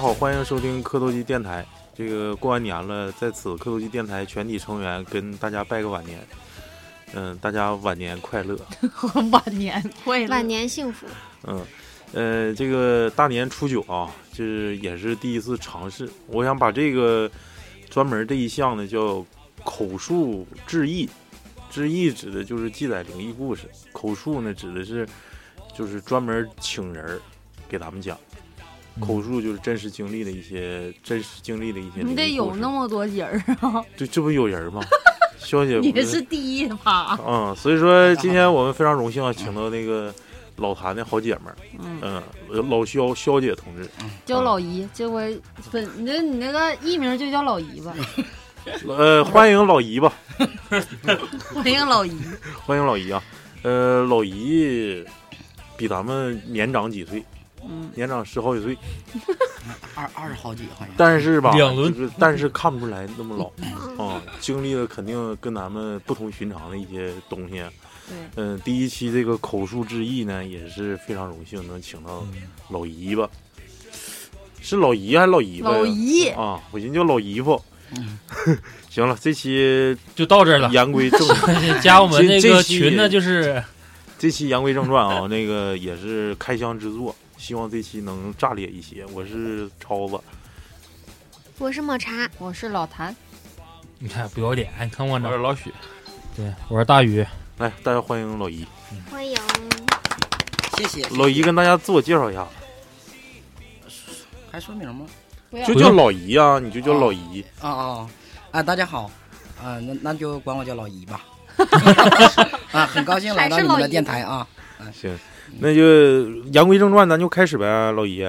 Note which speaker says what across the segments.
Speaker 1: 好，欢迎收听磕头机电台。这个过完年了，在此磕头机电台全体成员跟大家拜个晚年。嗯，大家晚年快乐。
Speaker 2: 晚年快乐
Speaker 3: 晚，年幸福，
Speaker 1: 嗯，呃，这个大年初九啊，就是也是第一次尝试，我想把这个专门这一项呢叫口述志异，志异指的就是记载灵异故事，口述呢指的是就是专门请人儿给咱们讲。口述就是真实经历的一些真实经历的一些灵异故事，
Speaker 2: 你得有那么多人 儿啊！
Speaker 1: 这这不有人 吗？肖姐不
Speaker 2: 你是第一
Speaker 4: 啊
Speaker 2: 趴，
Speaker 1: 嗯，所以说今天我们非常荣幸啊，请到那个老谭的好姐们儿，
Speaker 2: 嗯，
Speaker 1: 嗯，老肖肖姐同志，
Speaker 2: 叫老姨，这我本你那你那个艺名就叫老姨 吧，嗯
Speaker 1: 呃，欢迎老姨吧，
Speaker 2: 欢迎老姨。
Speaker 1: 欢迎老姨啊，呃，老姨比咱们年长几岁，
Speaker 2: 嗯，
Speaker 1: 年长十好几岁，
Speaker 4: 二二十好几好像。
Speaker 1: 但是吧，
Speaker 5: 两轮
Speaker 1: 就是但是看不出来那么老
Speaker 2: 嗯
Speaker 1: 啊、经历了肯定跟咱们不同寻常的一些东西。
Speaker 2: 对，
Speaker 1: 嗯、第一期这个口述之意呢，也是非常荣幸能请到
Speaker 5: 嗯
Speaker 1: 老姨吧，是老姨还是老姨吧呀？
Speaker 2: 老姨，
Speaker 1: 啊，我寻思叫老姨夫。
Speaker 4: 嗯
Speaker 1: 行了，这期
Speaker 5: 就到这儿了。
Speaker 1: 言归正，
Speaker 5: 加我们那
Speaker 1: 这
Speaker 5: 个
Speaker 1: 这期
Speaker 5: 群呢，就是
Speaker 1: 这期言归正传啊，那个也是开箱之作，希望这期能炸裂一些。我是超子，
Speaker 3: 我是抹茶，
Speaker 2: 我是老谭，
Speaker 5: 你看哎不要脸，你看我
Speaker 6: 我是
Speaker 5: 呢。
Speaker 6: 老许，
Speaker 5: 对，我是大宇。
Speaker 1: 来，大家欢迎老姨。
Speaker 3: 欢迎。
Speaker 4: 谢谢
Speaker 1: 老姨跟大家自我介绍一下，啊
Speaker 4: 还说明吗？
Speaker 2: 不要
Speaker 1: 就叫老姨啊，你就叫老姨。
Speaker 4: 啊啊啊！大家好，啊，那那就管我叫老姨 吧。啊，很高兴来到你们的电台啊。
Speaker 1: 行，那就言归正传，咱就开始呗，老姨。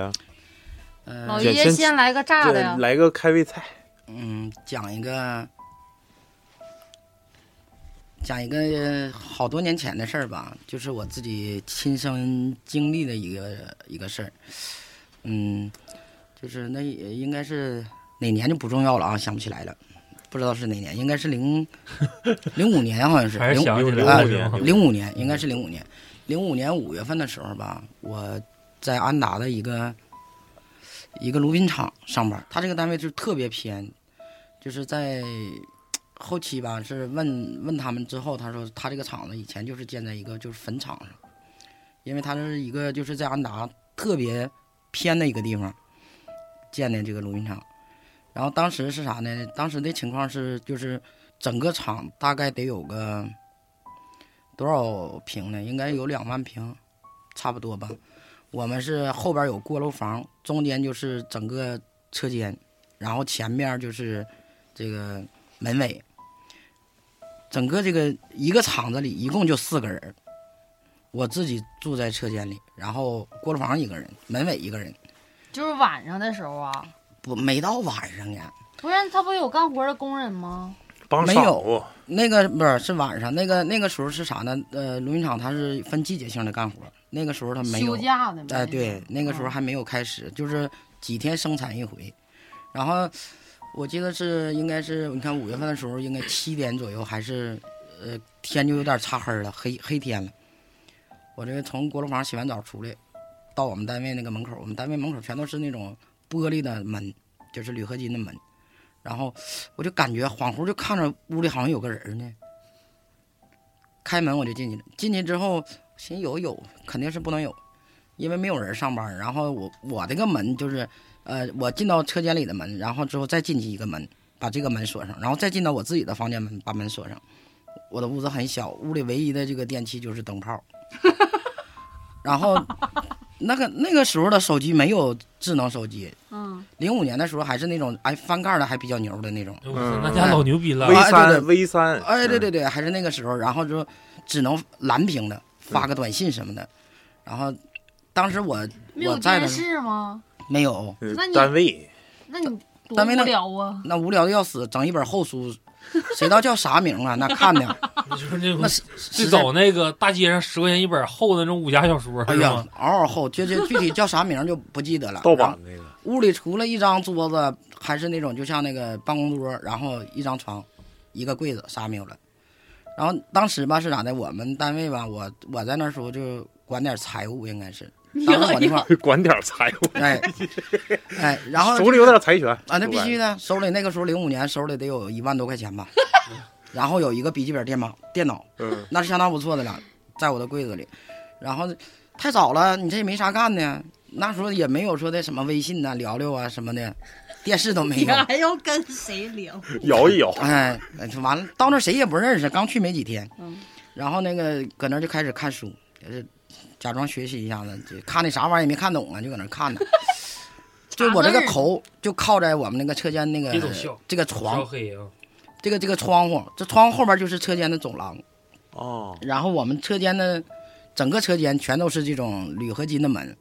Speaker 4: 嗯、
Speaker 2: 老
Speaker 1: 姐
Speaker 2: 姨
Speaker 1: 先
Speaker 2: 先来个炸的
Speaker 1: 这
Speaker 2: 呀，
Speaker 1: 来个开胃菜，
Speaker 4: 嗯，讲一个，讲一个好多年前的事儿吧，就是我自己亲身经历的一个一个事儿。嗯，就是那也应该是哪年就不重要了啊，想不起来了，不知道是哪年，应该是零零五年好像是，
Speaker 5: 还是
Speaker 4: 零啊
Speaker 5: 想起
Speaker 1: 零
Speaker 5: 来
Speaker 1: 五年
Speaker 5: 了是吗，
Speaker 4: 零五年，应该是零五年，零五年五月份的时候吧，我在安达的一个一个炉品厂上班。他这个单位就是特别偏，就是在后期吧，是问问他们之后，他说他这个厂子以前就是建在一个就是坟场上，因为他是一个就是在安达特别偏的一个地方建的这个炉品厂。然后当时是啥呢？当时的情况是，就是整个厂大概得有个多少平呢？应该有两万平，差不多吧。我们是后边有过楼房，中间就是整个车间，然后前面就是这个门卫。整个这个一个厂子里一共就四个人儿，我自己住在车间里，然后锅炉房一个人，门卫一个人，
Speaker 2: 就是晚上的时候啊，
Speaker 4: 不没到晚上呀。
Speaker 2: 不是他不有干活的工人吗？
Speaker 1: 帮
Speaker 4: 没
Speaker 1: 上
Speaker 4: 有啊
Speaker 1: 午
Speaker 4: 那个不是是晚上，那个那个时候是啥呢？呃，录音厂它是分季节性的干活，那个时候它没有
Speaker 2: 休假的呗
Speaker 4: 哎，对，那个时候还没有开始，就是几天生产一回。然后我记得是应该是你看五月份的时候，应该七点左右还是呃天就有点擦黑了，黑黑天了。我这个从锅炉房洗完澡出来，到我们单位那个门口，我们单位门口全都是那种玻璃的门，就是铝合金的门。然后我就感觉恍惚就看着屋里好像有个人儿呢，开门我就进去了。进去之后，寻思有有肯定是不能有，因为没有人上班。然后我我这个门就是，呃，我进到车间里的门，然后之后再进去一个门，把这个门锁上，然后再进到我自己的房间门，把门锁上。我的屋子很小，屋里唯一的这个电器就是灯泡。然后，那个那个时候的手机没有智能手机，
Speaker 2: 嗯，
Speaker 4: 零五年的时候还是那种哎翻盖儿的还比较牛的那种。
Speaker 5: 哎我操那家老牛逼了
Speaker 1: V
Speaker 4: 喂，对对
Speaker 1: 三 V 三，
Speaker 4: 哎，对对对，还是那个时候，然后就只能蓝屏的发个短信什么的。然后当时我
Speaker 2: 没
Speaker 4: 我
Speaker 2: 有
Speaker 4: 在
Speaker 2: 电
Speaker 4: 的
Speaker 2: 视吗？
Speaker 4: 没有，
Speaker 1: 嗯，
Speaker 2: 那你
Speaker 1: 单位
Speaker 2: 那你多
Speaker 4: 单位那
Speaker 2: 无聊啊，
Speaker 4: 那无聊的要死，整一本厚书，谁知道叫啥名啊？那看的
Speaker 5: 就是那
Speaker 4: 那
Speaker 5: 种
Speaker 4: 是
Speaker 5: 最
Speaker 4: 是
Speaker 5: 早那个大街上十块钱一本厚的那种武侠小说，
Speaker 4: 哎
Speaker 5: 是
Speaker 4: 呀
Speaker 5: 吗？，
Speaker 4: 嗷嗷厚，就就具体叫啥名就不记得了。
Speaker 1: 盗
Speaker 4: 然
Speaker 1: 版
Speaker 4: 后
Speaker 1: 那个，
Speaker 4: 屋里除了一张桌子，还是那种就像那个办公桌，然后一张床，一个柜子，啥没有了。然后当时吧是咋的？我们单位吧，我我在那时候就管点财务，应该是当时我那块 儿，
Speaker 1: 管点儿财务，
Speaker 4: 哎哎， 然后
Speaker 1: 手里有点财权
Speaker 4: 啊，那必须的，手里那个时候零五年手里得有一万多块钱吧， 然后有一个笔记本电脑，电脑
Speaker 1: 嗯，
Speaker 4: 那是相当不错的了，在我的柜子里。然后太早了，你这也没啥干的，那时候也没有说的什么微信呐、聊聊啊什么的，电视都没
Speaker 2: 你
Speaker 4: 有。
Speaker 2: 还要跟谁 聊？
Speaker 1: 摇一摇，
Speaker 4: 哎，哎就完了，到那儿谁也不认识，刚去没几天，
Speaker 2: 嗯
Speaker 4: 然后那个搁那儿就开始看书，就是假装学习一下子，就看那啥玩意儿也没看懂啊，就搁那儿看呢。 就我这个头就靠在我们那个车间那个
Speaker 5: 别总笑
Speaker 4: 这个
Speaker 5: 小
Speaker 4: 床，
Speaker 5: 黑啊，
Speaker 4: 这个这个窗户，这窗户后边就是车间的走廊，
Speaker 1: 哦，
Speaker 4: 然后我们车间的整个车间全都是这种铝合金的门，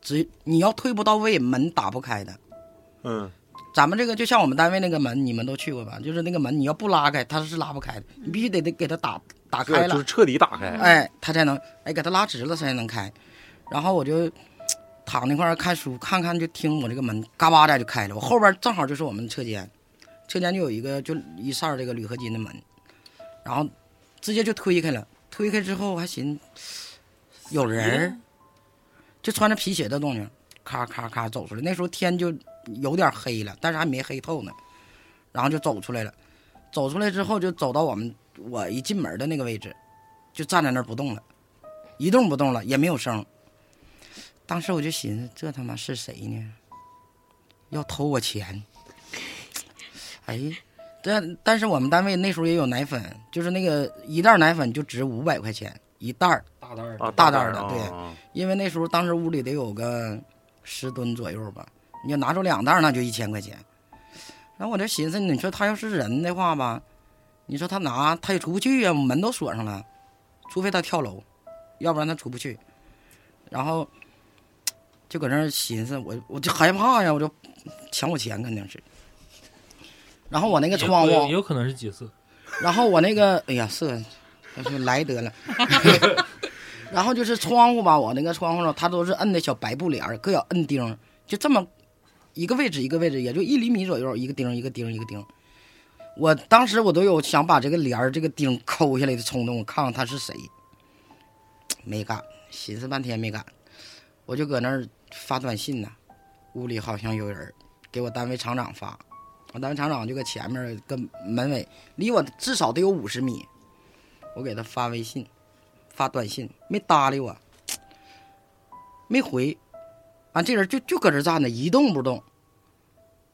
Speaker 4: 只你要推不到位，门打不开的。
Speaker 1: 嗯，
Speaker 4: 咱们这个就像我们单位那个门，你们都去过吧？就是那个门，你要不拉开，它是拉不开的，你必须得得给它打打
Speaker 1: 是啊
Speaker 4: 开
Speaker 1: 就
Speaker 4: 了
Speaker 1: 是，彻底打开，
Speaker 4: 哎，它才能哎给它拉直了才能开。然后我就嘖躺那块儿看书，看看就听我这个门嘎巴的就开了，我后边正好就是我们车间，车间就有一个就一扇儿这个铝合金的门，然后直接就推开了，推开之后还寻思有人儿，就穿着皮鞋的动静，咔咔咔走出来。那时候天就有点黑了，但是还没黑透呢，然后就走出来了。走出来之后就走到我们我一进门的那个位置，就站在那儿不动了，一动不动了，也没有声。当时我就寻思，这他妈是谁呢？要偷我钱？哎，但但是我们单位那时候也有奶粉，就是那个一袋奶粉就值五百块钱一袋儿，
Speaker 5: 大袋儿
Speaker 1: 啊，
Speaker 4: 大
Speaker 1: 袋
Speaker 4: 袋儿的对因为那时候当时屋里得有个十吨左右吧，你要拿出两袋儿那就一千块钱。然后我这寻思，你说他要是人的话吧，你说他拿他也出不去呀、门都锁上了，除非他跳楼，要不然他出不去。然后就搁那儿寻思，我我就害怕呀，我就抢我钱肯定是。然后我那个窗户
Speaker 5: 也有也有可能是几次，
Speaker 4: 然后我那个，哎呀，是，就是来得了。 然后就是窗户吧，我那个窗户上，它都是摁的小白布帘儿，各有摁钉儿，就这么一个位置一个位置，也就一厘米左右，一个钉儿一个钉儿一个钉儿。我当时我都有想把这个帘儿这个钉儿抠下来的冲动，我看看他是谁，没干，寻思半天没干，我就搁那儿发短信呢，屋里好像有人儿，给我单位厂长发，我单位厂长就搁前面儿跟门卫离我至少得有五十米，我给他发微信，发短信，没搭理我，没回，完、这人就就搁这站着一动不动。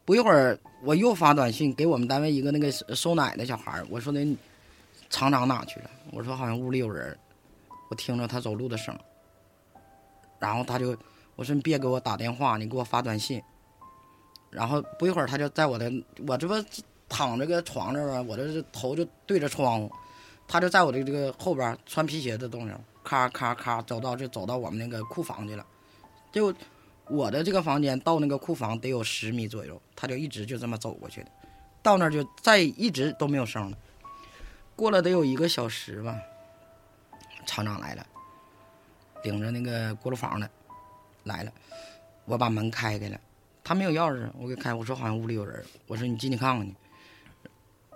Speaker 4: 不一会儿我又发短信给我们单位一个那个收奶的小孩儿我说那厂长哪去了？我说好像屋里有人儿，我听着他走路的声儿，然后他就我说你别给我打电话，你给我发短信。然后不一会儿他就在我的我这不躺这个床这边，我这是头就对着窗户，他就在我的这个后边穿皮鞋的动静，咔咔咔走到就走到我们那个库房去了，就我的这个房间到那个库房得有十米左右，他就一直就这么走过去的，到那儿就再一直都没有声了，过了得有一个小时吧，厂长来了，领着那个锅炉房的来了，我把门开开了。他没有钥匙，我给开。我说好像屋里有人，我说你进去看看去。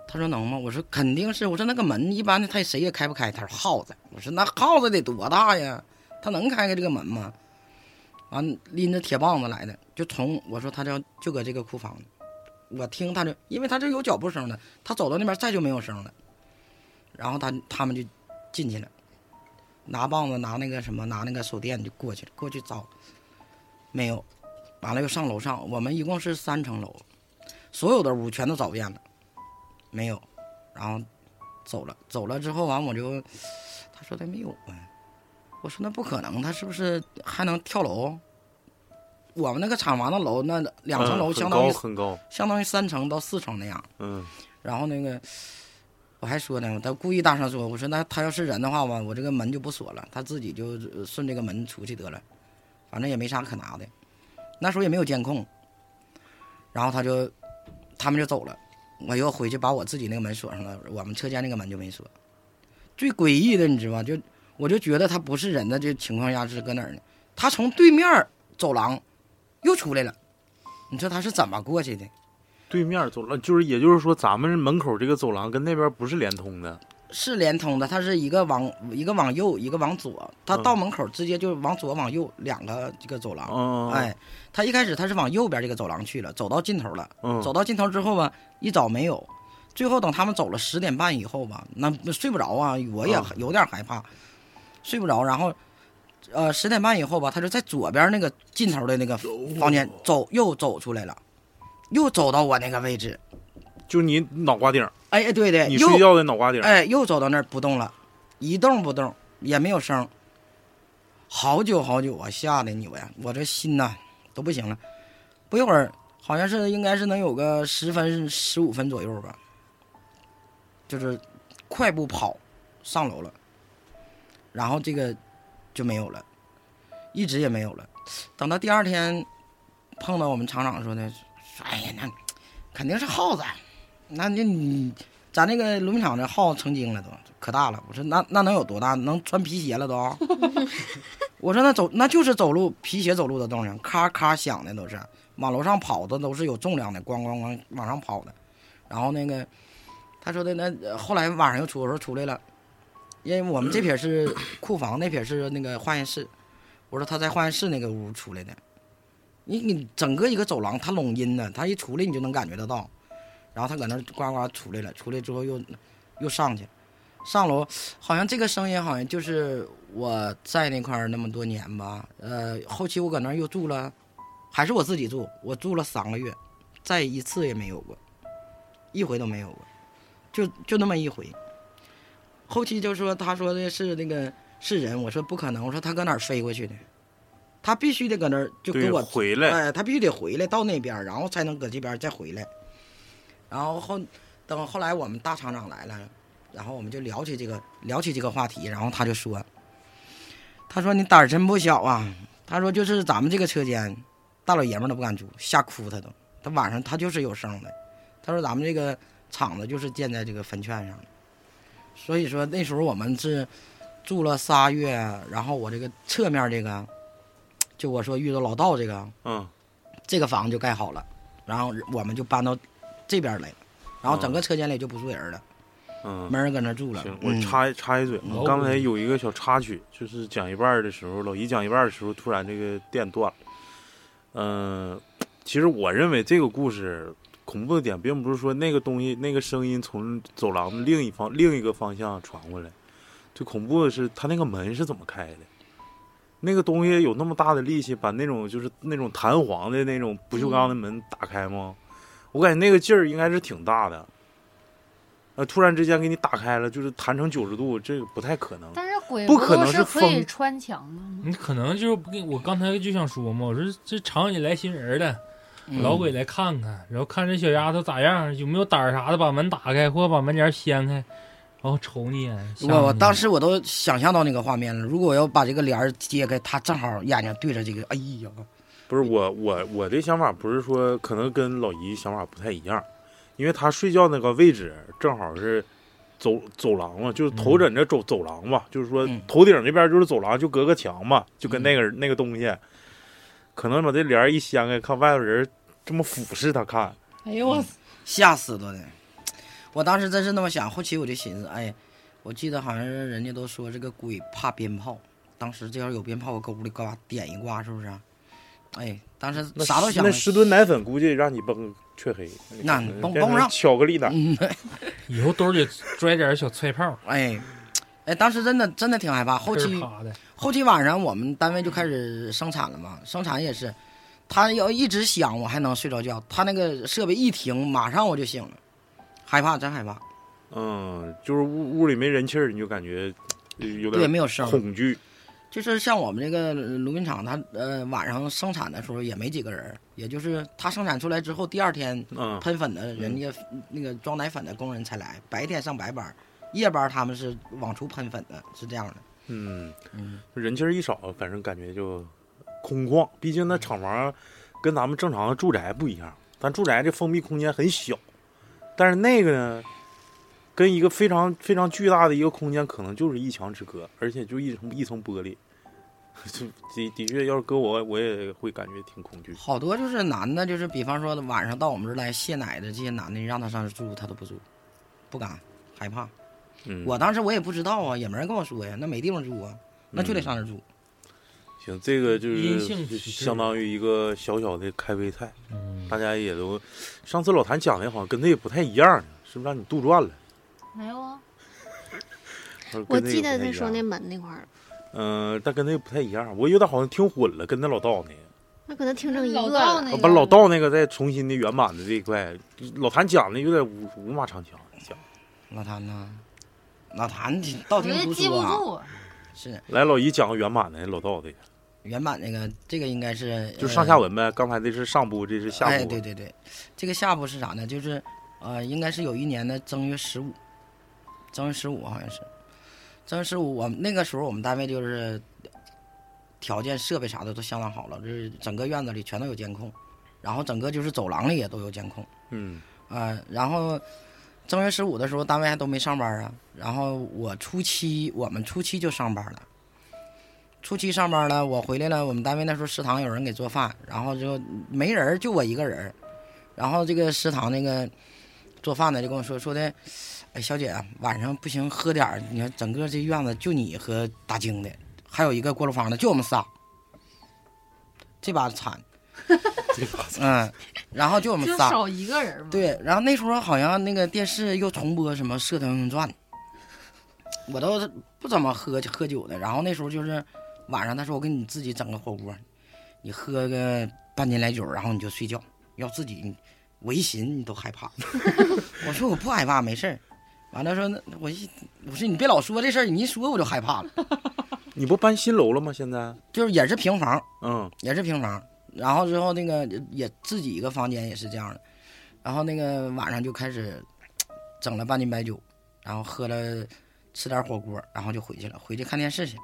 Speaker 4: 他说能吗？我说肯定是。我说那个门一般的，他谁也开不开。他说耗子。我说那耗子得多大呀？他能开开这个门吗？完，拎着铁棒子来的，就从我说他这就搁这个库房呢我听他就，因为他这有脚步声的，他走到那边再就没有声了。然后他他们就进去了，拿棒子拿那个什么拿那个手电就过去了，过去找没有，完了又上楼上，我们一共是三层楼，所有的屋全都找遍了。没有，然后走了，走了之后完我就，他说他没有啊，我说那不可能，他是不是还能跳楼？我们那个厂房的楼，那两层楼
Speaker 1: 嗯
Speaker 4: 相当于、
Speaker 1: 很高很高，
Speaker 4: 相当于三层到四层那样。
Speaker 1: 嗯，
Speaker 4: 然后那个我还说呢，他故意大声说，我说那他要是人的话吧，我这个门就不锁了，他自己就呃顺这个门出去得了，反正也没啥可拿的，那时候也没有监控，然后他就他们就走了，我又回去把我自己那个门锁上了，我们车间那个门就没锁。最诡异的你知道吗？就我就觉得他不是人的这情况下是搁哪儿呢？他从对面走廊又出来了，你说他是怎么过去的？
Speaker 1: 对面走廊就是，也就是说咱们门口这个走廊跟那边不是连通的，
Speaker 4: 是连通的，它是一个往一个往右，一个往左，它
Speaker 1: 嗯
Speaker 4: 到门口直接就往左往右两个这个走廊。
Speaker 1: 嗯，
Speaker 4: 哎，他一开始他是往右边这个走廊去了，走到尽头了。
Speaker 1: 嗯，
Speaker 4: 走到尽头之后吧，一找没有，最后等他们走了十点半以后吧，那那睡不着啊，我也
Speaker 1: 嗯
Speaker 4: 有点害怕，睡不着。然后，呃，十点半以后吧，他就在左边那个尽头的那个房
Speaker 1: 哦
Speaker 4: 间走，又走出来了，又走到我那个位置。
Speaker 1: 就你脑瓜顶儿，
Speaker 4: 哎哎，对对，
Speaker 1: 你
Speaker 4: 又
Speaker 1: 睡觉的脑瓜顶儿，
Speaker 4: 哎，又走到那儿不动了，一动不动，也没有声儿。好久好久啊，吓得你我呀，我这心呐、都不行了。不一会儿，好像是应该是能有个十分十五分左右吧，就是快步跑上楼了，然后这个就没有了，一直也没有了。等到第二天碰到我们厂长说的，说哎呀，那肯定是耗子，啊那你你咱那个轮厂这耗成精了都，可大了。我说那那能有多大？能穿皮鞋了都。我说那走那就是走路皮鞋走路的动静，咔咔响的都是，往楼上跑的都是有重量的，咣咣咣往上跑的。然后那个他说的那呃后来晚上又出，我说出来了，因为我们这撇是库房，那撇是那个化验室。我说他在化验室那个屋出来的，你你整个一个走廊它拢阴的，他一出来你就能感觉得到。然后他搁那儿呱呱出来了，出来之后又又上去，上楼，好像这个声音好像就是我在那块儿那么多年吧，呃，后期我搁那儿又住了，还是我自己住，我住了三个月，再一次也没有过，一回都没有过，就就那么一回。后期就说他说的是那个是人，我说不可能，我说他搁哪儿飞过去的，他必须得搁那儿就
Speaker 1: 对
Speaker 4: 给我
Speaker 1: 回来，
Speaker 4: 哎，他必须得回来到那边儿，然后才能搁这边儿再回来。然后后等后来我们大厂长来了，然后我们就聊起这个聊起这个话题，然后他就说，他说你胆儿真不小啊，他说就是咱们这个车间，大老爷们儿都不敢住，吓哭他都。他晚上他就是有声的，他说咱们这个厂子就是建在这个坟圈上的，所以说那时候我们是住了仨月，然后我这个侧面这个，就我说遇到老道这个。
Speaker 1: 嗯，
Speaker 4: 这个房就盖好了，然后我们就搬到这边来了，然后整个车间里就不住人了，
Speaker 1: 嗯，
Speaker 4: 没人搁那住了
Speaker 1: 行，。我
Speaker 4: 嗯
Speaker 1: 插一插一嘴
Speaker 4: 嗯，
Speaker 1: 我刚才有一个小插曲，就是讲一半儿的时候，老姨讲一半儿的时候，突然这个电断了。嗯、其实我认为这个故事恐怖的点，并不是说那个东西、那个声音从走廊的另一方、另一个方向传过来，最恐怖的是他那个门是怎么开的。那个东西有那么大的力气把那种就是那种弹簧的那种不锈钢的门打开吗？我感觉那个劲儿应该是挺大的。呃，突然之间给你打开了，就是弹成九十度，这个不太可能。
Speaker 2: 但是鬼
Speaker 1: 不可
Speaker 2: 屋
Speaker 1: 能
Speaker 2: 是
Speaker 1: 是
Speaker 2: 可
Speaker 1: 风
Speaker 2: 以穿墙的吗？
Speaker 5: 你可能就是不跟我刚才就想说嘛，我说这厂里来新人了，老鬼来看看，然后看这小丫头咋样，有没有胆儿啥的，把门打开或者把门帘掀开，然后瞅你一眼。吓
Speaker 4: 我我
Speaker 5: 你
Speaker 4: 当时我都想象到那个画面了。如果我要把这个帘儿揭开，他正好眼睛对着这个，哎呀，
Speaker 1: 不是我我我的想法不是说可能跟老姨想法不太一样，因为她睡觉那个位置正好是走走廊嘛，就是头枕着走走廊嘛，就是说
Speaker 4: 嗯
Speaker 1: 头顶这边就是走廊，就隔个墙嘛，就跟那个、那个东西，可能把这帘儿一掀开，看外头人这么俯视他看，
Speaker 2: 哎呦我，
Speaker 4: 吓死多的。我当时真是那么想，后期我就寻思，哎，我记得好像是人家都说这个鬼怕鞭炮，当时这要是有鞭炮，我搁屋里呱点一挂，是不是啊？哎，当时
Speaker 1: 那
Speaker 4: 啥都
Speaker 1: 十
Speaker 4: 想
Speaker 1: 那。十吨奶粉估计让你崩黢黑，
Speaker 4: 那
Speaker 1: 你可能
Speaker 4: 崩
Speaker 1: 变成
Speaker 4: 崩上
Speaker 1: 巧克力奶，
Speaker 4: 嗯，
Speaker 5: 以后兜里拽点小菜泡，
Speaker 4: 哎，哎，当时真的真的挺害怕。后期
Speaker 5: 啪的，
Speaker 4: 后期晚上我们单位就开始生产了嘛，生产也是，他要一直响我还能睡着觉，他那个设备一停，马上我就醒了，害怕真害怕，
Speaker 1: 嗯，就是屋屋里没人气儿，你就感觉呃有
Speaker 4: 对，
Speaker 1: 点
Speaker 4: 没有声儿，
Speaker 1: 恐惧，
Speaker 4: 就是像我们这个炉品厂，它呃晚上生产的时候也没几个人，也就是它生产出来之后，第二天
Speaker 1: 嗯，
Speaker 4: 喷粉的人家、那个装奶粉的工人才来，白天上白班儿，夜班儿他们是往出喷粉的，是这样的，
Speaker 1: 嗯
Speaker 4: 嗯，
Speaker 1: 人气儿一少，反正感觉就空旷。毕竟那厂房跟咱们正常的住宅不一样，咱住宅这封闭空间很小，但是那个呢，跟一个非常非常巨大的一个空间，可能就是一墙之隔，而且就一层一层玻璃。 就的的确，要是搁我，我也会感觉挺恐惧。
Speaker 4: 好多就是男的，就是比方说晚上到我们这儿来卸奶的这些男的，你让他上这住，他都不住，不敢，害怕。
Speaker 1: 嗯，
Speaker 4: 我当时我也不知道啊，也没人跟我说呀，那没地方住啊，那就得上那儿住。
Speaker 1: 行，这个就
Speaker 5: 阴性
Speaker 1: 是
Speaker 5: 体质
Speaker 1: 相当于一个小小的开胃菜，
Speaker 5: 嗯，
Speaker 1: 大家也都。上次老谭讲的好像跟那个不太一样，是不是让你杜撰了？
Speaker 2: 没有啊，
Speaker 3: 我记得他说
Speaker 1: 那，
Speaker 3: 那
Speaker 1: 啊
Speaker 3: 门那块儿，
Speaker 1: 嗯、但跟那个不太一样，我有点好像听混了，跟那老道那个。
Speaker 3: 那可能听成一
Speaker 2: 老
Speaker 3: 个
Speaker 2: 道
Speaker 3: 了
Speaker 2: 那
Speaker 4: 哦
Speaker 1: 我
Speaker 2: 个
Speaker 1: 把老道那个再重新的圆满的这一块，老谭讲的有点五五马长枪，讲
Speaker 4: 老谭呐，老谭道
Speaker 2: 我
Speaker 4: 听
Speaker 2: 也
Speaker 4: 途
Speaker 2: 记不
Speaker 4: 说啊，
Speaker 2: 住，
Speaker 4: 是
Speaker 1: 来老姨讲个圆满的老道的，
Speaker 4: 原版那个这个应该是
Speaker 1: 就是上下
Speaker 4: 文。
Speaker 1: 文呗。刚才这是上部，这是下部。
Speaker 4: 哎，对对对，这个下部是啥呢？就是呃，应该是有一年的正月十五，正月十五好像是，正月十五，我们那个时候我们单位就是条件设备啥的都相当好了，就是整个院子里全都有监控，然后整个就是走廊里也都有监控。
Speaker 1: 嗯
Speaker 4: 啊，然后正月十五的时候，单位还都没上班啊。然后我初七，我们初七就上班了。初七上班了，我回来了。我们单位那时候食堂有人给做饭，然后就没人儿，就我一个人儿。然后这个食堂那个做饭的就跟我说说的，哎，小姐啊，晚上不行喝点儿。你看整个这院子就你和大京的，还有一个锅炉房的，就我们仨。这把惨， 嗯，然后就我们
Speaker 2: 就
Speaker 4: 仨，
Speaker 2: 少一个人嘛。，
Speaker 4: 对，然后那时候好像那个电视又重播什么《射雕英雄传》，我都不怎么喝喝酒的。然后那时候就是晚上，他说我给你自己整个火锅，你喝个半斤来酒，然后你就睡觉。要自己违心你都害怕，我说我不害怕，没事儿。完了说那我一我说你别老说这事儿，你一说我就害怕了。
Speaker 1: 你不搬新楼了吗？现在？
Speaker 4: 就是也是平房，
Speaker 1: 嗯
Speaker 4: 也是平房，然后之后那个也自己一个房间也是这样的，然后那个晚上就开始整了半斤白酒，然后喝了吃点火锅，然后就回去了，回去看电视去，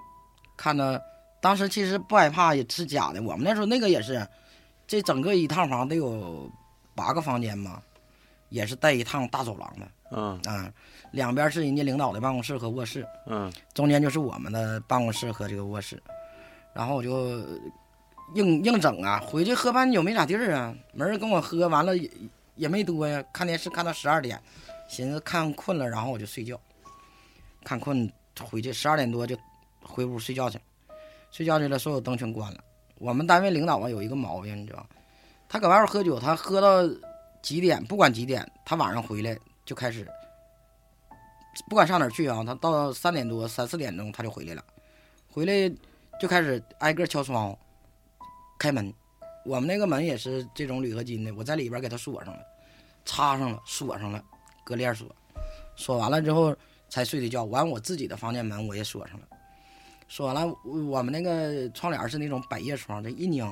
Speaker 4: 看到当时其实不害怕也是假的，我们那时候那个也是，这整个一趟房得有八个房间吧，也是带一趟大走廊的
Speaker 1: 嗯
Speaker 4: 啊，两边是人家领导的办公室和卧室，
Speaker 1: 嗯
Speaker 4: 中间就是我们的办公室和这个卧室，然后我就呃硬硬整啊，回去喝半酒没咋地儿啊，没人跟我喝，完了也也没多呀，看电视看到十二点，寻思看困了，然后我就睡觉，看困回去十二点多就回屋睡觉去了，睡觉去了，所有灯全关了。我们单位领导啊有一个毛病，你知道，他搁外边喝酒，他喝到几点不管几点，他晚上回来就开始不管上哪儿去啊，他到三点多、三四点钟他就回来了，回来就开始挨个敲窗户、开门。我们那个门也是这种铝合金的，我在里边给他锁上了，插上了，锁上了，隔链锁。锁完了之后才睡的觉。完我自己的房间门我也锁上了，锁完了我我们那个窗帘是那种百叶窗，这一拧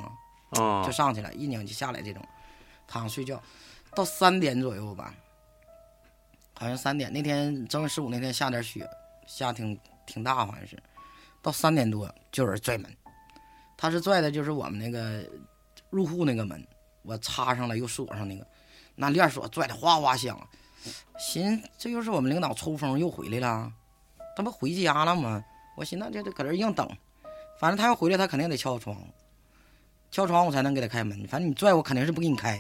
Speaker 1: 啊
Speaker 4: 就，上去了，一拧就下来这种，躺着睡觉，到三点左右吧，好像三点那天正月十五那天下点雪，下挺挺大，好像是，到三点多就有人拽门，他是拽的就是我们那个入户那个门，我插上了又锁上那个，那链锁拽的哗哗响，寻思这又是我们领导抽风又回来了，他不回家了吗？我寻思那就得搁这儿硬等，反正他要回来他肯定得敲我窗户。敲窗户才能给他开门。反正你拽我肯定是不给你开。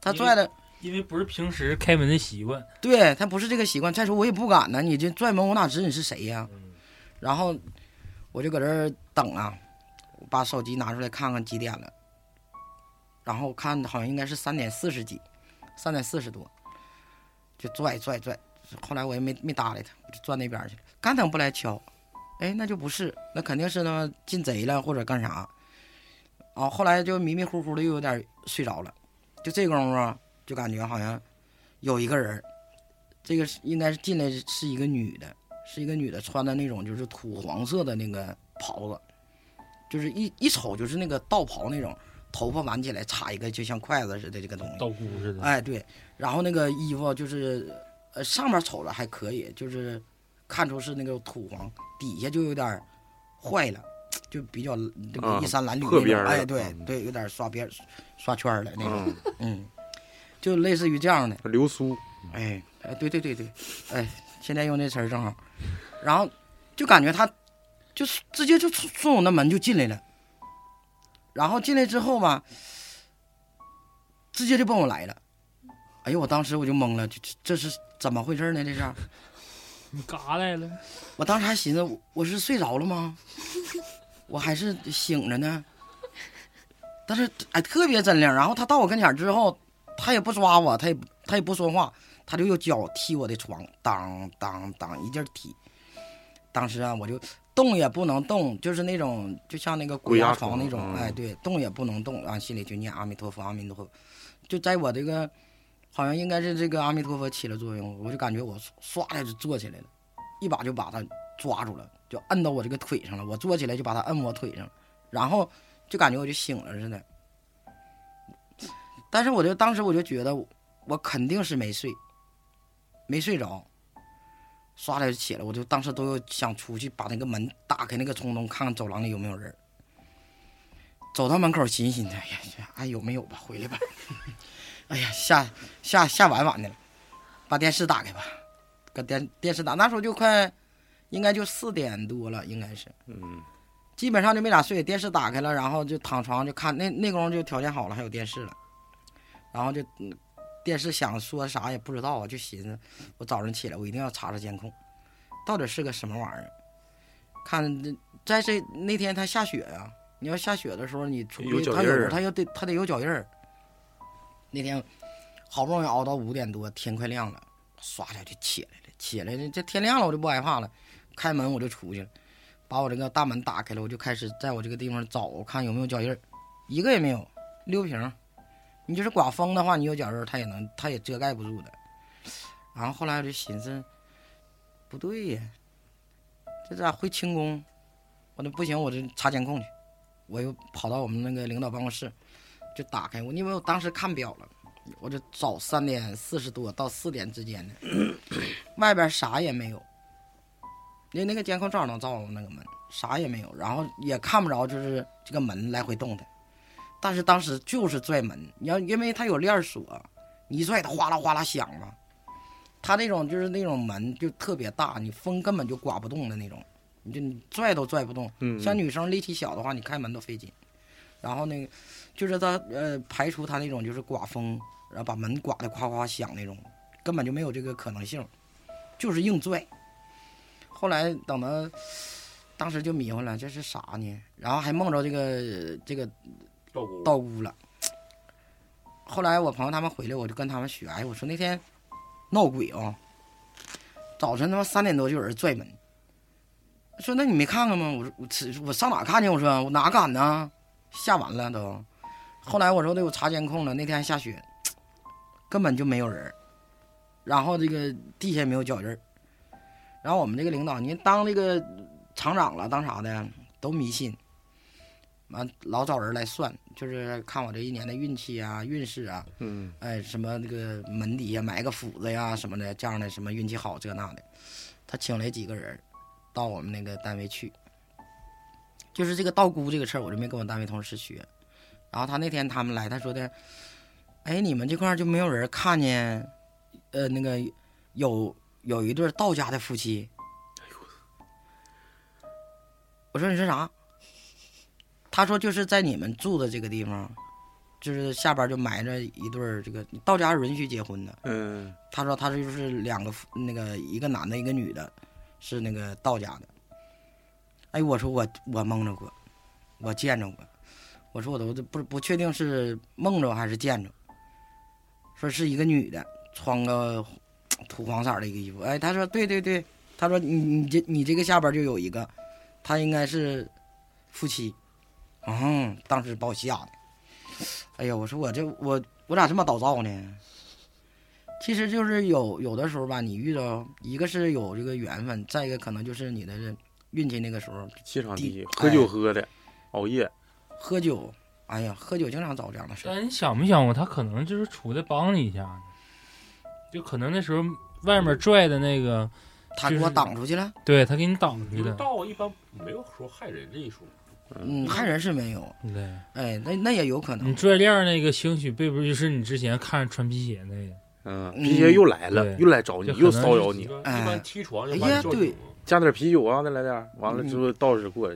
Speaker 4: 他拽的，
Speaker 5: 因为不是平时开门的习惯，
Speaker 4: 对他不是这个习惯。再说我也不敢呢，你这拽门我哪知你是谁呀、然后我就搁这儿等啊，我把手机拿出来看看几点了，然后看好像应该是三点四十几，三点四十多，就拽拽拽。后来我也没没搭理他，我就转那边去了。刚等不来敲，哎，那就不是，那肯定是他妈进贼了或者干啥。啊，后来就迷迷糊糊的又有点睡着了，就这功夫啊，就感觉好像有一个人儿，这个是应该是进来是一个女的，是一个女的穿的那种就是土黄色的那个袍子，就是一一瞅就是那个道袍那种，头发挽起来插一个就像筷子似的这个东西。
Speaker 5: 道姑似的。
Speaker 4: 哎，对，然后那个衣服就是，呃，上面瞅着还可以，就是看出是那个土黄，底下就有点儿坏了，就比较这个
Speaker 1: 啊
Speaker 4: 衣衫褴
Speaker 1: 破
Speaker 4: 褛那
Speaker 1: 边儿
Speaker 4: 种。哎，
Speaker 1: 了
Speaker 4: 对
Speaker 1: 嗯
Speaker 4: 对，有点刷边儿刷圈儿了那种，
Speaker 1: 嗯，
Speaker 4: 嗯，就类似于这样的。
Speaker 1: 流苏，
Speaker 4: 哎，哎，对对对对，哎，现在用这词儿正好。然后就感觉他就是直接就顺顺我那门就进来了，然后进来之后吧，直接就奔我来了。哎呦，我当时我就懵了，这这这是怎么回事呢？这是，
Speaker 5: 你干啥来了？
Speaker 4: 我当时还寻思我我是睡着了吗？ 我还是醒着呢。但是哎，特别真灵。然后他到我跟前儿之后，他也不抓我，他也不他也不说话，他就用脚踢我的床，当当当一劲儿踢。当时啊，我就动也不能动，就是那种就像那个鬼
Speaker 1: 鬼压
Speaker 4: 压床
Speaker 1: 床
Speaker 4: 那种，
Speaker 1: 嗯
Speaker 4: 哎，对，动也不能动，啊，心里就念阿弥陀佛，阿弥陀佛，就在我这个好像应该是这个阿弥陀佛起了作用，我就感觉我唰的就坐起来了，一把就把他抓住了，就摁到我这个腿上了，我坐起来就把他摁我腿上，然后就感觉我就醒了似的。但是我就当时我就觉得我肯定是没睡，没睡着，唰的就起来，我就当时都有想出去把那个门打开那个冲动，看看走廊里有没有人儿。走到门口寻思寻思，哎呀，这哎有没有吧，回来吧。 哎呀，下下下晚晚的了，把电视打开吧，搁电电视打，那时候就快，应该就四点多了，应该是。
Speaker 1: 嗯，
Speaker 4: 基本上就没咋睡，电视打开了，然后就躺床上就看，那那功夫就条件好了，还有电视了，然后就嗯电视想说啥也不知道啊，就寻思我早上起来我一定要查查监控，到底是个什么玩意儿，看这在这那天它下雪呀、你要下雪的时候你出
Speaker 1: 有
Speaker 4: 去
Speaker 1: 脚
Speaker 4: 它
Speaker 1: 印儿啊
Speaker 4: 有它要得它得有脚印儿，那天好不容易熬到五点多，天快亮了，唰一下就起来了，起来了这天亮了我就不害怕了，开门我就出去了。把我这个大门打开了，我就开始在我这个地方找，看有没有脚印儿，一个也没有，溜平儿。你就是刮风的话，你有脚印儿，它也能，它也遮盖不住的。然后后来我就寻思，不对呀，这咋回清宫？我那不行，我就查监控去。我又跑到我们那个领导办公室，就打开我，因为我当时看表了，我就找三点四十多到四点之间的，外边啥也没有。因为那个监控正好能照我那个门，啥也没有，然后也看不着，就是这个门来回动弹。但是当时就是拽门，你要因为它有链锁，你一拽它哗啦哗啦响嘛。它那种就是那种门就特别大，你风根本就刮不动的那种，你就你拽都拽不动。
Speaker 1: 嗯
Speaker 4: 像女生力气小的话，你开门都费劲。然后那个就是它呃排除它那种就是刮风，然后把门刮得哗哗响那种，根本就没有这个可能性，就是硬拽。后来等到当时就迷糊了，这是啥呢？然后还梦着这个这个
Speaker 5: 道姑
Speaker 4: 到屋了。后来我朋友他们回来，我就跟他们学，哎，我说那天闹鬼啊、早晨他妈三点多就有人拽门，说那你没看看吗？我说我吃我上哪看去？我说我哪敢呢？下完了都。后来我说的我查监控了，那天还下雪，根本就没有人儿，然后这个地下也没有脚印儿。然后我们这个领导，您当这个厂长了，当啥的都迷信，完老找人来算，就是看我这一年的运气啊、运势啊，
Speaker 1: 嗯，
Speaker 4: 哎，什么那个门底下埋个斧子呀什么的，这样的什么运气好这那的，他请来几个人到我们那个单位去，就是这个道姑这个事儿，我就没跟我单位同事学。然后他那天他们来，他说的，哎，你们这块儿就没有人看见，呃，那个有有一对儿道家的夫妻。我说你说啥？他说就是在你们住的这个地方，就是下边就埋着一对儿这个道家是允许结婚的。
Speaker 1: 嗯，
Speaker 4: 他说他就是两个夫那个一个男的，一个女的，是那个道家的。哎，我说我我梦着过，我见着过，我说我都不不确定是梦着还是见着。说是一个女的穿个土黄色儿的一个衣服，哎，他说对对对，他说你你这你这个下边就有一个，他应该是夫妻，嗯，当时把我吓的，哎呀，我说我这我我咋这么倒灶呢？其实就是有有的时候吧，你遇到一个是有这个缘分，再一个可能就是你的这运气，那个时候
Speaker 1: 气场低
Speaker 4: 地，
Speaker 1: 喝酒喝的，熬夜，
Speaker 4: 喝酒，哎呀，喝酒经常找这样的事儿。
Speaker 5: 哎但你想没想过，他可能就是出来帮你一下呢，就可能那时候外面拽的那个，
Speaker 4: 他给我挡出去了，
Speaker 5: 对他给你嗯挡出去
Speaker 6: 就是
Speaker 5: 了，
Speaker 6: 道一般没有说害人这一说，
Speaker 4: 嗯，害人是没有，
Speaker 5: 对，
Speaker 4: 哎，那那也有可
Speaker 5: 你
Speaker 4: 能，
Speaker 5: 拽链儿那个，兴许并不就是你之前看穿皮鞋那个，
Speaker 1: 嗯，
Speaker 4: 嗯
Speaker 1: 皮鞋又来了，
Speaker 5: 对
Speaker 1: 又来找哦你，
Speaker 5: 就
Speaker 1: 又
Speaker 5: 可能
Speaker 1: 骚扰
Speaker 6: 一
Speaker 1: 你，
Speaker 6: 般
Speaker 4: 哎
Speaker 6: 一般踢床就
Speaker 4: 哎
Speaker 6: 把
Speaker 4: 呀
Speaker 6: 你叫
Speaker 4: 对
Speaker 6: 醒了
Speaker 1: 加点啤酒啊，再来点儿，完了
Speaker 4: 嗯
Speaker 1: 之后道士过来，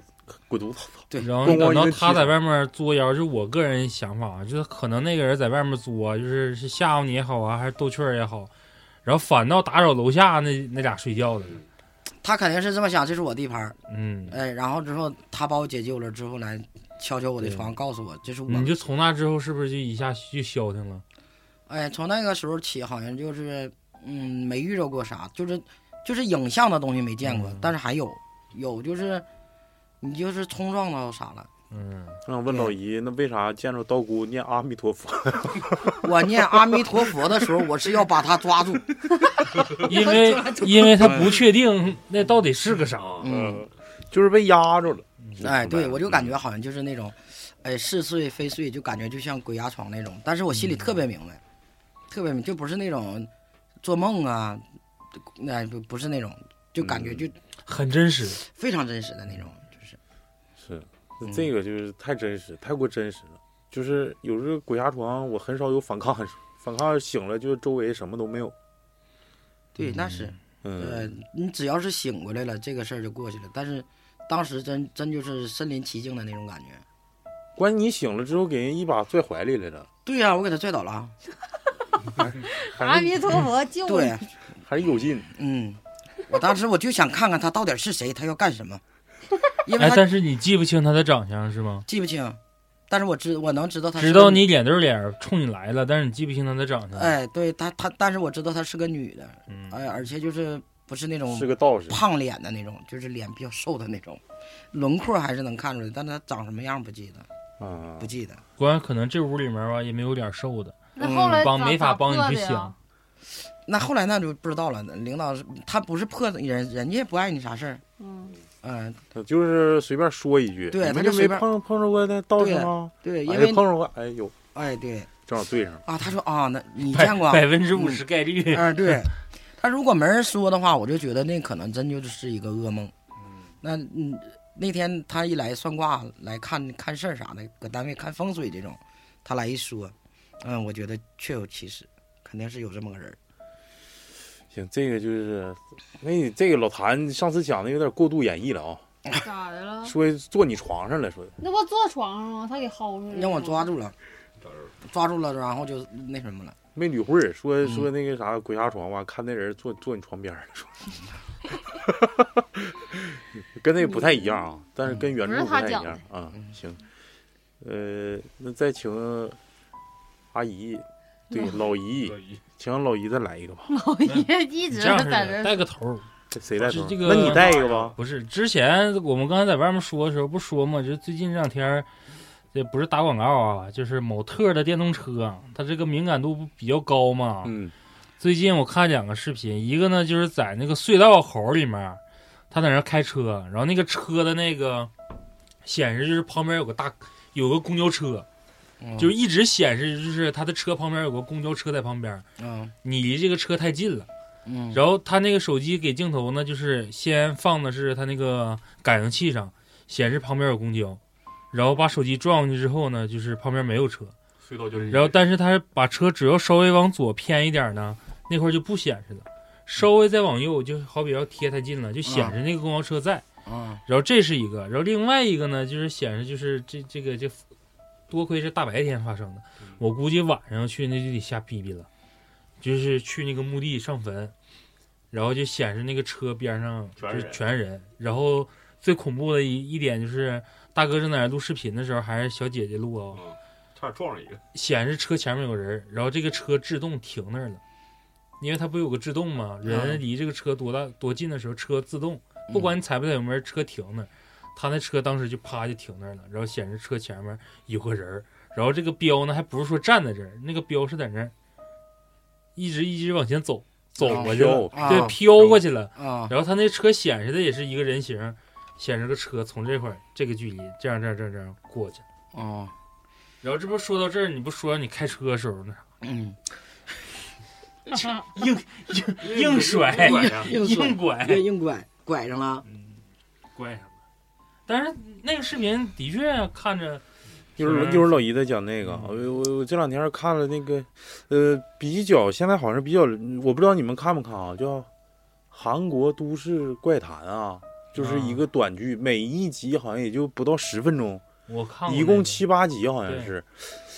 Speaker 1: 滚犊子，
Speaker 4: 对
Speaker 5: 然后
Speaker 1: 咣咣
Speaker 5: 等
Speaker 1: 一
Speaker 5: 到
Speaker 1: 个
Speaker 5: 他
Speaker 1: 踢
Speaker 5: 在
Speaker 1: 上
Speaker 5: 外面作妖，就是我个人想法，啊就是可能那个人在外面作，就是是吓唬你也好啊，还是逗趣儿也好，然后反倒打扰楼下那那俩睡觉的，
Speaker 6: 嗯
Speaker 4: 他肯定是这么想，这是我地盘儿，
Speaker 5: 嗯，
Speaker 4: 哎，然后之后他把我解救了之后来敲敲我的床，告诉我这是我
Speaker 5: 你就从那之后是不是就一下就消停了？
Speaker 4: 哎，从那个时候起，好像就是嗯，没遇着过啥，就是就是影像的东西没见过，
Speaker 5: 嗯
Speaker 4: 但是还有有就是你就是冲撞到啥了。
Speaker 5: 嗯，
Speaker 1: 我想问老姨，那为啥见着道姑念阿弥陀佛？
Speaker 4: 我念阿弥陀佛的时候，我是要把他抓 住，
Speaker 5: 因为因为他不确定那到底是个啥，
Speaker 4: 嗯，
Speaker 1: 就是被压着了。嗯
Speaker 4: 哎，
Speaker 1: 明白
Speaker 4: 对我就感觉好像就是那种，哎，似睡非睡，就感觉就像鬼压床那种，但是我心里
Speaker 1: 嗯
Speaker 4: 特别明白，特别明，就不是那种做梦啊，那、不不是那种，就感觉
Speaker 1: 嗯
Speaker 4: 就
Speaker 5: 很真实。
Speaker 4: 非常真实的那种，就是
Speaker 1: 是
Speaker 4: 嗯，
Speaker 1: 这个就是太真实，太过真实了。就是有时候鬼压床，我很少有反抗，反抗醒了就周围什么都没有。
Speaker 4: 对，那是，呃
Speaker 1: 嗯，，
Speaker 4: 你只要是醒过来了，这个事儿就过去了，但是当时真真就是身临其境的那种感觉。
Speaker 1: 关键你醒了之后给人一把拽怀里来了，
Speaker 4: 对呀、我给他拽倒了啊，
Speaker 2: 阿
Speaker 1: 还是
Speaker 2: 弥陀佛救我！
Speaker 4: 对，啊
Speaker 1: 还是有劲。
Speaker 4: 嗯，我当时我就想看看他到底是谁，他要干什么，因为
Speaker 5: 哎，
Speaker 4: 他
Speaker 5: 但是你记不清他的长相是吗？
Speaker 4: 记不清，但是我知我能知道他是
Speaker 5: 知
Speaker 4: 个
Speaker 5: 道
Speaker 4: 女
Speaker 5: 你脸对脸冲你来了，但是你记不清他的长相。
Speaker 4: 哎，对他他，但是我知道她是个女的，
Speaker 5: 嗯，
Speaker 4: 哎，而且就是不是那种
Speaker 1: 是个道士，
Speaker 4: 胖脸的那种，就是脸比较瘦的那种，轮廓还是能看出来，但是她长什么样不记得，
Speaker 1: 啊
Speaker 4: 不，记得。
Speaker 5: 关键可能这屋里面吧也没有点瘦的，
Speaker 2: 那后来
Speaker 5: 嗯帮
Speaker 2: 咋
Speaker 5: 没法
Speaker 2: 咋
Speaker 5: 帮
Speaker 2: 破
Speaker 5: 你去
Speaker 2: 的呀
Speaker 5: 想。
Speaker 4: 那后来那就不知道了，领导是他不是破人，人家也不碍你啥事儿，
Speaker 2: 嗯，
Speaker 4: 嗯、
Speaker 1: 他就是随便说一句，
Speaker 4: 对
Speaker 1: 你们
Speaker 4: 他
Speaker 1: 就没
Speaker 4: 就随便
Speaker 1: 碰碰着过那道士吗？
Speaker 4: 对，因
Speaker 1: 哎，
Speaker 4: 为
Speaker 1: 碰着过，哎有，
Speaker 4: 哎对
Speaker 1: 正好对上了。
Speaker 4: 啊，他说啊，那你
Speaker 5: 百
Speaker 4: 见过？
Speaker 5: 百分之五十概率。
Speaker 4: 嗯，对，他如果没人说的话，我就觉得那可能真就是一个噩梦。那嗯，那天他一来算卦来看看事儿啥的，搁单位看风水这种，他来一说，嗯，我觉得确有其事，肯定是有这么个人儿。
Speaker 1: 行，这个就是，那你这个老谭上次讲的有点过度演绎了啊，
Speaker 2: 嗯 咋的了？
Speaker 1: 说坐你床上了，说的
Speaker 2: 那不坐床上吗？他给薅出来了。
Speaker 4: 让我抓。住了，
Speaker 6: 找人
Speaker 4: 抓住了，然后就那什么了。
Speaker 1: 没理会儿，说说那个啥鬼压床吧，看那人坐坐你床边儿了，说， 跟那个不太一样啊，但是跟原著
Speaker 2: 不是
Speaker 1: 不
Speaker 2: 他
Speaker 1: 太一
Speaker 2: 讲
Speaker 1: 样
Speaker 2: 的
Speaker 1: 啊
Speaker 4: 嗯。
Speaker 1: 行，呃，那再请阿姨，对老姨，
Speaker 4: 嗯
Speaker 6: 乐意
Speaker 1: 请老姨再来一个吧。
Speaker 2: 老爷一
Speaker 5: 嗯你
Speaker 2: 直
Speaker 5: 这样
Speaker 2: 在这
Speaker 5: 似的，
Speaker 2: 儿
Speaker 5: 带个头儿。
Speaker 1: 这谁带头？
Speaker 5: 这个
Speaker 1: 那你带一个吧。
Speaker 5: 不是，之前我们刚才在外面说的时候不说嘛，就是最近这两天儿，这不是打广告啊，就是某特的电动车啊，它这个敏感度不比较高嘛。
Speaker 1: 嗯，
Speaker 5: 最近我看两个视频，一个呢就是在那个隧道口里面，他在那儿开车，然后那个车的那个显示就是旁边有个大有个公交车，
Speaker 4: 嗯、
Speaker 5: 就一直显示就是他的车旁边有个公交车在旁边，
Speaker 4: 嗯
Speaker 5: 你离这个车太近了。
Speaker 4: 嗯，
Speaker 5: 然后他那个手机给镜头呢，就是先放的是他那个感应器上，显示旁边有公交，然后把手机转过去之后呢，就是旁边没有车，
Speaker 6: 隧道就是。
Speaker 5: 然后但是他把车只要稍微往左偏一点呢，那块儿就不显示了，稍微再往右就好比要贴太近了，就显示那个公交车在。
Speaker 4: 嗯
Speaker 5: 然后这是一个，然后另外一个呢，就是显示就是这这个这，多亏是大白天发生的，
Speaker 6: 嗯
Speaker 5: 我估计晚上去那就得瞎逼逼了，就是去那个墓地上坟，然后就显示那个车边上
Speaker 6: 全
Speaker 5: 就是
Speaker 6: 人
Speaker 5: 全人，然后最恐怖的一一点就是大哥正在那录视频的时候，还是小姐姐录啊、
Speaker 6: 嗯，差点撞上一个。
Speaker 5: 显示车前面有人，然后这个车制动停那儿了，因为它不有个制动嘛，人
Speaker 4: 嗯
Speaker 5: 离这个车多大多近的时候，车自动，不
Speaker 1: 嗯
Speaker 5: 管你踩不踩油门，车停那儿。他那车当时就啪就停那儿了，然后显示车前面有个人儿，然后这个标呢还不是说站在这儿，那个标是在那儿，一直一直往前走，走
Speaker 1: 哦
Speaker 5: 过去了，
Speaker 1: 飘
Speaker 4: 啊
Speaker 5: 对，飘过去了。
Speaker 4: 啊
Speaker 5: 然后他那车显示的也是一个人形，显示个车从这块儿这个距离这样这样这样这样过去。
Speaker 4: 啊
Speaker 5: 然后这不说到这儿，你不说你开车的时候呢？
Speaker 4: 嗯，
Speaker 1: 哎
Speaker 5: 硬甩
Speaker 6: 硬拐呀！
Speaker 4: 硬
Speaker 5: 硬
Speaker 4: 拐
Speaker 5: 拐，
Speaker 4: 硬硬拐拐上了，
Speaker 5: 嗯拐上了。但是那个视频的确看着，
Speaker 1: 一会儿一会儿老姨再讲那
Speaker 5: 嗯
Speaker 1: 个，我我我这两天看了那个，呃，比较现在好像比较，我不知道你们看不看啊，叫《韩国都市怪谈》啊，就是一个短剧，每一集好像也就不到十分钟，
Speaker 5: 我看过
Speaker 1: 一共七八集好像是，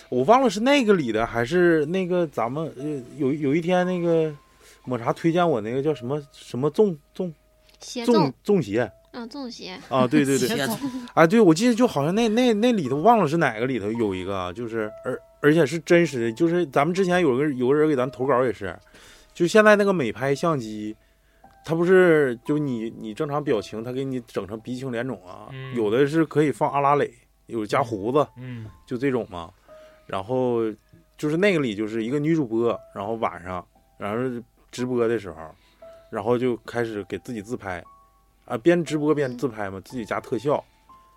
Speaker 1: 我忘了是那个里的还是那个咱们呃有有一天那个抹茶推荐我那个叫什么什么纵纵
Speaker 3: 鞋
Speaker 1: 粽
Speaker 3: 粽，
Speaker 1: 粽鞋
Speaker 3: 嗯，粽鞋，
Speaker 1: 啊，对对对，
Speaker 4: 鞋粽
Speaker 1: 啊，对，我记得就好像那那那里头忘了是哪个里头有一个啊，就是而而且是真实的，就是咱们之前有个有个人给咱投稿也是，就现在那个美拍相机，它不是就你你正常表情，它给你整成鼻青脸肿啊，
Speaker 5: 嗯
Speaker 1: 有的是可以放阿拉蕾，有加胡子，
Speaker 5: 嗯，
Speaker 1: 就这种嘛。然后就是那个里就是一个女主播，然后晚上，然后直播的时候，然后就开始给自己自拍，啊，边直播边自拍嘛，自己加特效。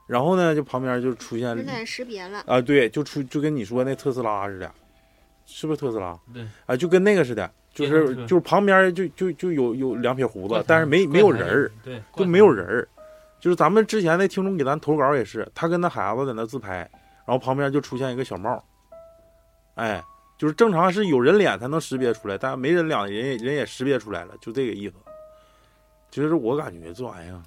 Speaker 1: 然后呢，就旁边就出现
Speaker 3: 人脸识别了，
Speaker 1: 啊，对，就出就跟你说那特斯拉似的，是不是特斯拉？
Speaker 5: 对，
Speaker 1: 啊，就跟那个似的，就
Speaker 5: 电
Speaker 1: 是
Speaker 5: 动车
Speaker 1: 就是旁边就就就有有两撇胡
Speaker 5: 怪
Speaker 1: 子
Speaker 5: 谈，
Speaker 1: 但是没没有人儿，，
Speaker 5: 怪谈对，
Speaker 1: 就没有
Speaker 5: 怪
Speaker 1: 人儿。就是咱们之前那听众给咱投稿也是，他跟那孩子在那自拍，然后旁边就出现一个小帽，哎，就是正常是有人脸才能识别出来，但没人脸人也人也识别出来了，就这个意思。其实我感觉这玩意儿，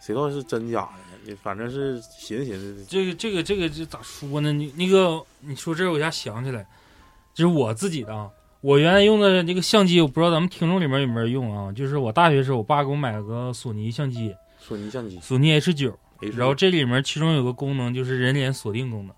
Speaker 1: 谁知道是真假的呢？你反正是寻思寻思，
Speaker 5: 这个这个这个这咋说呢？你那个你说这，我一下想起来，就是我自己的啊。我原来用的那个相机，我不知道咱们听众里面有没有用啊。就是我大学时候，我爸给我买了个索尼相机，
Speaker 1: 索尼相机，
Speaker 5: 索尼 H 九，
Speaker 1: 哎
Speaker 5: 然后这里面其中有个功能就是人脸锁定功能，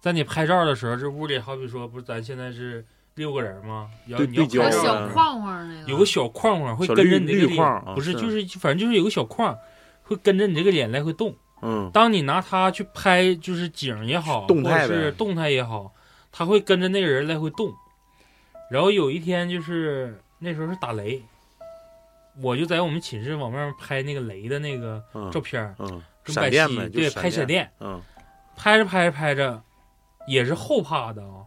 Speaker 5: 在你拍照的时候，这屋里好比说不是咱现在是六个人吗？然后
Speaker 1: 对
Speaker 5: 你
Speaker 1: 对
Speaker 5: 要
Speaker 1: 焦
Speaker 5: 拍
Speaker 1: 有
Speaker 5: 照
Speaker 1: 的
Speaker 2: 小
Speaker 5: 的时候
Speaker 2: 框框那个，
Speaker 5: 有个小框框会
Speaker 1: 小
Speaker 5: 跟着
Speaker 1: 绿
Speaker 5: 你这个
Speaker 1: 绿
Speaker 5: 脸，
Speaker 1: 框啊
Speaker 5: 不是
Speaker 1: 是
Speaker 5: 就是反正就是有个小框，会跟着你这个脸来回动。
Speaker 1: 嗯，
Speaker 5: 当你拿它去拍，就是景也好，
Speaker 1: 动态呗
Speaker 5: 或者是动态也好，它会跟着那个人来回动。然后有一天就是那时候是打雷，我就在我们寝室往外面拍那个雷的那个
Speaker 1: 嗯
Speaker 5: 照片儿，
Speaker 1: 嗯，
Speaker 5: 跟
Speaker 1: 闪
Speaker 5: 白
Speaker 1: 电
Speaker 5: 皙
Speaker 1: 呗，就
Speaker 5: 对，拍
Speaker 1: 电，
Speaker 5: 闪电，
Speaker 1: 嗯
Speaker 5: 拍着拍着拍着，也是后怕的啊，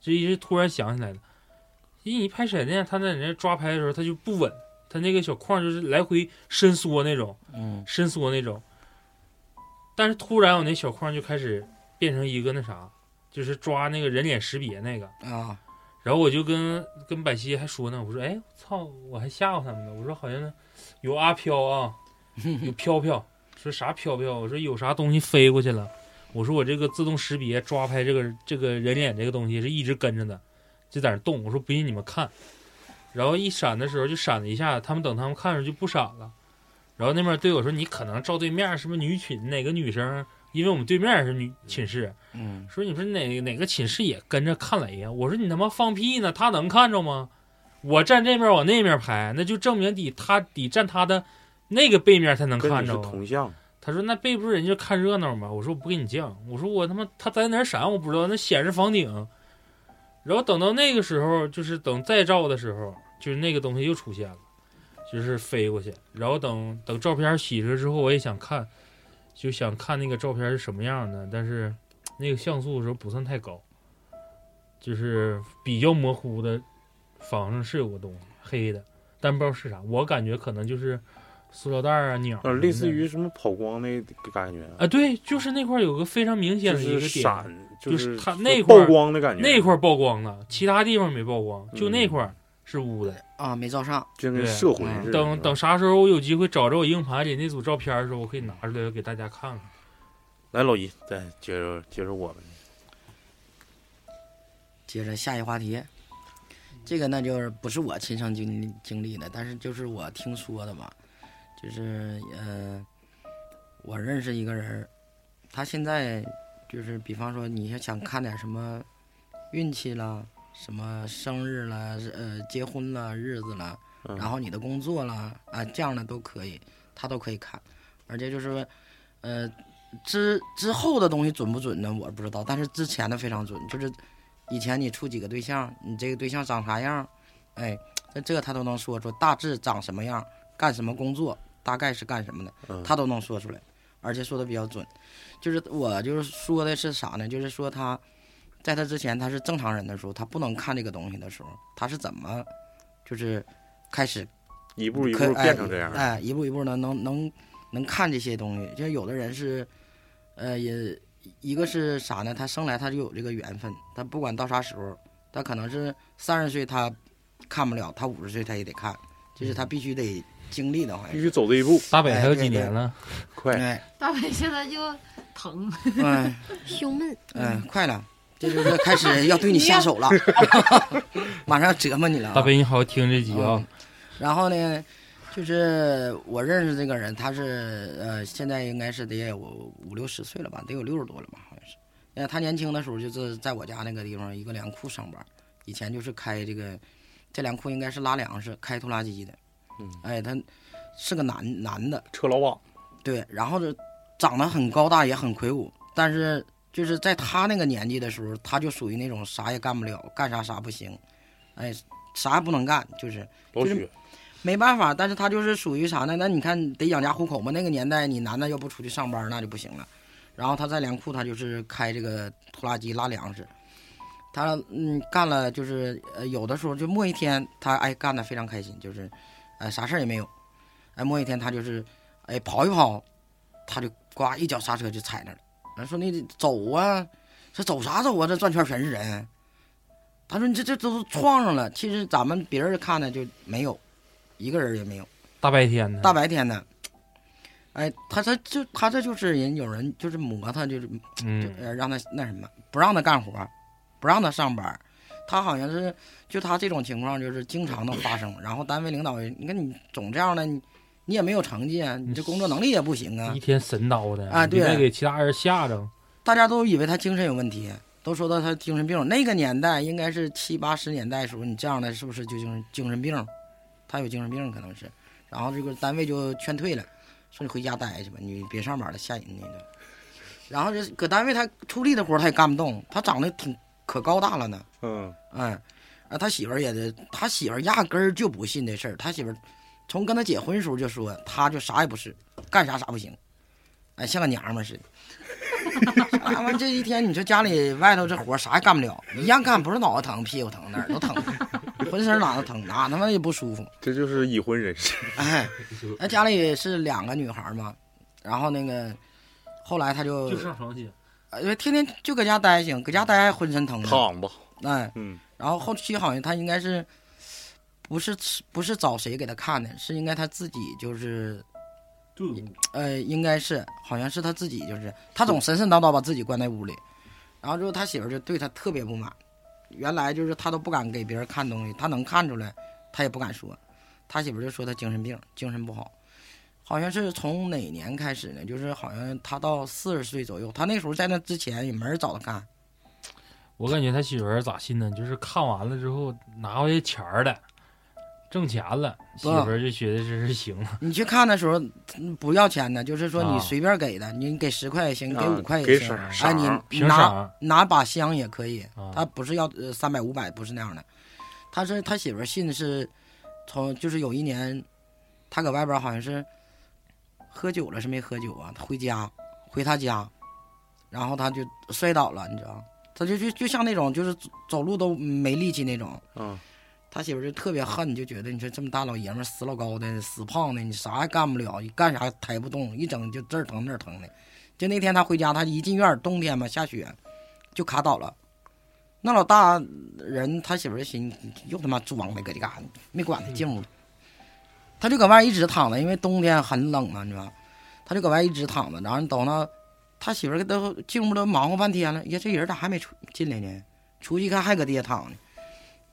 Speaker 5: 这一是突然想起来的。因为你拍闪电，它在你那抓拍的时候，它就不稳，它那个小框就是来回伸缩那种。
Speaker 4: 嗯，
Speaker 5: 伸缩那种。但是突然我那小框就开始变成一个那啥，就是抓那个人脸识别那个。
Speaker 4: 啊，
Speaker 5: 然后我就跟跟百西还说呢，我说哎，我操，我还吓唬他们呢。我说好像有阿飘啊，有飘飘，说啥飘飘？我说有啥东西飞过去了。我说我这个自动识别抓拍这个这个人脸这个东西是一直跟着的，就在那动。我说不信你们看，然后一闪的时候就闪了一下，他们等他们看着就不闪了。然后那边队友说你可能照对面是不是女寝哪个女生？因为我们对面是女寝室，
Speaker 4: 嗯，
Speaker 5: 说你说哪哪个寝室也跟着看雷呀？我说你他妈放屁呢，他能看着吗？我站这面往那面拍，那就证明得他得站他的那个背面才能
Speaker 1: 跟
Speaker 5: 看
Speaker 1: 你
Speaker 5: 着
Speaker 1: 是
Speaker 5: 啊。
Speaker 1: 同向，
Speaker 5: 他说那背不是人家看热闹吗？我说我不跟你犟，我说我他妈他在哪儿闪我不知道，那显示房顶。然后等到那个时候，就是等再照的时候，就是那个东西又出现了，就是飞过去。然后等等照片洗出来之后，我也想看，就想看那个照片是什么样的，但是那个像素的时候不算太高，就是比较模糊的房上是有个东西黑的，但不知道是啥。我感觉可能就是塑料袋儿啊、鸟儿什
Speaker 1: 呃，
Speaker 5: 么的，
Speaker 1: 类似于什么跑光那感觉，
Speaker 5: 啊，对，就是那块儿有个非常明显
Speaker 1: 就
Speaker 5: 的
Speaker 1: 是
Speaker 5: 一个点，
Speaker 1: 闪，
Speaker 5: 就是它
Speaker 1: 是
Speaker 5: 那块
Speaker 1: 曝
Speaker 5: 儿
Speaker 1: 光的感觉，
Speaker 5: 那块儿曝光了，其他地方没曝光，就那
Speaker 1: 嗯
Speaker 5: 块儿是污的。
Speaker 4: 啊，没照上，
Speaker 1: 就跟
Speaker 5: 对
Speaker 1: 摄魂似的。
Speaker 5: 等等
Speaker 1: 是吧，
Speaker 5: 啥时候我有机会找着我硬盘里那组照片儿的时候，我可以拿出来给大家看看。
Speaker 1: 来老姨，再接着接着我们，
Speaker 4: 接着下一话题，这个那就是不是我亲身经历经历的，但是就是我听说的吧，就是呃，我认识一个人儿，他现在就是比方说你要想看点什么运气啦，什么生日啦，呃，结婚啦，日子啦，
Speaker 1: 嗯
Speaker 4: 然后你的工作啦，啊，这样的都可以，他都可以看，而且就是说，呃，之之后的东西准不准呢？我不知道，但是之前的非常准，就是以前你处几个对象，你这个对象长啥样，哎，这这他都能说出，大致长什么样，干什么工作，大概是干什么的，
Speaker 1: 嗯
Speaker 4: 他都能说出来，而且说的比较准。就是我就是说的是啥呢？就是说他在他之前他是正常人的时候，他不能看这个东西的时候，他是怎么就是开始
Speaker 1: 一步一步
Speaker 4: 可
Speaker 1: 变成这样的，
Speaker 4: 哎，哎一步一步能能能能看这些东西。就有的人是，呃，也一个是啥呢？他生来他就有这个缘分，他不管到啥时候，他可能是三十岁他看不了，他五十岁他也得看，就是他必须得经历的，好像
Speaker 1: 必
Speaker 4: 是。
Speaker 1: 须走这一步，
Speaker 5: 大北
Speaker 4: 哎
Speaker 5: 还有
Speaker 4: 对
Speaker 5: 几
Speaker 4: 对
Speaker 5: 年了？
Speaker 1: 快，
Speaker 4: 哎
Speaker 2: 大伟现在就疼，
Speaker 4: 哎
Speaker 3: 胸闷，
Speaker 4: 哎，快了，这就是开始要对你下手了，马上要折磨你了啊。
Speaker 5: 大北，你好好听这集啊
Speaker 4: 嗯嗯！然后呢，就是我认识这个人，他是呃，现在应该是得有五六十岁了吧，得有六十多了吧，好像是。呃，他年轻的时候就是在我家那个地方一个粮库上班，以前就是开这个，这粮库应该是拉粮食、开拖拉机的。
Speaker 1: 嗯，
Speaker 4: 哎，他是个男男的，
Speaker 1: 车老网，
Speaker 4: 对，然后就长得很高大，也很魁梧，但是就是在他那个年纪的时候，他就属于那种啥也干不了，干啥啥不行，哎，啥也不能干，就是
Speaker 1: 老
Speaker 4: 就是
Speaker 1: 许，
Speaker 4: 没办法，但是他就是属于啥呢？那你看得养家糊口嘛。那个年代，你男的要不出去上班，那就不行了。然后他在粮库，他就是开这个拖拉机拉粮食。他嗯干了，就是呃有的时候就磨一天，他哎干的非常开心，就是哎啥事儿也没有。哎磨一天他就是哎跑一跑，他就呱一脚刹车就踩那儿了。人说你走啊，说走啥走啊？这转圈全是人。他说你这这都撞上了，其实咱们别人看的就没有。一个人也没有，
Speaker 5: 大白天的，
Speaker 4: 大白天的。哎，他这就他这就是人，有人就是磨他，就是就
Speaker 5: 嗯，
Speaker 4: 呃让他那什么，不让他干活，不让他上班。他好像是就他这种情况就是经常的发生。然后单位领导也，你看你总这样的，你你也没有成绩啊，你这工作能力也不行啊
Speaker 5: 一。天神叨的
Speaker 4: 啊对
Speaker 5: 你别给其他人吓着，
Speaker 4: 大家都以为他精神有问题，都说到他精神病。那个年代应该是七八十年代时候，你这样的是不是就精神精神病？他有精神病可能是，然后这个单位就劝退了，说你回家待去吧，你别上班了，吓人你的。然后这搁单位他出力的活儿他也干不动，他长得挺可高大了呢，
Speaker 1: 嗯，
Speaker 4: 嗯，啊，他媳妇儿也是，他媳妇儿压根儿就不信这事儿。他媳妇儿从跟他结婚时候就说，他就啥也不是，干啥啥不行，哎，像个娘们儿 似的。他妈这一天，你说家里外头这活儿啥也干不了，一样干，不是脑袋疼，屁股疼，哪儿都疼，浑身哪都疼，哪他妈也不舒服。
Speaker 1: 这就是已婚人士，
Speaker 4: 哎，那家里是两个女孩儿嘛，然后那个后来他就，
Speaker 5: 就上床去，
Speaker 4: 哎天天就搁家待行，搁家待还浑身疼呢。
Speaker 1: 躺吧，
Speaker 4: 哎，
Speaker 1: 嗯，
Speaker 4: 然后后期好像他应该是不是不是找谁给他看的，是应该他自己就是
Speaker 6: 就
Speaker 4: 呃，应该是好像是他自己就是他总神神叨叨把自己关在屋里，然后之后他媳妇儿就对他特别不满，原来就是他都不敢给别人看东西，他能看出来，他也不敢说，他媳妇儿就说他精神病，精神不好。好像是从哪年开始呢？就是好像他到四十岁左右，他那时候在那之前也没人找他看，
Speaker 5: 我感觉他媳妇儿咋信呢？就是看完了之后拿回去钱儿了，挣钱了，媳
Speaker 4: 不
Speaker 5: 妇儿就觉得这是行了，
Speaker 4: 你去看的时候嗯不要钱的，就是说你
Speaker 5: 啊
Speaker 4: 随便给的，你给十块也行，
Speaker 1: 啊
Speaker 4: 给五块
Speaker 1: 给
Speaker 4: 也行，
Speaker 1: 色儿色
Speaker 4: 哎，
Speaker 1: 儿
Speaker 4: 你
Speaker 5: 凭
Speaker 4: 拿
Speaker 5: 啥？
Speaker 4: 拿把香也可以，
Speaker 5: 啊
Speaker 4: 他不是要呃三百五百，不是那样的。他是他媳妇儿信是从就是有一年，他搁外边好像是喝酒了是没喝酒啊，他回家回他家，然后他就摔倒了，你知道，他就就就像那种就是走走路都没力气那种，
Speaker 1: 啊，
Speaker 4: 他媳妇儿就特别恨，就觉得你说这么大老爷们儿死老高的死胖的，你啥也干不了，你干啥也抬不动，一整就这儿疼那儿疼的。就那天他回家，他一进院儿，冬天嘛下雪，就卡倒了。那老大人他媳妇儿就寻思你又他妈装的搁这嘎达，没管他进屋，他就搁外一直躺着，因为冬天很冷嘛，你知道吧，他就搁外一直躺着，然后等到他媳妇儿都进屋都忙活半天了，呀这人咋还没出进来呢？出去一看还搁地下躺呢。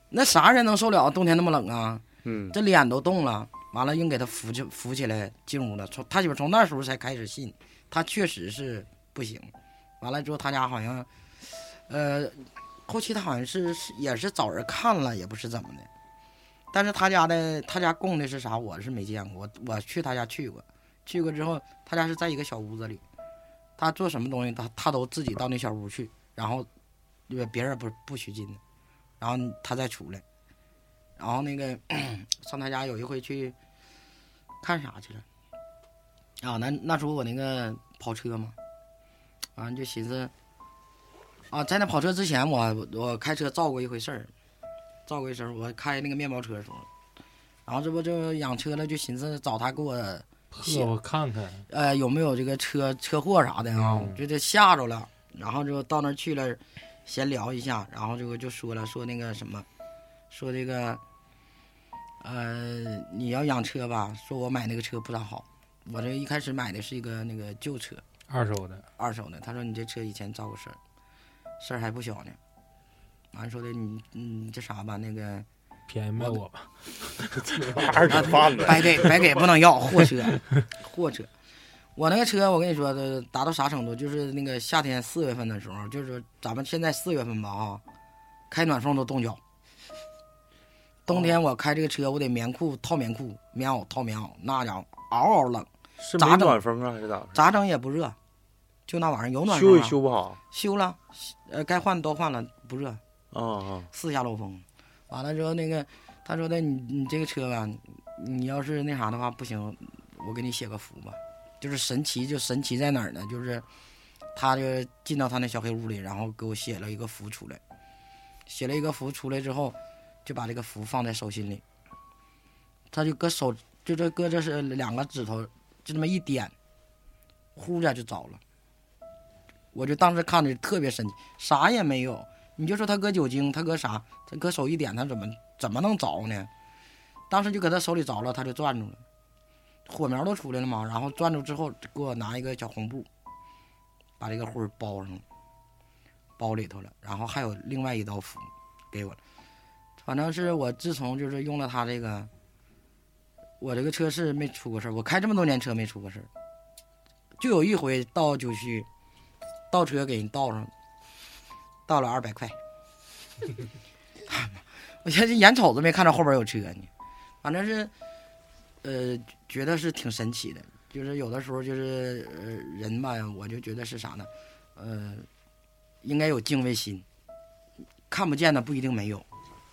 Speaker 4: 那啥人能受了冬天那么冷啊？
Speaker 1: 嗯，
Speaker 4: 这脸都冻了，完了硬给他扶起扶起来进屋了。从他媳妇从那时候才开始信，他确实是不行。完了之后，他家好像，呃，后期他好像是是也是找人看了，也不是怎么的。但是他家的他家供的是啥，我是没见过。我我去他家去过，去过之后，他家是在一个小屋子里，他做什么东西，他他都自己到那小屋去，然后因为别人不不许进的，然后他再出来。然后那个上他家有一回去看啥去了啊？那那时候我那个跑车嘛，完、了就寻思啊，在那跑车之前我，我开车造过一回事儿，造过一事儿，我开那个面包车的时候，然后这不就养车了，就寻思找他给我
Speaker 5: 呵，我看看，
Speaker 4: 呃有没有这个车车祸啥的啊，
Speaker 5: 嗯
Speaker 4: 就这吓着了，然后就到那儿去了，闲聊一下，然后就就说了说那个什么，说这个，呃，你要养车吧，说我买那个车不咋好，我这一开始买的是一个那个旧车，
Speaker 5: 二手的，
Speaker 4: 二手的，他说你这车以前遭过事儿，事儿还不小呢，完说的你你这啥吧那个。
Speaker 5: 便宜卖我吧。
Speaker 7: 二斤半的，
Speaker 4: 啊白给白给不能 要，货车，货车。我那个车，我跟你说的，达到啥程度？就是那个夏天四月份的时候，就是说咱们现在四月份吧，哈，开暖风都冻脚。冬天我开这个车，我得棉裤套棉裤，棉袄套棉袄，那家伙嗷嗷冷，
Speaker 1: 是
Speaker 4: 咋
Speaker 1: 没
Speaker 4: 整
Speaker 1: 暖风啊，还是咋回事？
Speaker 4: 咋整也不热，就那玩意儿有暖
Speaker 1: 修
Speaker 4: 风、
Speaker 1: 也
Speaker 4: 啊，
Speaker 1: 修不好
Speaker 4: 修了，呃，该换的都换了，不热。
Speaker 1: 啊啊！
Speaker 4: 四下漏风。完了之后，那个他说的你你这个车吧，你要是那啥的话不行，我给你写个符吧。就是神奇，就神奇在哪儿呢？就是他就进到他那小黑屋里，然后给我写了一个符出来，写了一个符出来之后，就把这个符放在手心里，他就搁手就这搁这是两个指头，就这么一点，呼一下就着了。我就当时看着特别神奇，啥也没有，你就说他搁酒精，他搁啥，他搁手一点，他怎么怎么能着呢？当时就搁他手里着了，他就攥住了，火苗都出来了嘛。然后攥住之后，给我拿一个小红布，把这个灰儿包上了，包里头了。然后还有另外一道符给我了。反正是我自从就是用了他这个，我这个车是没出过事儿，我开这么多年车没出过事儿，就有一回到九区，倒车给人倒上，倒了二百块。 我现在眼瞅着没看着后边有车呢，反正是，呃，觉得是挺神奇的。就是有的时候就是呃人吧，我就觉得是啥呢，呃，应该有敬畏心，看不见的不一定没有。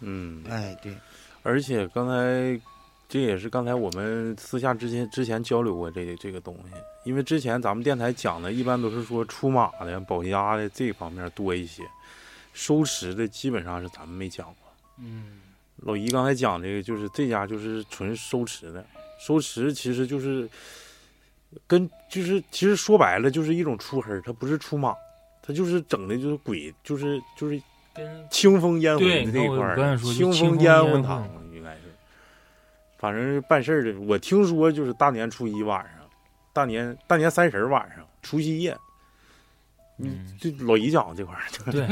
Speaker 1: 嗯，
Speaker 4: 哎，对，
Speaker 1: 而且刚才这也是刚才我们私下之前之前交流过这这个东西，因为之前咱们电台讲的一般都是说出马的、保家的这方面多一些，收拾的基本上是咱们没讲过。
Speaker 5: 嗯，
Speaker 1: 老姨刚才讲这个，就是这家就是纯收持的，收持其实就是跟就是其实说白了就是一种出黑儿，它不是出马，它就是整的就是鬼，就是就是
Speaker 5: 跟
Speaker 1: 清风烟魂
Speaker 5: 对
Speaker 1: 的这一块儿，
Speaker 5: 我刚才说就
Speaker 1: 清
Speaker 5: 清风
Speaker 1: 烟
Speaker 5: 烟
Speaker 1: 魂
Speaker 5: 魂
Speaker 1: 堂应该是，反正是办事儿的。我听说就是大年初一晚上，大年大年三十儿晚上，除夕夜，
Speaker 5: 嗯
Speaker 1: 这老姨讲这块儿就
Speaker 5: 对，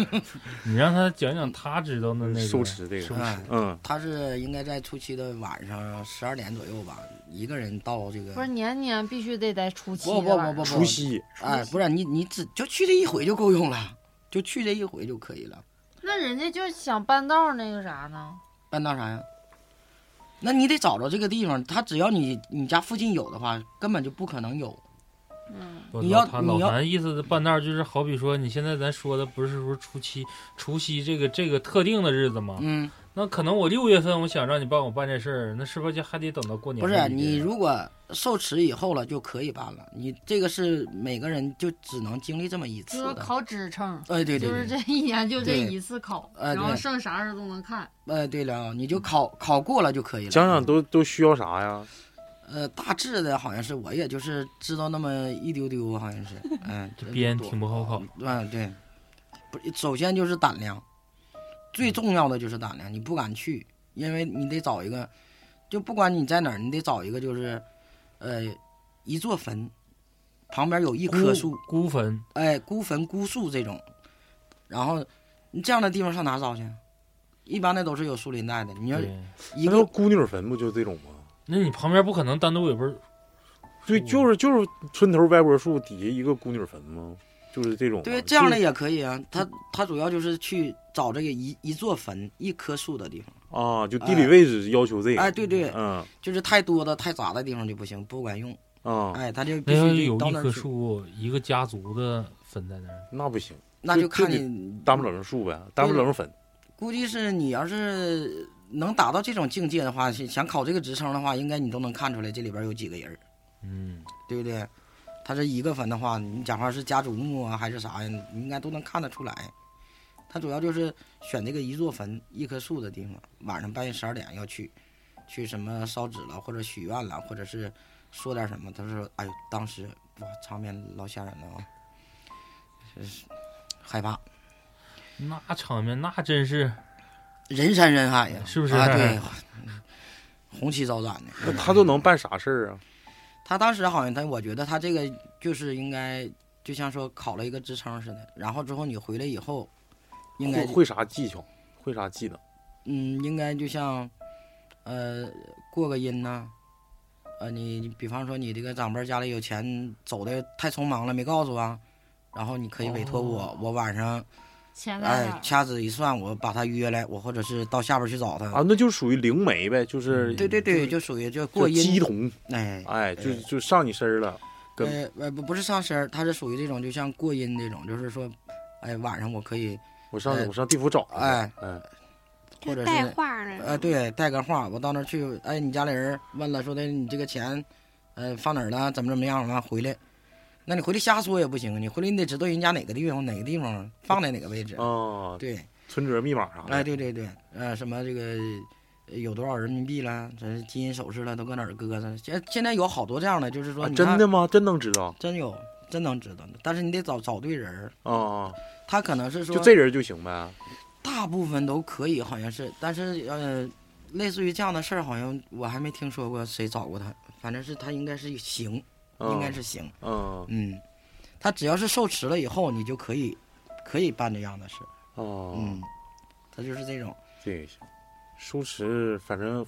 Speaker 5: 你让他讲讲他知道的那个呗
Speaker 1: 收持这
Speaker 5: 收
Speaker 1: 个，
Speaker 4: 哎
Speaker 5: 拾，
Speaker 1: 嗯，
Speaker 4: 他是应该在初七的晚上十二点左右吧，一个人到这个
Speaker 2: 不是年年必须得在初七
Speaker 4: 不不
Speaker 2: 的晚
Speaker 4: 不
Speaker 2: 上
Speaker 4: 不不
Speaker 1: 除夕
Speaker 4: 哎，不是你你只就去这一回就够用了，就去这一回就可以了。
Speaker 2: 那人家就想半道那个啥呢？
Speaker 4: 办到啥呀？那你得找着这个地方，他只要你你家附近有的话，根本就不可能有。
Speaker 2: 嗯，
Speaker 5: 不
Speaker 4: 你要
Speaker 5: 老谭
Speaker 4: 你
Speaker 5: 老
Speaker 4: 要
Speaker 5: 谭意思的半道儿就是，好比说你现在咱说的不是说除夕除夕这个这个特定的日子吗？
Speaker 4: 嗯，
Speaker 5: 那可能我六月份我想让你帮我办这事儿，那是不是就还得等到过年
Speaker 4: 不
Speaker 5: 那一
Speaker 4: 是
Speaker 5: 天？
Speaker 4: 你如果受持以后了就可以办了，你这个是每个人就只能经历这么一
Speaker 2: 就
Speaker 4: 次
Speaker 2: 是
Speaker 4: 的。
Speaker 2: 考职称，
Speaker 4: 哎，对对
Speaker 2: 就是
Speaker 4: 对，
Speaker 2: 这一年就这
Speaker 4: 对
Speaker 2: 一次考，
Speaker 4: 哎
Speaker 2: 然后
Speaker 4: 对
Speaker 2: 剩啥时候都能看。
Speaker 4: 哎对了，你就考考过了就可以了。
Speaker 1: 讲讲都都需要啥呀？
Speaker 4: 呃，大致的好像是我也就是知道那么一丢丢，好像是，嗯，
Speaker 5: 这编挺不好考。
Speaker 4: 嗯，对，不是，首先就是胆量，
Speaker 1: 嗯
Speaker 4: 最重要的就是胆量，你不敢去，因为你得找一个，就不管你在哪儿，你得找一个就是，呃，一座坟，旁边有一棵树，
Speaker 5: 孤坟，
Speaker 4: 哎，孤坟、孤树这种，然后你这样的地方上哪找去？一般的都是有树林带的，你要
Speaker 5: 对，
Speaker 4: 一
Speaker 1: 那
Speaker 4: 个
Speaker 1: 姑娘坟不就这种吗？
Speaker 5: 那你旁边不可能单独有本儿，
Speaker 1: 对，
Speaker 5: 树
Speaker 1: 就是就是村头歪脖树底下一个姑娘坟吗？就是这种吗。
Speaker 4: 对，这样的
Speaker 1: 就是
Speaker 4: 也可以啊。他他主要就是去找这个一一座坟、一棵树的地方。
Speaker 1: 啊，就地理位置要求这个。
Speaker 4: 哎，对对，
Speaker 1: 嗯
Speaker 4: 就是太多的、太杂的地方就不行，不管用。
Speaker 1: 啊，
Speaker 4: 哎，他就
Speaker 5: 哦那
Speaker 4: 必
Speaker 5: 要
Speaker 4: 须
Speaker 5: 有
Speaker 4: 得到
Speaker 5: 一
Speaker 4: 那儿
Speaker 5: 棵
Speaker 4: 去，
Speaker 5: 树，一个家族的坟在那儿，
Speaker 1: 那不行，
Speaker 4: 那
Speaker 1: 就就
Speaker 4: 就看
Speaker 1: 得
Speaker 4: 你。
Speaker 1: 单不冷树呗，单不冷粉。
Speaker 4: 估计是你要是能达到这种境界的话，是想考这个职称的话，应该你都能看出来这里边有几个人儿，
Speaker 5: 嗯，
Speaker 4: 对不对？他这一个坟的话，你讲话是家主墓啊还是啥呀，你应该都能看得出来。他主要就是选这个一座坟、一棵树的地方，晚上半夜十二点要去，去什么烧纸了，或者许愿了，或者是说点什么。他说：“哎呦，当时哇，场面老吓人了啊，真是害怕。”嗯
Speaker 5: 那场面那真是
Speaker 4: 人山人海呀，
Speaker 5: 是不是
Speaker 4: 啊，对，红旗招展的。
Speaker 1: 那他都能办啥事儿啊？
Speaker 4: 他当时好像他，我觉得他这个就是应该，就像说考了一
Speaker 1: 哦
Speaker 4: 个职称似的。然后之后你回来以后，应该
Speaker 1: 会会啥技巧？会啥技能？
Speaker 4: 嗯，应该就像，呃，过个音呐、呃，你比方说你这个长辈家里有钱，走的太匆忙了，没告诉啊，然后你可以委托我，我晚上
Speaker 2: 钱在哪
Speaker 4: 哎
Speaker 2: 儿？
Speaker 4: 掐指一算，我把他约来，我或者是到下边去找他。
Speaker 1: 啊，那就属于灵媒呗，就是
Speaker 4: 嗯对对对，就属于就
Speaker 1: 就
Speaker 4: 过
Speaker 1: 鸡
Speaker 4: 音，
Speaker 1: 童，
Speaker 4: 哎，
Speaker 1: 哎，就就上你身儿了，跟
Speaker 4: 呃呃不不是上身儿，它是属于这种就像过音这种，就是说，哎晚上我可以
Speaker 1: 我上
Speaker 4: 哎
Speaker 1: 我上地府找你，
Speaker 4: 哎
Speaker 1: 哎，
Speaker 4: 或者
Speaker 3: 带
Speaker 4: 是
Speaker 3: 话的。
Speaker 4: 呃，对，带个话，我到那儿去，哎，你家里人问了，说的你这个钱，呃，放哪儿了？怎么怎么样了？回来，那你回来瞎说也不行，你回来你得知道人家哪个地方哪个地方放在哪个位置。
Speaker 1: 啊，
Speaker 4: 对，
Speaker 1: 存折密码啥
Speaker 4: 哎，
Speaker 1: 的，
Speaker 4: 对对对，呃，什么这个呃有多少人民币啦，这是金银首饰了，都搁哪儿搁着？现现在有好多这样的，就是说、
Speaker 1: 啊
Speaker 4: 你
Speaker 1: 真
Speaker 4: 看
Speaker 1: 的吗？真能知道
Speaker 4: 真有真能知道的，但是你得找找对人儿，
Speaker 1: 啊？
Speaker 4: 他可能是说
Speaker 1: 就这人就行呗，
Speaker 4: 大部分都可以，好像是，但是呃，类似于这样的事儿，好像我还没听说过谁找过他，反正是他应该是行，
Speaker 1: 嗯
Speaker 4: 应该是行，
Speaker 1: 嗯
Speaker 4: 嗯，他只要是受持了以后，你就可以可以办这样的事，
Speaker 1: 哦，
Speaker 4: 嗯，他就是这种，
Speaker 1: 这个行。书池，反正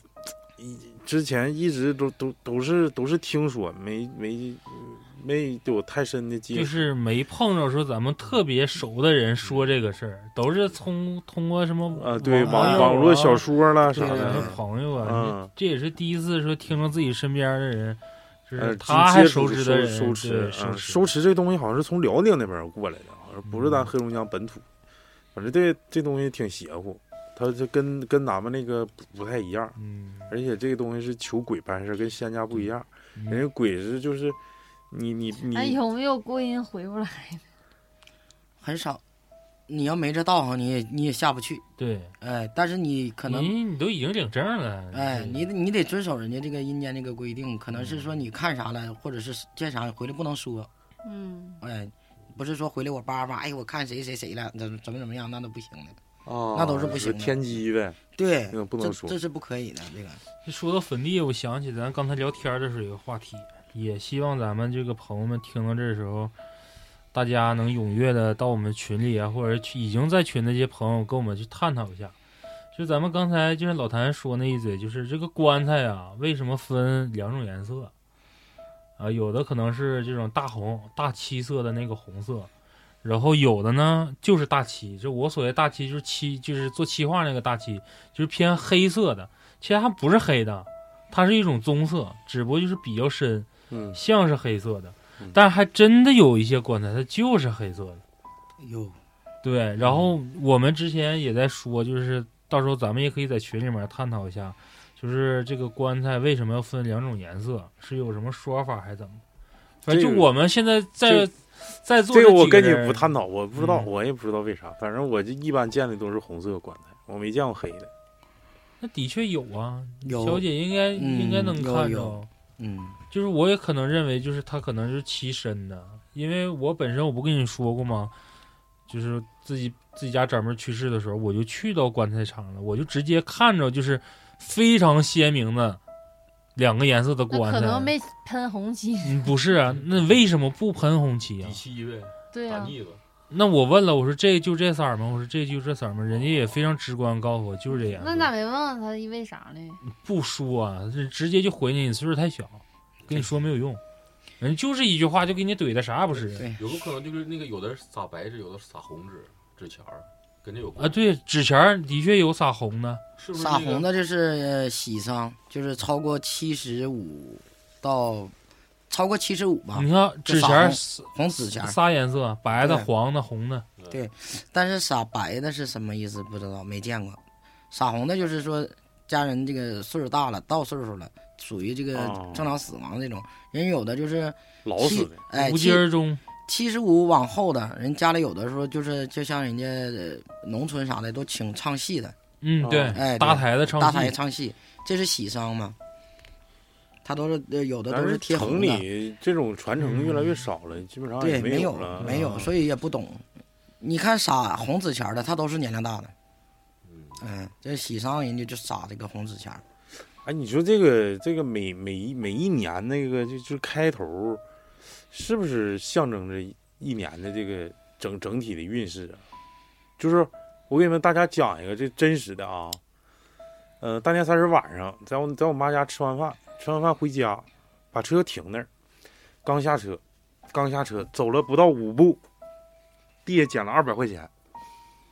Speaker 1: 一之前一直都都都是都是听说，没没没有太深的接
Speaker 5: 就
Speaker 1: 触。
Speaker 5: 是没碰着说咱们特别熟的人说这个事儿，都是从通过什么
Speaker 1: 啊，对
Speaker 5: 网
Speaker 1: 网
Speaker 5: 友啊
Speaker 1: 网络小说啦啥
Speaker 5: 对
Speaker 4: 对
Speaker 1: 的
Speaker 4: 对，
Speaker 5: 朋友啊
Speaker 1: 嗯，
Speaker 5: 这也是第一次说听着自己身边的人，就
Speaker 1: 呃，
Speaker 5: 是他还
Speaker 1: 接
Speaker 5: 熟
Speaker 1: 触
Speaker 5: 知的
Speaker 1: 收
Speaker 5: 人
Speaker 1: 收
Speaker 5: 对
Speaker 1: 持，
Speaker 5: 熟
Speaker 1: 嗯，
Speaker 5: 知
Speaker 1: 收持这东西好像是从辽宁那边儿过来的，好像不是
Speaker 5: 嗯
Speaker 1: 咱黑龙江本土。反正这这东西挺邪乎，它这跟跟咱们那个不不太一样，
Speaker 5: 嗯，
Speaker 1: 而且这个东西是求鬼办事，跟仙家不一样。
Speaker 5: 嗯
Speaker 1: 人家鬼是就是你你
Speaker 2: 哎，
Speaker 1: 你，
Speaker 2: 有没有过音回不来？
Speaker 4: 很少。你要没这道行，你也你也下不去，
Speaker 5: 对，
Speaker 4: 哎，但是你可能，
Speaker 5: 你你都已经领证了，
Speaker 4: 哎，
Speaker 5: 对
Speaker 4: 你得你得遵守人家这个阴间这个规定，可能是说你看啥了，或者是见啥回来不能说，
Speaker 2: 嗯，
Speaker 4: 哎，不是说回来我叭叭，哎，我看谁谁谁了，怎么怎么怎么样，那都不行的。
Speaker 1: 啊，
Speaker 4: 那都是不行的
Speaker 1: 天机呗。
Speaker 4: 对，
Speaker 1: 那个不能说
Speaker 4: 这，这是不可以的。这个，
Speaker 6: 哎
Speaker 5: 说到坟地，我想起咱刚才聊天的时候有个话题，也希望咱们这个朋友们听到这儿的时候，大家能踊跃的到我们群里啊，或者去已经在群的这些朋友跟我们去探讨一下。就咱们刚才就是老谭说那一嘴，就是这个棺材啊，为什么分两种颜色？啊，有的可能是这种大红、大漆色的那个红色，然后有的呢就是大漆，就我所谓大漆就是漆，就是做漆画那个大漆，就是偏黑色的。其实它不是黑的，它是一种棕色，只不过就是比较深，
Speaker 1: 嗯，
Speaker 5: 像是黑色的
Speaker 1: 嗯，
Speaker 5: 但还真的有一些棺材它就是黑色的。
Speaker 4: 有
Speaker 5: 对，然后
Speaker 1: 嗯
Speaker 5: 我们之前也在说，就是到时候咱们也可以在群里面探讨一下，就是这个棺材为什么要分两种颜色，是有什么说法还是怎么？反正
Speaker 1: 这
Speaker 5: 就
Speaker 1: 个
Speaker 5: 我们现在在
Speaker 1: 这
Speaker 5: 在座
Speaker 1: 这
Speaker 5: 的
Speaker 1: 个我
Speaker 5: 几个
Speaker 1: 跟你
Speaker 5: 人
Speaker 1: 不探讨，我不知道，
Speaker 5: 嗯
Speaker 1: 我也不知道为啥。反正我就一般见的都是红色棺材，我没见过黑的。
Speaker 5: 那的确有啊，
Speaker 4: 有
Speaker 5: 小姐应该
Speaker 4: 嗯
Speaker 5: 应该能
Speaker 4: 有
Speaker 5: 看
Speaker 4: 有
Speaker 5: 着。
Speaker 4: 嗯，
Speaker 5: 就是我也可能认为，就是他可能是欺身的，因为我本身我不跟你说过吗？就是自己自己家长辈去世的时候，我就去到棺材厂了，我就直接看着就是非常鲜明的两个颜色的
Speaker 2: 那
Speaker 5: 棺材。
Speaker 2: 可能没喷红漆。
Speaker 5: 嗯，不是啊，那为什么不喷红漆啊
Speaker 6: 底？漆呗，
Speaker 2: 对啊呀、
Speaker 6: 打腻子，
Speaker 5: 那我问了，我说这就这色儿吗？我说这就这色儿吗？人家也非常直观告诉我就是这颜色。
Speaker 2: 那咋没问问他因为啥呢？
Speaker 5: 不说、啊，是直接就回你，你岁数太小，跟你说没有用，人就是一句话就给你怼的啥也不是。啊
Speaker 4: 对
Speaker 6: 有没有可能就是那个有的是撒白纸，有的是撒红纸纸钱儿，跟这有关
Speaker 5: 啊，，对，纸钱儿的确有撒红的，
Speaker 6: 是不是
Speaker 4: 撒
Speaker 6: 那
Speaker 4: 红
Speaker 6: 个
Speaker 4: 的就是呃喜丧，就是超过七十五到超过七十五吧
Speaker 6: 嗯
Speaker 5: 你，看
Speaker 4: 就
Speaker 5: 纸
Speaker 4: 啊撒
Speaker 5: 钱儿
Speaker 4: 红
Speaker 5: 撒
Speaker 4: 红紫钱儿。
Speaker 5: 仨颜色，白的、
Speaker 4: 对
Speaker 5: 黄的、红的，
Speaker 4: 但是撒白的是什么意思？不知道，没见过。撒红的就是说家人这个岁数大了，到岁数了，属于这个
Speaker 1: 哦
Speaker 4: 正常死亡这种。人有的就是
Speaker 1: 老死
Speaker 4: 七
Speaker 1: 的，
Speaker 4: 哎，
Speaker 5: 无
Speaker 4: 七
Speaker 5: 疾而终。
Speaker 4: 七十五往后的人家里有的时候就是就像人家呃农村啥的都请唱戏的，
Speaker 5: 嗯，对，
Speaker 4: 哎对
Speaker 5: 搭台的唱
Speaker 4: 大
Speaker 5: 戏
Speaker 4: 台唱戏，这是喜丧嘛？他都是呃有的
Speaker 1: 但
Speaker 4: 都
Speaker 1: 是
Speaker 4: 贴
Speaker 1: 城
Speaker 4: 红的，嗯
Speaker 1: 里这种传承越来越少了，基本上也
Speaker 4: 对，没
Speaker 1: 有
Speaker 4: 有
Speaker 1: 了，
Speaker 4: 没
Speaker 1: 啊
Speaker 4: 有，所以也不懂。你看撒红纸钱儿的，他都是年龄大的，
Speaker 6: 嗯
Speaker 4: 嗯，这喜丧人家就撒这个红纸钱儿，
Speaker 1: 哎，你说这个这个每每一每一年那个就就开头，是不是象征着一年的这个整整体的运势啊？就是我给你们大家讲一个这真实的啊，呃，大年三十晚上，在我在我妈家吃完饭，吃完饭回家，把车停那儿，刚下车，刚下车，走了不到五步，地下捡了二百块钱，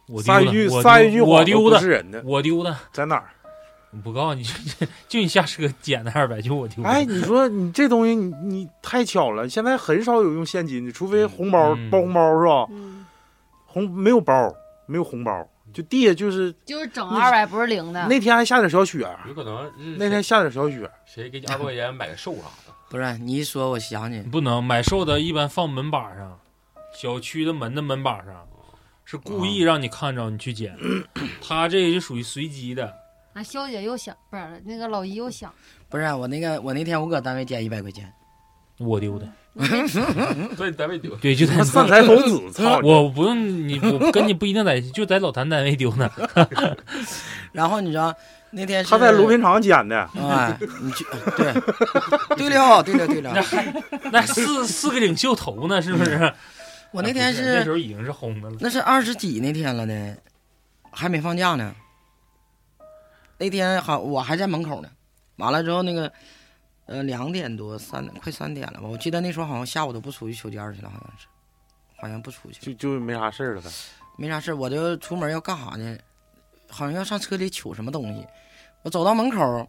Speaker 5: 我丢
Speaker 1: 撒
Speaker 5: 的，
Speaker 1: 一句
Speaker 5: 我
Speaker 1: 撒
Speaker 5: 丢
Speaker 1: 一句
Speaker 5: 我
Speaker 1: 谎都
Speaker 5: 丢
Speaker 1: 不
Speaker 5: 的
Speaker 1: 是，人的，
Speaker 5: 我丢的，
Speaker 1: 在哪儿？
Speaker 5: 我告诉你，就你下车捡的二百，就我丢的。
Speaker 1: 哎，你说你这东西你你太巧了，现在很少有用现金的，除非红包、
Speaker 5: 嗯
Speaker 1: 包红包是吧？
Speaker 3: 嗯，
Speaker 1: 红没有包，没有红包，就地下就是
Speaker 2: 就是整
Speaker 1: 那
Speaker 2: 二百不是零的，
Speaker 1: 那天还下点小雪，
Speaker 5: 嗯
Speaker 6: 有可能是
Speaker 1: 那天
Speaker 6: 谁
Speaker 1: 下点小雪，
Speaker 6: 谁给你二百块钱买个寿啥的，
Speaker 4: 不是你一说，我想起
Speaker 5: 不能买瘦的，一般放门把上，小区的门的门把上，是故
Speaker 4: 哦
Speaker 5: 意让你看着你去 捡。他这就属于随机的，
Speaker 2: 啊，肖姐又想不是那个老姨又想，
Speaker 4: 不是我那个我那天我搁单位捡一百块钱，
Speaker 5: 我丢的。
Speaker 6: 所以单位丢。
Speaker 5: 对，就在
Speaker 1: 他散财童子，操！
Speaker 5: 我不用你，我跟你不一定在，就在老谭单位丢呢。
Speaker 4: 然后你知道那天是
Speaker 1: 他在炉品厂捡的，
Speaker 4: 哎，你去对对了对了对了，
Speaker 5: 那四四个领袖头呢，是不是？
Speaker 4: 嗯我那天
Speaker 5: 啊不那时
Speaker 4: 是
Speaker 5: 候已经是红的了。
Speaker 4: 那是二十几那天了呢，还没放假呢。那天好，我还在门口呢。完了之后，那个呃两点多三快三点了吧，我记得那时候好像下午都不出去酒店去了，好像是，好像不出去。
Speaker 1: 就就没啥事儿了呗。
Speaker 4: 没啥事儿，我就出门要干啥呢？好像要上车里取什么东西。我走到门口，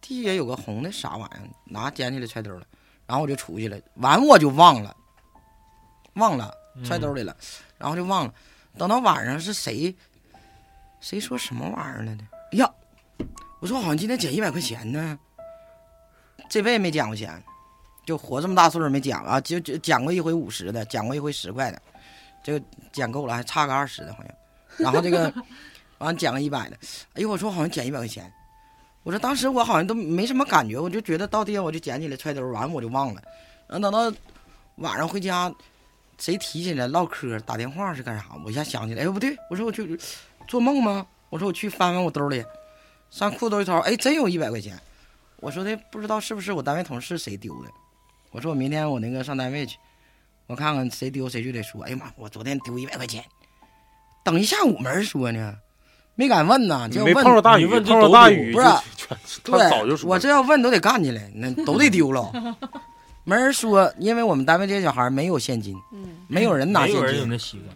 Speaker 4: 地下有个红的啥玩意儿，拿捡起来揣兜了。然后我就出去了，完我就忘了，忘了
Speaker 5: 嗯
Speaker 4: 揣兜里了，然后就忘了。等到晚上是谁，谁说什么玩意儿了呢？哎呀，我说我好像今天捡一百块钱呢，这辈子没捡过钱，就活这么大岁数没捡过啊，就就捡过一回五十的，捡过一回十块的，这个捡够了，还差个二十的好像。然后这个完捡个一百的，哎呦，我说我好像捡一百块钱。我说当时我好像都没什么感觉，我就觉得到地下我就捡起来揣兜，完我就忘了。然后等到晚上回家，谁提起来唠嗑、打电话是干啥？我一下想起来，哎呦不对，我说我去做梦吗？我说我去翻翻我兜里，上裤兜一掏，哎，真有一百块钱。我说的不知道是不是我单位同事谁丢的。我说我明天我那个上单位去，我看看谁丢谁就得说。哎呀妈，我昨天丢一百块钱，等一下午没人说呢，没敢问呐，就要
Speaker 1: 没
Speaker 4: 问
Speaker 1: 碰着大雨，
Speaker 5: 你问
Speaker 1: 碰
Speaker 5: 这
Speaker 1: 着
Speaker 5: 都
Speaker 1: 大
Speaker 5: 堵
Speaker 1: 雨
Speaker 4: 不
Speaker 1: 就是全
Speaker 4: 对，
Speaker 1: 他早就说
Speaker 4: 我
Speaker 1: 了
Speaker 4: 这要问都得干起来， 那都得丢了。没人说，因为我们单位这些小孩没有现金，
Speaker 3: 嗯，
Speaker 4: 没有人拿
Speaker 5: 没
Speaker 4: 现
Speaker 5: 有人有
Speaker 4: 金，
Speaker 5: 那习惯，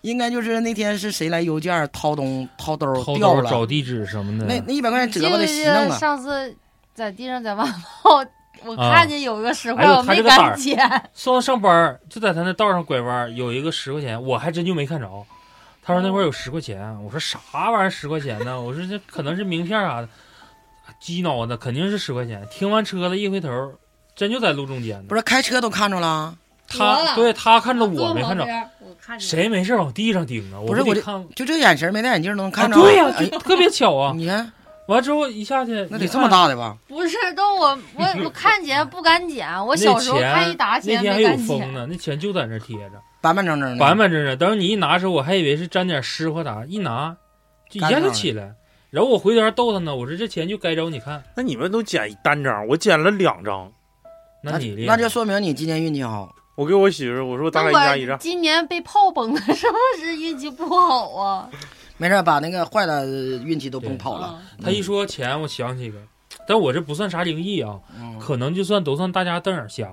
Speaker 4: 应该就是那天是谁来邮件掏东掏兜
Speaker 5: 偷
Speaker 4: 掉
Speaker 5: 偷
Speaker 4: 了，
Speaker 5: 找嗯地址什么的。
Speaker 4: 那那一百块钱
Speaker 2: 记
Speaker 4: 折巴
Speaker 2: 不
Speaker 4: 得
Speaker 2: 记
Speaker 4: 稀
Speaker 2: 得
Speaker 4: 弄啊！
Speaker 2: 上次在地上在万宝，我
Speaker 5: 啊
Speaker 2: 看见有一个十块，
Speaker 5: 哎呦
Speaker 2: 我
Speaker 5: 他
Speaker 2: 没
Speaker 5: 这个胆
Speaker 2: 敢
Speaker 5: 儿
Speaker 2: 捡，
Speaker 5: 上上班儿就在他那道上拐弯儿，有一个十块钱，我还真就没看着。他说那块儿有十块钱，我说啥玩意儿十块钱呢？我说这可能是名片啥的，鸡脑子肯定是十块钱。停完车了，一回头，真就在路中间呢
Speaker 4: 不是开车都看着了，啊
Speaker 2: 得了
Speaker 5: 他对他看着我
Speaker 2: 坐
Speaker 5: 没看
Speaker 2: 旁
Speaker 5: 着，
Speaker 2: 边，我看见
Speaker 5: 谁没事儿往地上盯啊？
Speaker 4: 不是
Speaker 5: 我
Speaker 4: 我
Speaker 5: 得
Speaker 4: 这
Speaker 5: 看，
Speaker 4: 就这眼神没戴眼镜都能看着。
Speaker 5: 啊对呀、
Speaker 4: 哎
Speaker 5: 就特别巧啊。
Speaker 4: 你看
Speaker 5: 完之后一下去，
Speaker 4: 那
Speaker 5: 你
Speaker 4: 得这么
Speaker 5: 看
Speaker 4: 大的吧？
Speaker 2: 不是，都我我我看见不敢捡，我
Speaker 5: 那
Speaker 2: 小时候
Speaker 5: 钱
Speaker 2: 看一沓
Speaker 5: 那
Speaker 2: 钱
Speaker 5: 天还
Speaker 2: 没
Speaker 5: 有
Speaker 2: 敢
Speaker 5: 风
Speaker 2: 捡，
Speaker 5: 呢，那钱就在那儿贴着，
Speaker 4: 板板正正的，
Speaker 5: 板板正正。等你一拿时候，我还以为是沾点湿或啥，一拿就一下就起来。然后我回头还逗他呢，我说这钱就该着你看，
Speaker 1: 那你们都捡单张，我捡了两张。
Speaker 5: 那你厉
Speaker 4: 那
Speaker 5: 害
Speaker 4: 就说明你今天运气好。
Speaker 1: 我给我媳妇儿我说咱俩一家一
Speaker 2: 那我
Speaker 1: 张，
Speaker 2: 今年被炮崩了， 是不是运气不好啊？
Speaker 4: 没事儿，把那个坏的运气都崩跑了。
Speaker 2: 嗯
Speaker 5: 他一说钱，我想起一个，但我这不算啥灵异啊，
Speaker 4: 嗯
Speaker 5: 可能就算都算大家瞪眼瞎。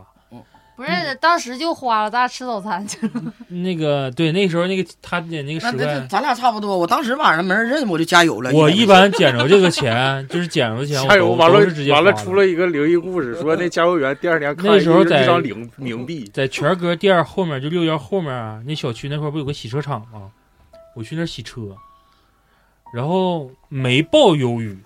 Speaker 2: 不是，当时就花了，咱俩吃早餐去了。
Speaker 5: 那个对，那时候那个他捡那个
Speaker 4: 那
Speaker 5: 十
Speaker 4: 那
Speaker 5: 块，
Speaker 4: 咱俩差不多，我当时晚上没人认我就加油了。
Speaker 5: 我
Speaker 4: 一
Speaker 5: 一
Speaker 4: 百块
Speaker 5: 般捡着这个钱，就是捡着钱，
Speaker 1: 加油！
Speaker 5: 我
Speaker 1: 完
Speaker 5: 都
Speaker 1: 了
Speaker 5: 都是直接
Speaker 1: 完了，
Speaker 5: 花
Speaker 1: 出了一个灵异故事，说那加油员第二天看
Speaker 5: 那时候
Speaker 1: 一
Speaker 5: 在
Speaker 1: 一张冥冥币，
Speaker 5: 在全哥店儿后面，就六幺后面啊，那小区那块儿不有个洗车场吗？我去那儿洗车，然后没报忧雨，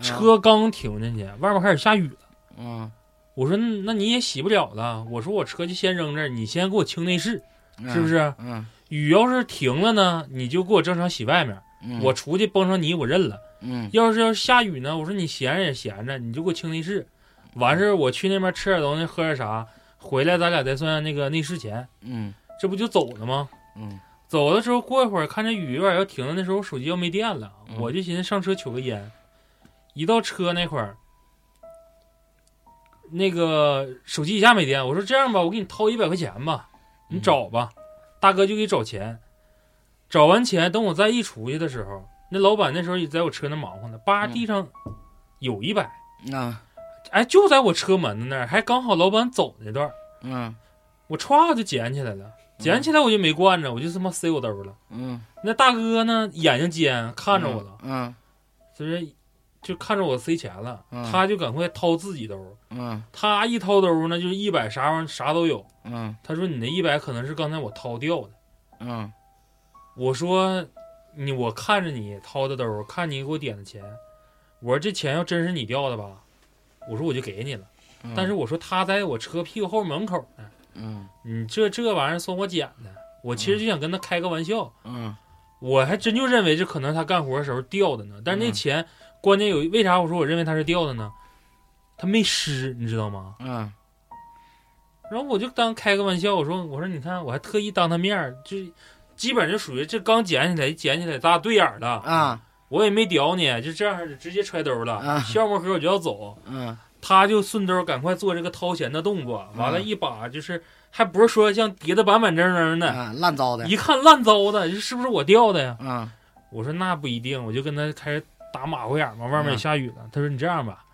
Speaker 4: 钱
Speaker 5: 车刚停进去，外面开始下雨了。
Speaker 4: 嗯
Speaker 5: 我说那你也洗不了了，我说我车就先扔这儿，你先给我清内饰，
Speaker 4: 嗯
Speaker 5: 是不是？
Speaker 4: 嗯，
Speaker 5: 雨要是停了呢，你就给我正常洗外面，
Speaker 4: 嗯
Speaker 5: 我出去崩上泥我认了。
Speaker 4: 嗯
Speaker 5: 要是要是下雨呢，我说你闲着也闲着，你就给我清内饰。完事儿我去那边吃点东西，喝点啥，回来咱俩再算那个内饰钱，
Speaker 4: 嗯
Speaker 5: 这不就走了吗？
Speaker 4: 嗯
Speaker 5: 走的时候过一会儿看这雨有点要停了，那时候我手机要没电了，
Speaker 4: 嗯
Speaker 5: 我就寻思上车取个烟。一到车那会儿，那个手机一下没电，我说这样吧，我给你掏一百块钱吧，
Speaker 4: 嗯
Speaker 5: 你找吧。大哥就给找钱，找完钱，等我再一出去的时候，那老板那时候也在我车那忙活呢，
Speaker 4: 嗯
Speaker 5: 叭地上有一百，
Speaker 4: 啊，
Speaker 5: 哎，就在我车门子那儿，还刚好老板走那段儿，
Speaker 4: 嗯
Speaker 5: 我歘就捡起来了，捡起来我就没惯着，我就他妈塞我兜了。
Speaker 4: 嗯，
Speaker 5: 那大哥呢，眼睛尖看着我了，
Speaker 4: 嗯
Speaker 5: 就是就看着我塞钱了，
Speaker 4: 嗯
Speaker 5: 他就赶快掏自己兜，
Speaker 4: 嗯
Speaker 5: 他一掏兜呢，就是一百啥玩意儿啥都有。
Speaker 4: 嗯
Speaker 5: 他说你那一百可能是刚才我掏掉的。
Speaker 4: 嗯
Speaker 5: 我说你我看着你掏的兜，看你给我点的钱，我说这钱要真是你掉的吧，我说我就给你了。
Speaker 4: 嗯，
Speaker 5: 但是我说他在我车屁股后门口呢，
Speaker 4: 嗯
Speaker 5: 你这这玩意儿算我捡的。我其实就想跟他开个玩笑，
Speaker 4: 嗯
Speaker 5: 我还真就认为这可能他干活的时候掉的呢。但是那
Speaker 4: 嗯
Speaker 5: 钱关键有为啥我说我认为他是掉的呢？他没湿，你知道吗？
Speaker 4: 嗯
Speaker 5: 然后我就当开个玩笑，我说我说你看，我还特意当他面儿，就基本就属于这刚捡起来，一捡起来咱俩对眼儿了，
Speaker 4: 啊
Speaker 5: 我也没屌你，就这样式儿直接揣兜儿了，
Speaker 4: 啊
Speaker 5: 笑摸盒我就要走，
Speaker 4: 嗯
Speaker 5: 他就顺兜儿赶快做这个掏钱的动作，完了，
Speaker 4: 嗯
Speaker 5: 一把就是还不是说像叠的板板正正的，
Speaker 4: 啊，烂糟的，
Speaker 5: 一看烂糟的，这是不是我掉的呀？
Speaker 4: 嗯
Speaker 5: 我说那不一定，我就跟他开始打马虎眼儿嘛，外面也
Speaker 4: 嗯
Speaker 5: 下雨了。他说你这样吧，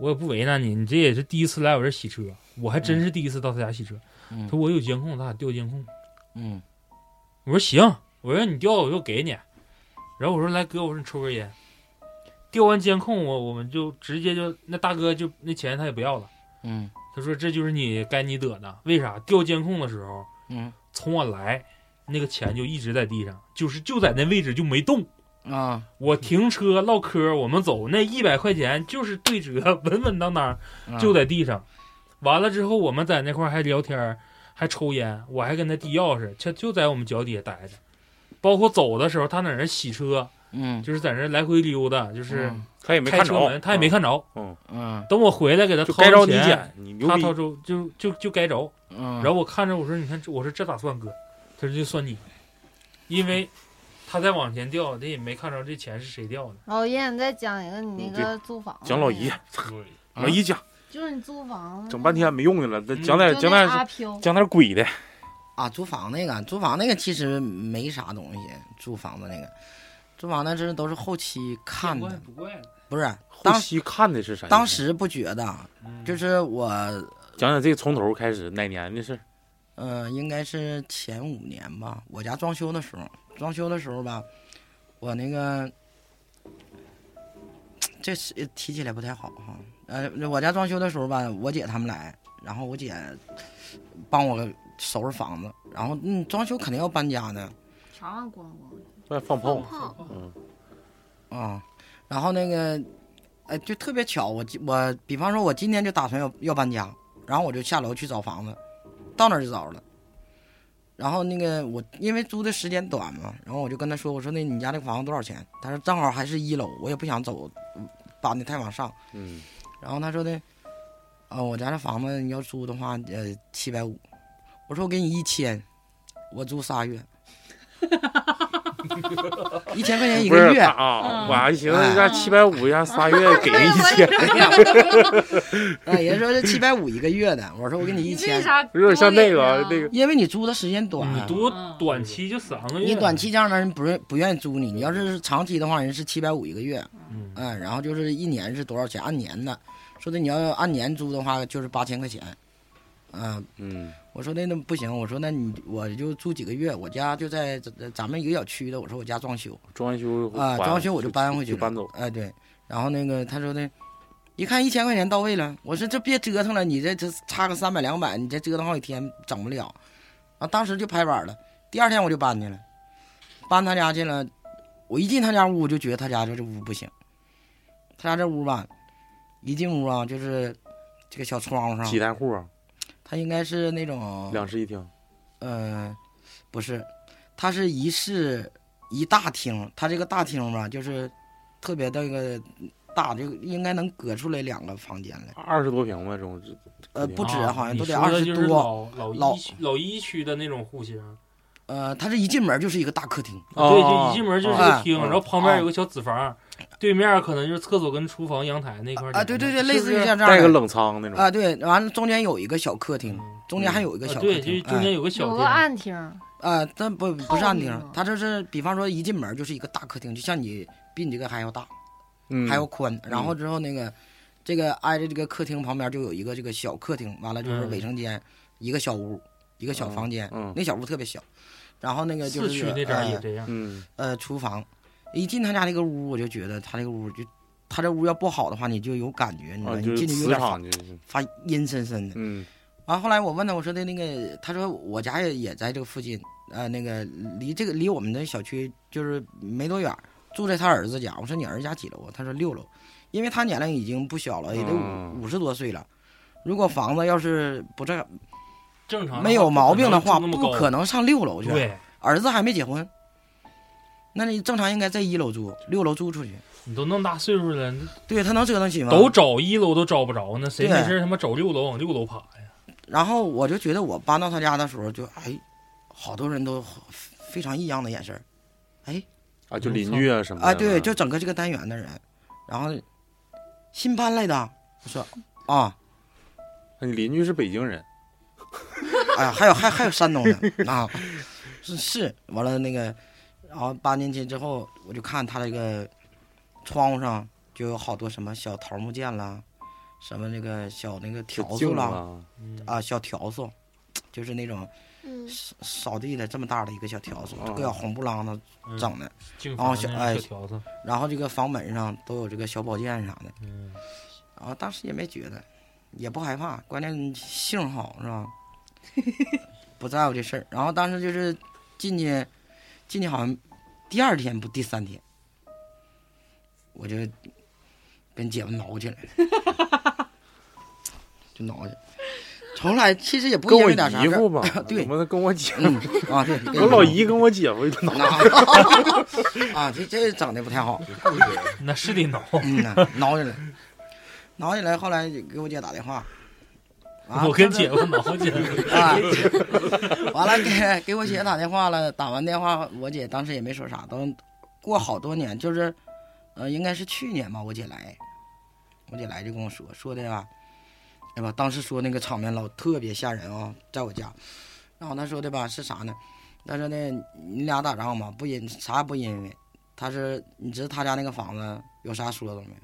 Speaker 5: 我也不为难你，你这也是第一次来我这儿洗车，我还真是第一次到他家洗车。
Speaker 4: 嗯
Speaker 5: 他说我有监控，咱俩调监控。
Speaker 4: 嗯
Speaker 5: 我说行，我说你调我就给你。然后我说来哥，我说你抽根烟。调完监控我我们就直接就那大哥就那钱他也不要了，
Speaker 4: 嗯
Speaker 5: 他说这就是你该你得的，为啥？调监控的时候
Speaker 4: 嗯
Speaker 5: 从我来，那个钱就一直在地上，就是就在那位置就没动。
Speaker 4: 啊
Speaker 5: 我停车唠嗑，我们走，那一百块钱就是对折，稳稳当当
Speaker 1: 啊
Speaker 5: 就在地上。完了之后，我们在那块儿还聊天儿，还抽烟，我还跟他递钥匙，他就在我们脚底下待着。包括走的时候，他在那儿洗车，
Speaker 4: 嗯
Speaker 5: 就是在那儿来回溜达，就是
Speaker 1: 嗯
Speaker 7: 他也没
Speaker 5: 开
Speaker 7: 看
Speaker 5: 车
Speaker 7: 着
Speaker 5: 门，，他也没看着。
Speaker 4: 嗯
Speaker 5: 等我回来给他
Speaker 1: 啊就
Speaker 5: 掏
Speaker 1: 该着你
Speaker 5: 钱，
Speaker 1: 捡，你牛
Speaker 5: 他
Speaker 1: 逼啊
Speaker 5: 掏出就就就该着。
Speaker 4: 嗯，
Speaker 5: 然后我看着我说：“你看，这我说这咋算哥？”他说：“就算你，因为他再往前掉，他也没看着这钱是谁掉 的。”
Speaker 2: 老爷，你再讲一个你那个租房，
Speaker 1: 讲嗯老姨，，老
Speaker 5: 啊
Speaker 1: 姨讲
Speaker 2: 就是你租房子
Speaker 1: 整半天没用的了，
Speaker 4: 嗯
Speaker 1: 再讲点
Speaker 2: 就
Speaker 1: 讲
Speaker 2: 那
Speaker 1: 点
Speaker 2: 阿飘，
Speaker 1: 讲点鬼的，
Speaker 4: 啊，租房那个，租房那个其实没啥东西，租房子那个，租房那这都是后期看的，
Speaker 5: 不怪了，
Speaker 4: 不是
Speaker 1: 后
Speaker 4: 当
Speaker 1: 期看的是啥意思？
Speaker 4: 当时不觉得，
Speaker 5: 嗯
Speaker 4: 就是我，
Speaker 1: 讲讲这个从头开始，哪年的事儿？
Speaker 4: 呃，应该是前五年吧，我家装修的时候，装修的时候吧，我那个，这是提起来不太好哈，呃，我家装修的时候吧，我姐他们来，然后我姐帮我收拾房子，然后嗯，装修肯定要搬家的，
Speaker 2: 啥玩意儿咣咣的？
Speaker 1: 外放炮
Speaker 3: 放，炮，
Speaker 4: 啊、然后那个，哎，就特别巧，我今我比方说，我今天就打算要要搬家，然后我就下楼去找房子，到那儿就找着了。然后那个我因为租的时间短嘛，然后我就跟他说，我说那你家这个房子多少钱？他说正好还是一楼，我也不想走，嗯搬的太往上。
Speaker 1: 嗯，
Speaker 4: 然后他说的，啊、我家这房子你要租的话，呃，七百五。我说我给你一千，我租仨月，一千块钱一
Speaker 1: 不
Speaker 4: 个
Speaker 1: 是
Speaker 4: 月。哎
Speaker 1: 他啊，我还寻思一下
Speaker 2: 嗯
Speaker 1: 七百五，一下仨月给人一 千，
Speaker 4: 啊，人家说这七百五一个月的，我说我给你一
Speaker 2: 你为
Speaker 4: 千，
Speaker 2: 啥
Speaker 1: 有点像那个啊
Speaker 2: 多
Speaker 1: 那
Speaker 2: 给你
Speaker 1: 个
Speaker 2: 啊，
Speaker 4: 因为你租的时间短，
Speaker 5: 你多短期就三个月，
Speaker 4: 你短期这样的人不愿不愿意租你，你要是长期的话，人是七百五一个月，
Speaker 5: 嗯
Speaker 4: 嗯，然后就是一年是多少钱按年的，说的你要按年租的话就是八千块钱，嗯，
Speaker 1: 嗯，
Speaker 4: 我说那那不行，我说那你我就住几个月，我家就在咱咱们一个小区的，我说我家装修
Speaker 1: 装修
Speaker 4: 啊、
Speaker 1: 完
Speaker 4: 装修我就搬回去
Speaker 1: 就
Speaker 4: 了，
Speaker 1: 搬走，
Speaker 4: 哎对，然后那个他说的。一看一千块钱到位了，我说这别折腾了，你这这差个三百两百，你这折腾好几天整不了，啊，当时就拍板了。第二天我就搬去了，搬他家去了。我一进他家屋，我就觉得他家这这屋不行。他家这屋吧，一进屋啊，就是这个小窗户
Speaker 1: 几
Speaker 4: 上，
Speaker 1: 代户啊，
Speaker 4: 他应该是那种
Speaker 1: 两室一厅，
Speaker 4: 呃，不是，它是一室一大厅，它这个大厅吧，就是特别的一个大，就应该能隔出来两个房间来，
Speaker 1: 二十多平吧，这种
Speaker 4: 呃，不止，
Speaker 5: 啊
Speaker 4: 好像
Speaker 5: 你
Speaker 4: 都得
Speaker 5: 说
Speaker 4: 二
Speaker 5: 的
Speaker 4: 十
Speaker 5: 就是
Speaker 4: 多。
Speaker 5: 老老
Speaker 4: 老
Speaker 5: 一区老一区的那种户型，
Speaker 4: 呃，它是一进门就是一个大客厅，
Speaker 5: 对，就一进门就是个
Speaker 4: 啊
Speaker 5: 厅，
Speaker 1: 啊
Speaker 5: 然后旁边有个小子房，对面可能就是厕所跟厨房、阳台那块儿
Speaker 4: 啊，对对对，
Speaker 5: 是
Speaker 4: 类
Speaker 5: 不
Speaker 4: 似于
Speaker 5: 是
Speaker 4: 像这样
Speaker 1: 带个
Speaker 4: 的
Speaker 1: 冷藏那种，
Speaker 4: 啊，对，完了中间有一个小客厅，
Speaker 5: 嗯
Speaker 4: 中间还有一个小客
Speaker 5: 对，就
Speaker 4: 厅
Speaker 5: 是，中间
Speaker 4: 哎
Speaker 5: 有个小
Speaker 2: 有
Speaker 5: 厅
Speaker 2: 个，暗厅，
Speaker 4: 啊，但不不是
Speaker 2: 套
Speaker 4: 暗厅
Speaker 2: 厅，
Speaker 4: 它这是比方说一进门就是一个大客厅，就像你比你这个还要大，
Speaker 1: 嗯
Speaker 4: 还要宽。然后之后那个这个挨着这个客厅旁边就有一个这个小客厅，完了就是
Speaker 5: 嗯
Speaker 4: 卫生间，一个小屋，一个小房间
Speaker 1: 嗯嗯，
Speaker 4: 那小屋特别小。然后那个就
Speaker 5: 四
Speaker 4: 是
Speaker 5: 区那边也
Speaker 4: 呃
Speaker 5: 这样，
Speaker 1: 嗯
Speaker 4: 呃厨房，一进他家那个屋，我就觉得他这个屋就他这屋要不好的话，你就有感觉，你知道
Speaker 1: 啊，
Speaker 4: 你
Speaker 1: 就是
Speaker 4: 进去有
Speaker 1: 磁
Speaker 4: 点发
Speaker 1: 场就是
Speaker 4: 发阴森森的。
Speaker 1: 嗯
Speaker 4: 完啊后来我问他，我说的那个，他说我家也也在这个附近，呃，那个离这个离我们的小区就是没多远，住在他儿子家。我说你儿子家几楼啊？他说六楼，因为他年龄已经不小了，也得
Speaker 1: 哦
Speaker 4: 五五十多岁了。如果房子要是不这
Speaker 5: 正常的话
Speaker 4: 没有毛病的话，
Speaker 5: 不可能
Speaker 4: 不
Speaker 5: 住那么高
Speaker 4: 可能上六楼去。
Speaker 5: 对，
Speaker 4: 儿子还没结婚，那你正常应该在一楼住，六楼租出去。
Speaker 5: 你都那么大岁数了，
Speaker 4: 对他能折腾起吗？
Speaker 5: 都找一楼都找不着呢，谁
Speaker 4: 嗯对
Speaker 5: 没事儿他妈找六楼往六楼爬呀？
Speaker 4: 然后我就觉得我搬到他家的时候就，哎，好多人都非常异样的眼神儿
Speaker 1: 啊，就邻居啊什么的
Speaker 4: 啊，对，就整个这个单元的人，然后新搬来的，我说啊，
Speaker 1: 啊你邻居是北京人，
Speaker 4: 哎呀，还有还还有山东的啊，是是，完了那个，然后搬进去之后，我就看他这个窗户上就有好多什么小桃木剑啦，什么那个小那个
Speaker 1: 挺
Speaker 4: 笤帚
Speaker 1: 静
Speaker 4: 啦，
Speaker 1: 啊，
Speaker 5: 嗯
Speaker 4: 啊，小笤帚，就是那种
Speaker 3: 嗯，
Speaker 4: 扫扫地的这么大的一个小笤帚，
Speaker 1: 啊
Speaker 4: 这个小红布啷的
Speaker 5: 嗯
Speaker 4: 整的，
Speaker 5: 净
Speaker 4: 哦
Speaker 5: 房
Speaker 4: 小
Speaker 5: 那
Speaker 4: 哎
Speaker 5: 小条子，
Speaker 4: 然后这个房门上都有这个小宝剑啥的。
Speaker 5: 嗯，
Speaker 4: 啊，当时也没觉得，也不害怕，关键性好是吧？ 不在乎这事儿。然后当时就是进去，进去好像第二天不第三天，我就跟姐夫挠起来了， 就挠去。从来其实也不
Speaker 1: 跟
Speaker 4: 因
Speaker 1: 我
Speaker 4: 为点啥
Speaker 1: 姨
Speaker 4: 事
Speaker 1: 夫
Speaker 4: 儿，，
Speaker 1: 吧
Speaker 4: 对
Speaker 1: 怎么跟我姐，
Speaker 4: 嗯啊对，
Speaker 1: 我老姨跟我姐夫 一顿闹，
Speaker 4: 挠 啊，这这整的不太好。
Speaker 6: 这故事
Speaker 5: 那是得挠。
Speaker 4: 嗯呐，挠起来，挠起来，后来就给我姐打电话，啊、
Speaker 5: 我跟姐夫挠去，
Speaker 4: 啊，完了给给我姐打电话了，打完电话，我姐当时也没说啥，都过好多年，就是，呃，应该是去年吧，我姐来，我姐来就跟我说说的呀，哎吧，当时说那个场面老特别吓人啊、在我家，然后她说的吧是啥呢？她说呢，你俩打仗嘛，不因啥也不因为，她是你知道她家那个房子有啥说的没有？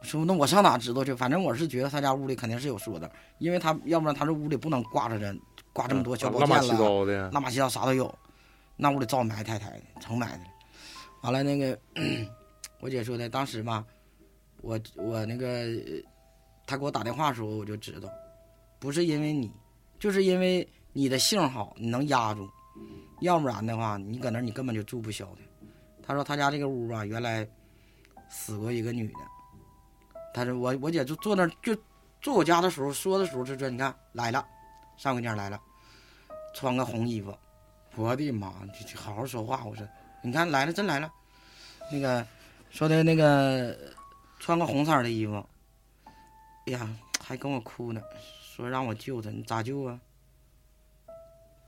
Speaker 4: 我说那我上哪知道去？反正我是觉得她家屋里肯定是有说的，因为她要不然她这屋里不能挂着人，挂这么多小宝
Speaker 1: 呃乱
Speaker 4: 剑
Speaker 1: 八七
Speaker 4: 了。
Speaker 1: 糟的，
Speaker 4: 乱八七糟啥都有，那屋里照埋汰汰的，成埋汰了。完了那个， 我姐说的，当时吧，我我那个，呃她给我打电话的时候，我就知道，不是因为你，就是因为你的性好，你能压住，要不然的话，你搁那儿你根本就住不消的。她说她家这个屋啊吧，原来死过一个女的，她说我我姐就坐那儿就坐我家的时候说的时候，就说你看来了，上回家来了。穿个红衣服，我的妈，你这好好说话！我说，你看来了，真来了。那个说的那个穿个红色儿的衣服，哎呀，还跟我哭呢，说让我救他，你咋救啊？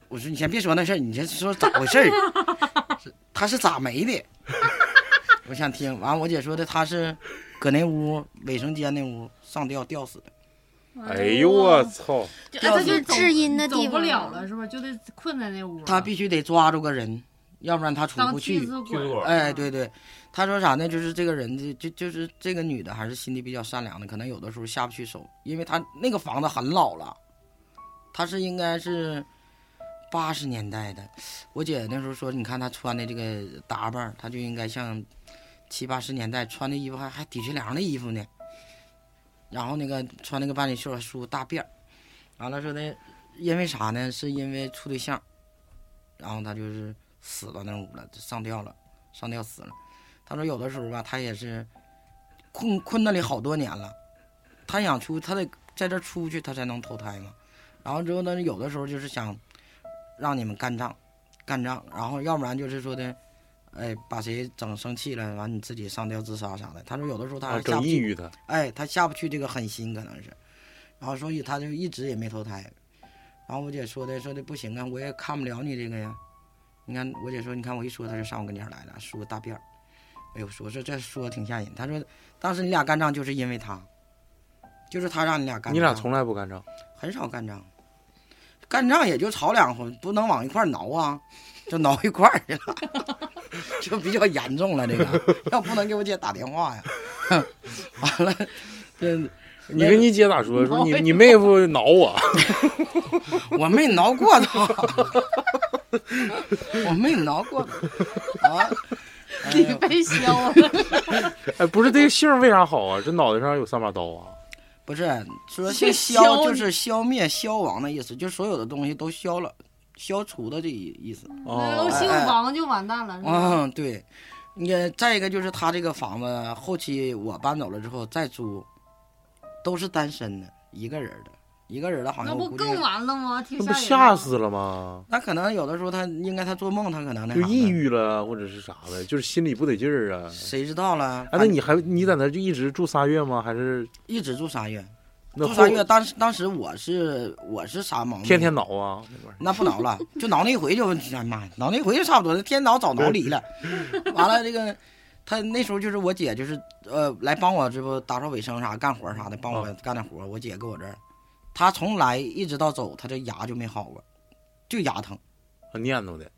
Speaker 4: 我说你先别说那事儿，你先说咋回事儿，是他是咋没的？ 我想听。完，我姐说的他是搁那屋卫生间那屋上吊吊死的。
Speaker 1: 哎呦我操，
Speaker 2: 就，
Speaker 4: 吊
Speaker 2: 哎他
Speaker 4: 死
Speaker 2: 就
Speaker 3: 走知音的
Speaker 2: 走
Speaker 3: 地
Speaker 2: 不
Speaker 3: 方
Speaker 2: 了了，是吧？就得困在那屋了，
Speaker 4: 他必须得抓住个人，要不然他出
Speaker 2: 当
Speaker 4: 不
Speaker 2: 替
Speaker 4: 去。
Speaker 2: 死
Speaker 6: 替死
Speaker 2: 鬼
Speaker 6: 鬼，
Speaker 4: 哎，对对，他说啥呢？就是这个人，就就就是这个女的，还是心地比较善良的，可能有的时候下不去手，因为她那个房子很老了，她是应该是八十年代的。我姐那时候说，你看她穿的这个打扮儿，她就应该像七八十年代穿的衣服还，还底靴凉的衣服呢。然后那个穿那个半截袖儿，梳大辫儿，完了说的，因为啥呢？是因为处对象，然后她就是死到那屋了，就上吊了。上吊死了。他说有的时候吧，他也是困困那里好多年了，他想出，他得在这儿出去，他才能投胎嘛。然后之后呢，有的时候就是想让你们干仗，干仗，然后要不然就是说的，哎，把谁整生气了，完你自己上吊自杀啥的。他说有的时候他
Speaker 1: 啊，
Speaker 4: 还下
Speaker 1: 整
Speaker 4: 不
Speaker 1: 抑
Speaker 4: 去
Speaker 1: 郁他，
Speaker 4: 哎，他下不去这个狠心，可能是，然后所以他就一直也没投胎。然后我姐说的说的不行啊，我也看不了你这个呀。你看我姐说，你看我一说他就上我跟前来了，梳个大辫儿。哎呦，说这这说挺吓人。她说当时你俩干仗就是因为他，就是他让你俩干仗。
Speaker 1: 你俩从来不干仗，
Speaker 4: 很少干仗。干仗也就吵两回，不能往一块儿挠啊，就挠一块儿去了， 就比较严重了。这个要不能给我姐打电话呀， 完了，这
Speaker 7: 你跟你姐咋说？说你你妹夫挠我，
Speaker 4: 我没挠过他，我没挠过他啊。哎
Speaker 2: 你
Speaker 4: 呦
Speaker 2: 被削了，
Speaker 1: 哎，不是这个姓儿为啥好啊？这脑袋上有三把刀啊？
Speaker 4: 不是说这
Speaker 2: 消
Speaker 4: 消就
Speaker 2: 你
Speaker 4: 是消灭、消亡的意思，就所有的东西都消了、消除的这一意思。
Speaker 2: 那
Speaker 1: 哦，
Speaker 2: 都
Speaker 4: 哎
Speaker 2: 嗯姓王就完蛋了，是吧？
Speaker 4: 嗯，对。也再一个就是他这个房子后期我搬走了之后再租，都是单身的，一个人的，一个人的好
Speaker 2: 那
Speaker 4: 像
Speaker 2: 不
Speaker 4: 我估计，
Speaker 2: 更完了吗？挺
Speaker 1: 那不
Speaker 2: 人
Speaker 1: 吓
Speaker 2: 的
Speaker 1: 死了吗？
Speaker 4: 那可能有的时候他应该他做梦，他可能那
Speaker 1: 就
Speaker 4: 啥
Speaker 1: 抑
Speaker 4: 呢，
Speaker 1: 郁了或者是啥的，就是心里不得劲儿啊。
Speaker 4: 谁知道了？
Speaker 1: 哎，那你还你在那就一直住仨月吗？还是
Speaker 4: 一直住仨月，
Speaker 1: 那
Speaker 4: 住
Speaker 1: 后
Speaker 4: 仨月，当时当时我是我是啥忙？
Speaker 1: 天天挠啊？那玩意儿
Speaker 4: 那不挠了，就挠那回就，哎妈呀，挠那回就差不多了，天挠早挠离了。完了这个，他那时候就是我姐，就是呃来帮我这不打扫卫生啥、干活啥的，帮我干点活。我姐搁我这儿，她从来一直到走，她这牙就没好过，就牙疼。
Speaker 1: 啊念叨的，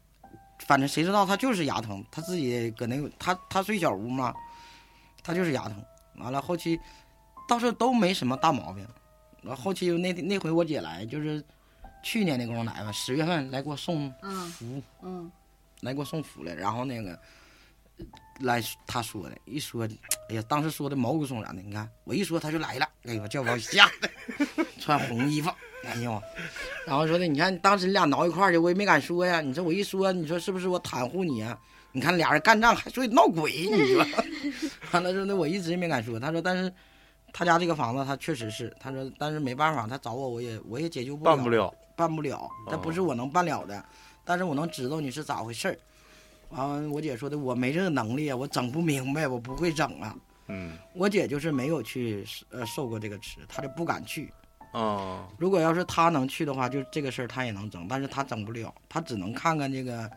Speaker 4: 反正谁知道她就是牙疼，她自己搁那个她她睡小屋嘛，她就是牙疼。完了后期倒是都没什么大毛病。然后后期那那回我姐来就是去年那功夫来吧，十月份来给我送
Speaker 2: 嗯
Speaker 4: 福，
Speaker 2: 嗯，
Speaker 4: 来给我送福来，然后那个呃来他说的，一说，哎呀，当时说的毛骨悚然的，你看我一说他就来了，哎呦，叫把我吓的， 穿红衣服，哎呦，然后说的，你看当时你俩挠一块儿去，我也没敢说呀，你说我一说，你说是不是我袒护你啊？你看俩人干仗还说闹鬼，你说， 完了说那我一直没敢说，他说但是。他家这个房子，他确实是，他说，但是没办法，他找我，我也我也解救
Speaker 1: 办不了。
Speaker 4: 办不了，但
Speaker 1: 哦
Speaker 4: 不是我能办了的，但是我能知道你是咋回事儿。完、我姐说的，我没这个能力，啊我整不明白，我不会整啊。
Speaker 1: 嗯
Speaker 4: 我姐就是没有去呃受过这个吃，她就不敢去。
Speaker 1: 啊，
Speaker 4: 如果要是她能去的话，就这个事儿她也能整，但是她整不了，她只能看看这个，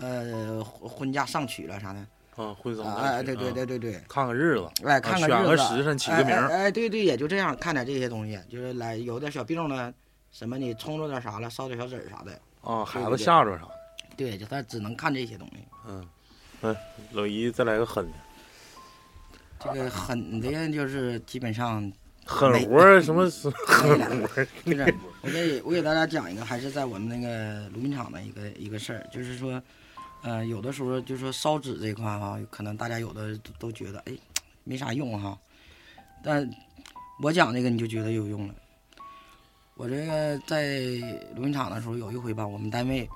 Speaker 4: 呃，婚婚嫁上娶了啥的。
Speaker 1: 啊，婚丧
Speaker 4: 啊、
Speaker 1: 喜
Speaker 4: 哎，对对，
Speaker 1: 啊
Speaker 4: 对对对，
Speaker 1: 看看日子，
Speaker 4: 哎，看看
Speaker 1: 选
Speaker 4: 日
Speaker 1: 个
Speaker 4: 子
Speaker 1: 时辰起个名
Speaker 4: 哎
Speaker 1: 儿
Speaker 4: 哎哎对对，也就这样，看点这些东西，就是来有点小病了，什么你冲着点啥了，烧点小纸儿啥的。
Speaker 1: 啊，孩
Speaker 4: 对
Speaker 1: 子
Speaker 4: 对
Speaker 1: 吓着啥的。
Speaker 4: 对，就他只能看这些东西。
Speaker 1: 嗯，哎，老姨再来个狠的，
Speaker 4: 这个狠的，就是基本上
Speaker 1: 狠
Speaker 4: 没
Speaker 1: 活儿什么什
Speaker 4: 没
Speaker 1: 狠
Speaker 4: 了
Speaker 1: 活儿？
Speaker 4: 就是，我给我给大家讲一个，还是在我们那个鲁滨厂的一个一个事儿，就是说，呃，有的时候就说烧纸这一块哈、可能大家有的都都觉得哎没啥用哈、但我讲这个你就觉得有用了。我这个在鲁滨厂的时候有一回吧，我们单位，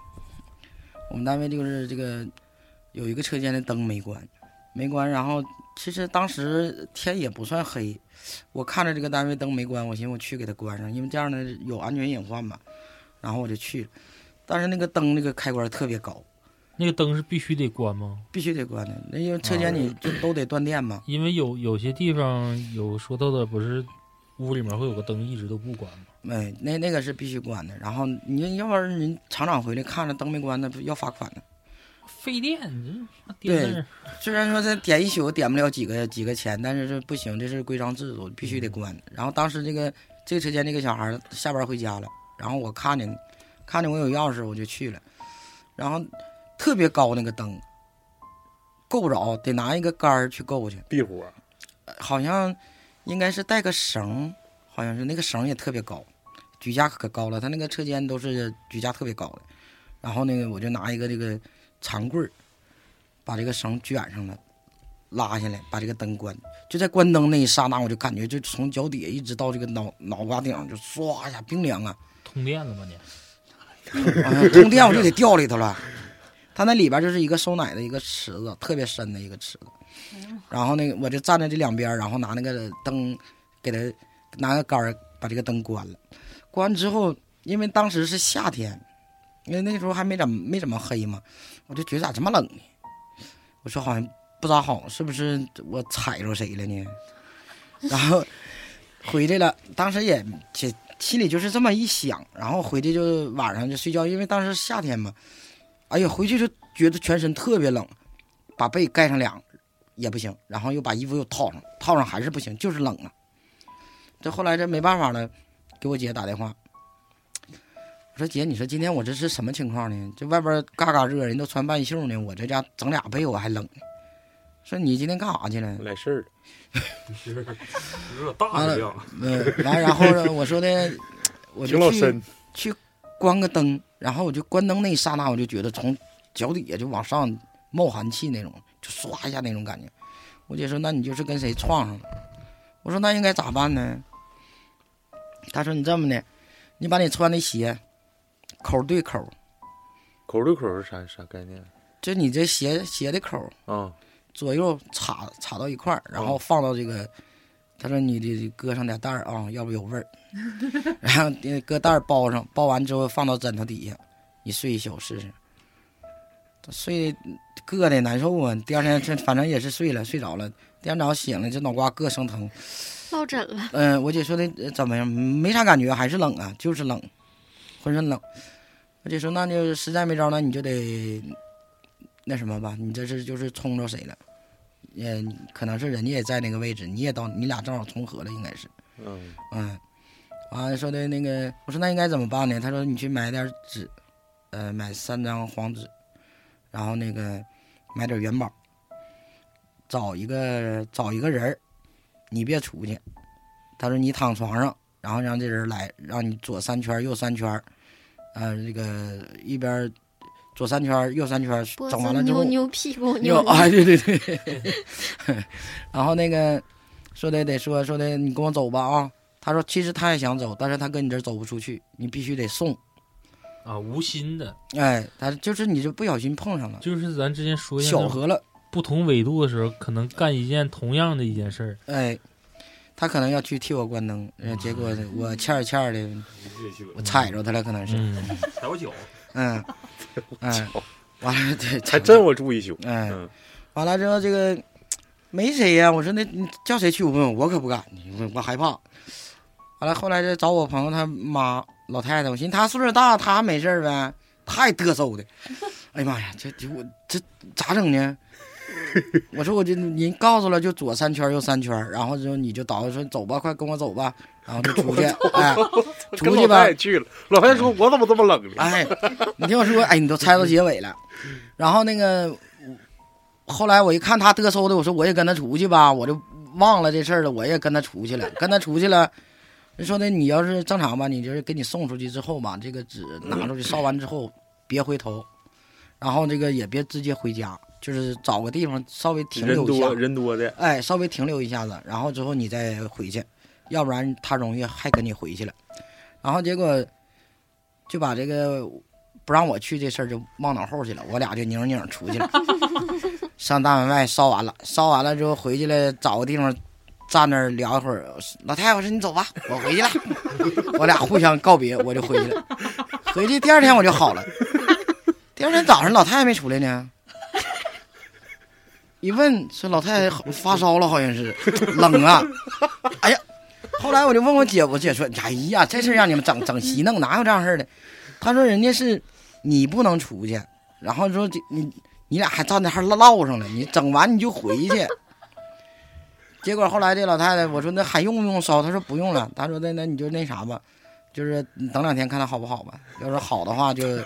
Speaker 4: 我们单位就是这个有一个车间的灯没关，没关，然后其实当时天也不算黑，我看着这个单位灯没关，我寻思我去给它关上，因为这样呢有安全隐患嘛。然后我就去了，但是那个灯那个开关特别高，
Speaker 5: 那个灯是必须得关吗？
Speaker 4: 必须得关的，那因为车间你就都得断电嘛。
Speaker 5: 因为有有些地方有说到的，不是屋里面会有个灯一直都不关吗？
Speaker 4: 哎，那那个是必须关的。然后你要不然人厂长回来看着灯没关，那不要罚款的。
Speaker 5: 费电，你这
Speaker 4: 对
Speaker 5: 电视
Speaker 4: 虽然说他点一宿点不了几个几个钱，但是这不行，这是规章制度，必须得关。然后当时这个这个车间这个小孩儿下班回家了，然后我看见看见我有钥匙，我就去了。然后特别高那个灯，够不着，得拿一个杆儿去够去，
Speaker 7: 地火
Speaker 4: 好像应该是带个绳，好像是那个绳也特别高，举架可高了，他那个车间都是举架特别高的。然后那个我就拿一个这个长棍儿，把这个绳卷上了，拉下来，把这个灯关。就在关灯那一刹那，我就感觉就从脚底下一直到这个脑脑瓜顶，就唰一下冰凉啊！
Speaker 5: 通电了吗？你
Speaker 4: 哎呀 通电我就得掉里头了。它那里边就是一个收奶的一个池子，特别深的一个池子。然后那个我就站在这两边，然后拿那个灯给它拿个杆儿把这个灯关了。关完之后，因为当时是夏天，因为那时候还没怎么没怎么黑嘛，我就觉得咋这么冷呢？我说好像不咋好，是不是我踩着谁了呢？然后回来了，当时也也心里就是这么一想，然后回去就晚上就睡觉，因为当时夏天嘛，哎呀，回去就觉得全身特别冷，把被盖上凉也不行，然后又把衣服又套上，套上还是不行，就是冷啊。这后来这没办法了，给我姐打电话，我说姐，你说今天我这是什么情况呢？这外边嘎嘎热，人都穿半袖呢，我这家整俩被我还冷呢。说你今天干啥去了？
Speaker 7: 来事儿了，
Speaker 6: 是有点大
Speaker 4: 完了
Speaker 6: 的量，
Speaker 4: 嗯，完然后呢，我说的，我
Speaker 7: 挺
Speaker 4: 就
Speaker 7: 老
Speaker 4: 去
Speaker 7: 深，
Speaker 4: 关个灯，然后我就关灯那一刹那，我就觉得从脚底下就往上冒寒气那种，就唰一下那种感觉。我姐说：“那你就是跟谁撞上了？”我说：“那应该咋办呢？”她说：“你这么的，你把你穿的鞋口对口，
Speaker 1: 口对口是啥啥概念
Speaker 4: 就你这鞋鞋的口
Speaker 1: 啊？
Speaker 4: 左右插插到一块儿，然后
Speaker 1: 哦
Speaker 4: 放到这个。她说：“你得搁上点袋儿啊，要不有味儿。” 然后呃搁袋儿包上，包完之后放到枕头底下，你睡一宿试试。睡硌的难受啊！第二天这反正也是睡了，睡着了。第二天早上醒了，这脑瓜硌生疼。
Speaker 3: 落枕了，
Speaker 4: 嗯、我姐说的呃怎么样？没啥感觉，还是冷啊，就是冷，浑身冷。我姐说那就实在没招了，你就得那什么吧，你这是就是冲着谁了，也可能是人家也在那个位置，你也到，你俩正好重合了，应该是。
Speaker 1: 嗯，
Speaker 4: 嗯，完、了说的那个，我说那应该怎么办呢？他说你去买点纸，呃，买三张黄纸，然后那个买点元宝，找一个找一个人儿，你别出去。他说你躺床上，然后让这人来，让你左三圈儿右三圈儿，呃，这个一边儿左三圈儿右三圈儿，
Speaker 3: 脖
Speaker 4: 整完
Speaker 3: 子
Speaker 4: 了之后
Speaker 3: 扭，扭，屁 股
Speaker 4: 有
Speaker 3: 扭。
Speaker 4: 啊，对对对， 然后那个说的得说说的，你跟我走吧啊。他说其实他也想走，但是他跟你这儿走不出去，你必须得送。
Speaker 5: 啊，无心的，
Speaker 4: 哎，他就是你就不小心碰上了，
Speaker 5: 就是咱之前说
Speaker 4: 巧
Speaker 5: 的
Speaker 4: 合了，
Speaker 5: 不同纬度的时候，可能干一件同样的一件事儿，
Speaker 4: 哎，他可能要去替我关灯，呃结果我欠儿欠儿的，
Speaker 6: 你去
Speaker 4: 我踩着他了，可能是，
Speaker 5: 嗯，
Speaker 6: 踩我脚，
Speaker 4: 嗯，嗯，完了，对，
Speaker 7: 还真我住一宿，
Speaker 4: 哎
Speaker 1: 嗯，
Speaker 4: 完了之后这个没谁呀、我说那你叫谁去？我问我可不敢，我我害怕。完了后来这找我朋友他妈老太太，我寻思她岁数大，她没事儿呗，太嘚瑟的。哎呀妈呀，这这我这咋整呢？我说我这您告诉了就左三圈儿右三圈儿，然后就你就导说走吧，快跟我走吧，然后就出去，哎
Speaker 7: 跟老
Speaker 4: 出去
Speaker 7: 太
Speaker 4: 吧
Speaker 7: 太，去了，老太太说：“我怎么这么冷呢
Speaker 4: 哎，你听我说，哎，你都猜到结尾了。然后那个，后来我一看他嘚瑟的，我说我也跟他出去吧，我就忘了这事儿了，我也跟他出去了，跟他出去了。人说的你要是正常吧，你就是给你送出去之后吧，这个纸拿出去烧完之后，别回头，然后这个也别直接回家，就是找个地方稍微停
Speaker 1: 人
Speaker 4: 留一下
Speaker 1: 多，人多的，
Speaker 4: 哎，稍微停留一下子，然后之后你再回去，要不然他容易还跟你回去了。然后结果就把这个不让我去这事儿就忘脑后去了，我俩就拧拧出去了，上大门外烧完了，烧完了之后回去了，找个地方站那儿聊一会儿。老太太，我说你走吧，我回去了。我俩互相告别，我就回去了。回去第二天我就好了，第二天早上老太太没出来呢。一问说老太太好发烧了，好像是冷啊。哎呀，后来我就问我姐，我姐说：“哎呀，这事儿让你们整整稀弄，哪有这样事儿的？”她说：“人家是你不能出去，然后说这你你俩还站那还唠上了，你整完你就回去。”结果后来这老太太我说：“那还用不用烧？”她说：“不用了。”她说：“那那你就那啥吧，就是你等两天看她好不好吧。要是好的话就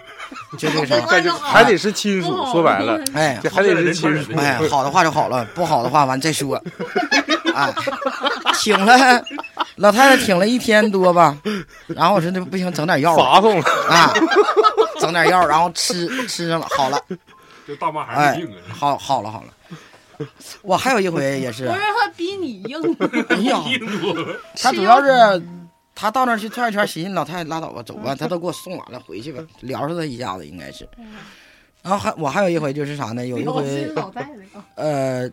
Speaker 4: 就这个
Speaker 1: 啊
Speaker 4: 啥，
Speaker 2: 那就
Speaker 7: 还
Speaker 3: 啊
Speaker 7: 得是亲属，
Speaker 3: 哦
Speaker 7: 说白 了，
Speaker 4: 哎，
Speaker 7: 这还得是亲属。
Speaker 4: 哎，好的话就好了，不好的话完再说。啊，挺了，老太太挺了一天多吧，然后我说那不行，整点药吧
Speaker 7: 乏痛了，
Speaker 4: 啊，整点药，然后吃吃上了，好了，
Speaker 6: 这大妈还是硬啊！
Speaker 4: 好好了好了。我还有一回也是
Speaker 2: 不，是他比你硬，
Speaker 4: 哎呀，
Speaker 6: 硬我
Speaker 4: 他主要是他到那儿去转一圈，寻思老太太拉倒吧，走吧，他都给我送完了，回去吧，聊着他一下子应该是。然后还我还有一回就是啥呢？有一
Speaker 2: 我
Speaker 4: 回
Speaker 2: 是老太太。
Speaker 4: 呃，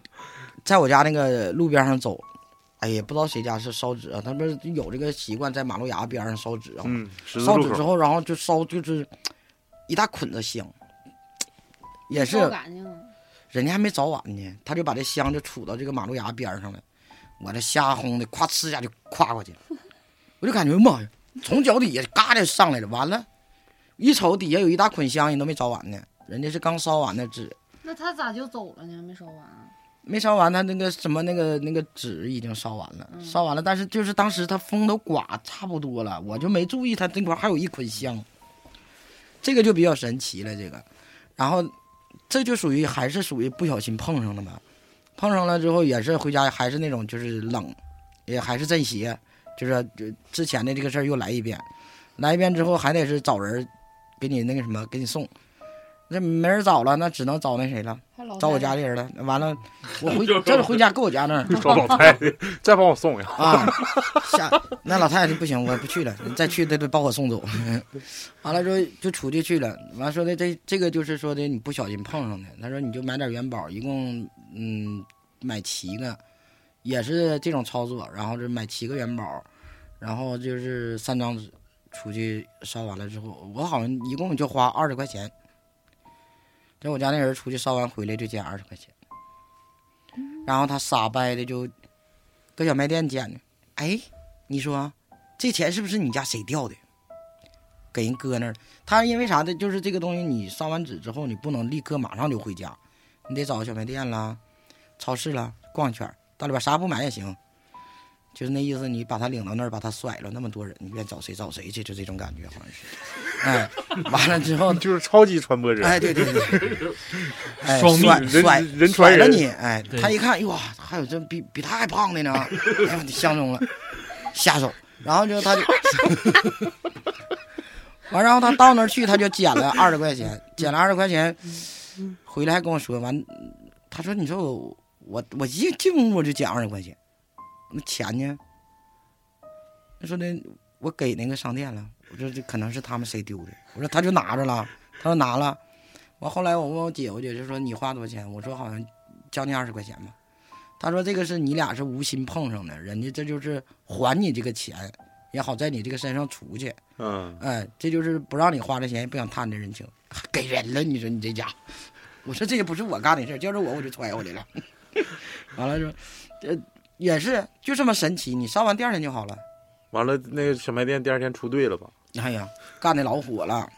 Speaker 4: 在我家那个路边上走，哎呀，不知道谁家是烧纸啊，他们有这个习惯在马路牙边上烧纸啊，
Speaker 1: 嗯，十字
Speaker 4: 烧
Speaker 1: 路
Speaker 4: 纸之
Speaker 1: 口，
Speaker 4: 后，然后就烧就是一大捆子香，也是
Speaker 2: 不干净了
Speaker 4: 人家还没着完呢，他就把这香就杵到这个马路牙边上了，我这瞎轰的，咵呲一下就跨过去了，我就感觉妈呀，从脚底下嘎就上来了，完了，一瞅底下有一大捆香，人都没着完呢，人家是刚烧完的纸，
Speaker 2: 那他咋就走了呢？没烧完，啊
Speaker 4: 没烧完，他那个什么那个那个纸已经烧完了，烧完了，但是就是当时他风都刮差不多了，我就没注意他这块还有一捆香，这个就比较神奇了。这个，然后这就属于还是属于不小心碰上了嘛，碰上了之后也是回家还是那种就是冷，也还是阵邪，就是就之前的这个事儿又来一遍，来一遍之后还得是找人给你那个什么给你送，那没人找了，那只能找那谁了，
Speaker 2: 还老
Speaker 4: 找我家里人了。完了，我回这是回家搁我家那儿。
Speaker 7: 找老 太太，再帮我送一下。
Speaker 4: 啊，下那老太太不行，我不去了，你再去她得把我送走。 完了之后就出去去了，完了说的这这个就是说的你不小心碰上的，他说你就买点元宝，一共嗯买七个，也是这种操作，然后就买七个元宝，然后就是三张纸出去烧完了之后，我好像一共就花二十块钱。这我家那人出去烧完回来就捡二十块钱，然后他傻掰的就搁小卖店捡的。哎，你说这钱是不是你家谁掉的？给人搁那儿了。他因为啥的，就是这个东西，你烧完纸之后，你不能立刻马上就回家，你得找小卖店啦、超市啦逛一圈儿，到里边啥不买也行。就是那意思，你把他领到那儿，把他甩了，那么多人，你愿找谁找谁去，就这种感觉，好像是。哎，完了之后，
Speaker 7: 就是超级传播人，
Speaker 4: 哎，对对对， 哎，
Speaker 5: 双密
Speaker 4: 甩
Speaker 7: 人
Speaker 4: 甩
Speaker 7: 人传
Speaker 4: 甩了
Speaker 7: 人
Speaker 4: 你，哎，
Speaker 5: 对
Speaker 4: 他一看，哇，还有这比比他还胖的呢，哎呦，相中了，下手，然后就他就，完，然后他到那儿去，他就捡了二十块钱，捡了二十块钱，回来还跟我说，完，他说，你说我我我一进屋我就捡二十块钱，那钱呢？他说那我给那个商店了，我说这可能是他们谁丢的，我说他就拿着了，他说拿了。完后来我问我姐，我姐就说你花多少钱？我说好像将近二十块钱吧。她说这个是你俩是无心碰上的，人家这就是还你这个钱，也好在你这个身上出去。
Speaker 1: 嗯，
Speaker 4: 哎，这就是不让你花这钱，不想探这人情，还给人了。你说你这家，我说这也不是我干的事儿，要是我我就揣回来了。 完了说，这也是就这么神奇，你上完第二天就好了。
Speaker 1: 完了那个小卖店第二天出队了吧？
Speaker 4: 哎呀，干的老火了，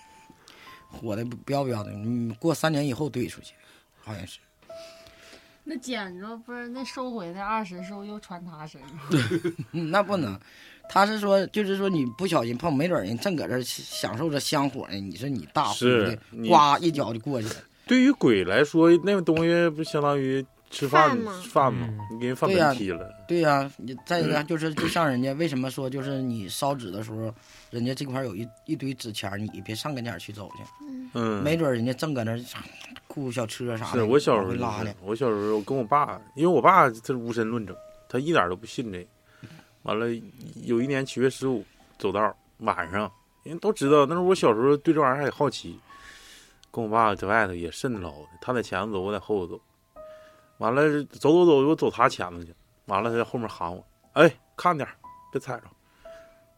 Speaker 4: 火的不要不要的，嗯，过三年以后兑出去，好像是。
Speaker 2: 那捡着不是那收回的二十，是不是又传他身上？
Speaker 4: 嗯，那不能，他是说，就是说你不小心碰，没准儿人正搁这儿享受着香火呢，你说你大呼
Speaker 1: 是
Speaker 4: 的，
Speaker 1: 你
Speaker 4: 呱一脚就过去了。
Speaker 1: 对于鬼来说，那东西不相当于吃饭
Speaker 3: 饭吗
Speaker 1: 饭吗？你给人饭
Speaker 4: 嗯对呀
Speaker 1: 本踢了，
Speaker 4: 对呀、你再一个就是，就像人家为什么说，就是你烧纸的时候，人家这块儿有一一堆纸钱儿，你别上跟前儿去走去，
Speaker 1: 嗯，
Speaker 4: 没准儿人家正搁那儿雇小车啥的，
Speaker 1: 是我小时候
Speaker 4: 往回
Speaker 1: 就
Speaker 4: 拉
Speaker 1: 是
Speaker 4: 的，
Speaker 1: 我小时候我跟我爸，因为我爸他是无神论者，他一点都不信这个。完了，有一年七月十五走道晚上，人都知道，那时候我小时候对这玩意儿还好奇，跟我爸在外头也慎着的，他在前头走，我在后头走。完了，走走走，我走他前头去，完了他在后面喊我，哎，看点儿，别踩着。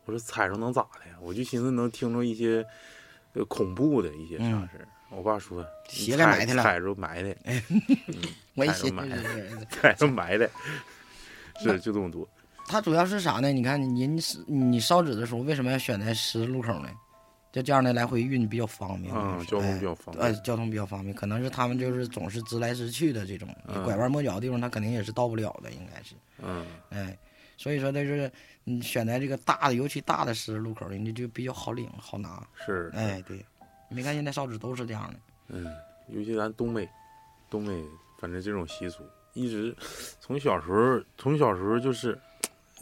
Speaker 1: 我说踩着能咋的呀？我就寻思能听着一些呃恐怖的一些啥
Speaker 4: 嗯
Speaker 1: 事儿。我爸说，你
Speaker 4: 鞋给埋汰了哎
Speaker 1: 踩着埋汰，
Speaker 4: 我一
Speaker 1: 踩着
Speaker 4: 寻
Speaker 1: 买
Speaker 4: 思 就是，
Speaker 1: 踩着埋汰，
Speaker 4: 那
Speaker 1: 是就这么多。
Speaker 4: 他主要是啥呢？你看您你烧纸的时候为什么要选在十字路口呢？就这样的来回运比较方便，
Speaker 1: 嗯，
Speaker 4: 就
Speaker 1: 交通
Speaker 4: 是哎
Speaker 1: 比较方
Speaker 4: 呃，
Speaker 1: 便。
Speaker 4: 交通比较方便，可能是他们就是总是直来直去的这种，
Speaker 1: 嗯
Speaker 4: 拐弯抹角的地方，他肯定也是到不了的，应该是，
Speaker 1: 嗯，
Speaker 4: 哎，所以说他就是你选在这个大的，尤其大的十字路口，人家就比较好领好拿，
Speaker 1: 是，
Speaker 4: 哎，对，没看现在烧纸都是这样的，
Speaker 1: 嗯，尤其咱东北，东北反正这种习俗一直从小时候，从小时候就是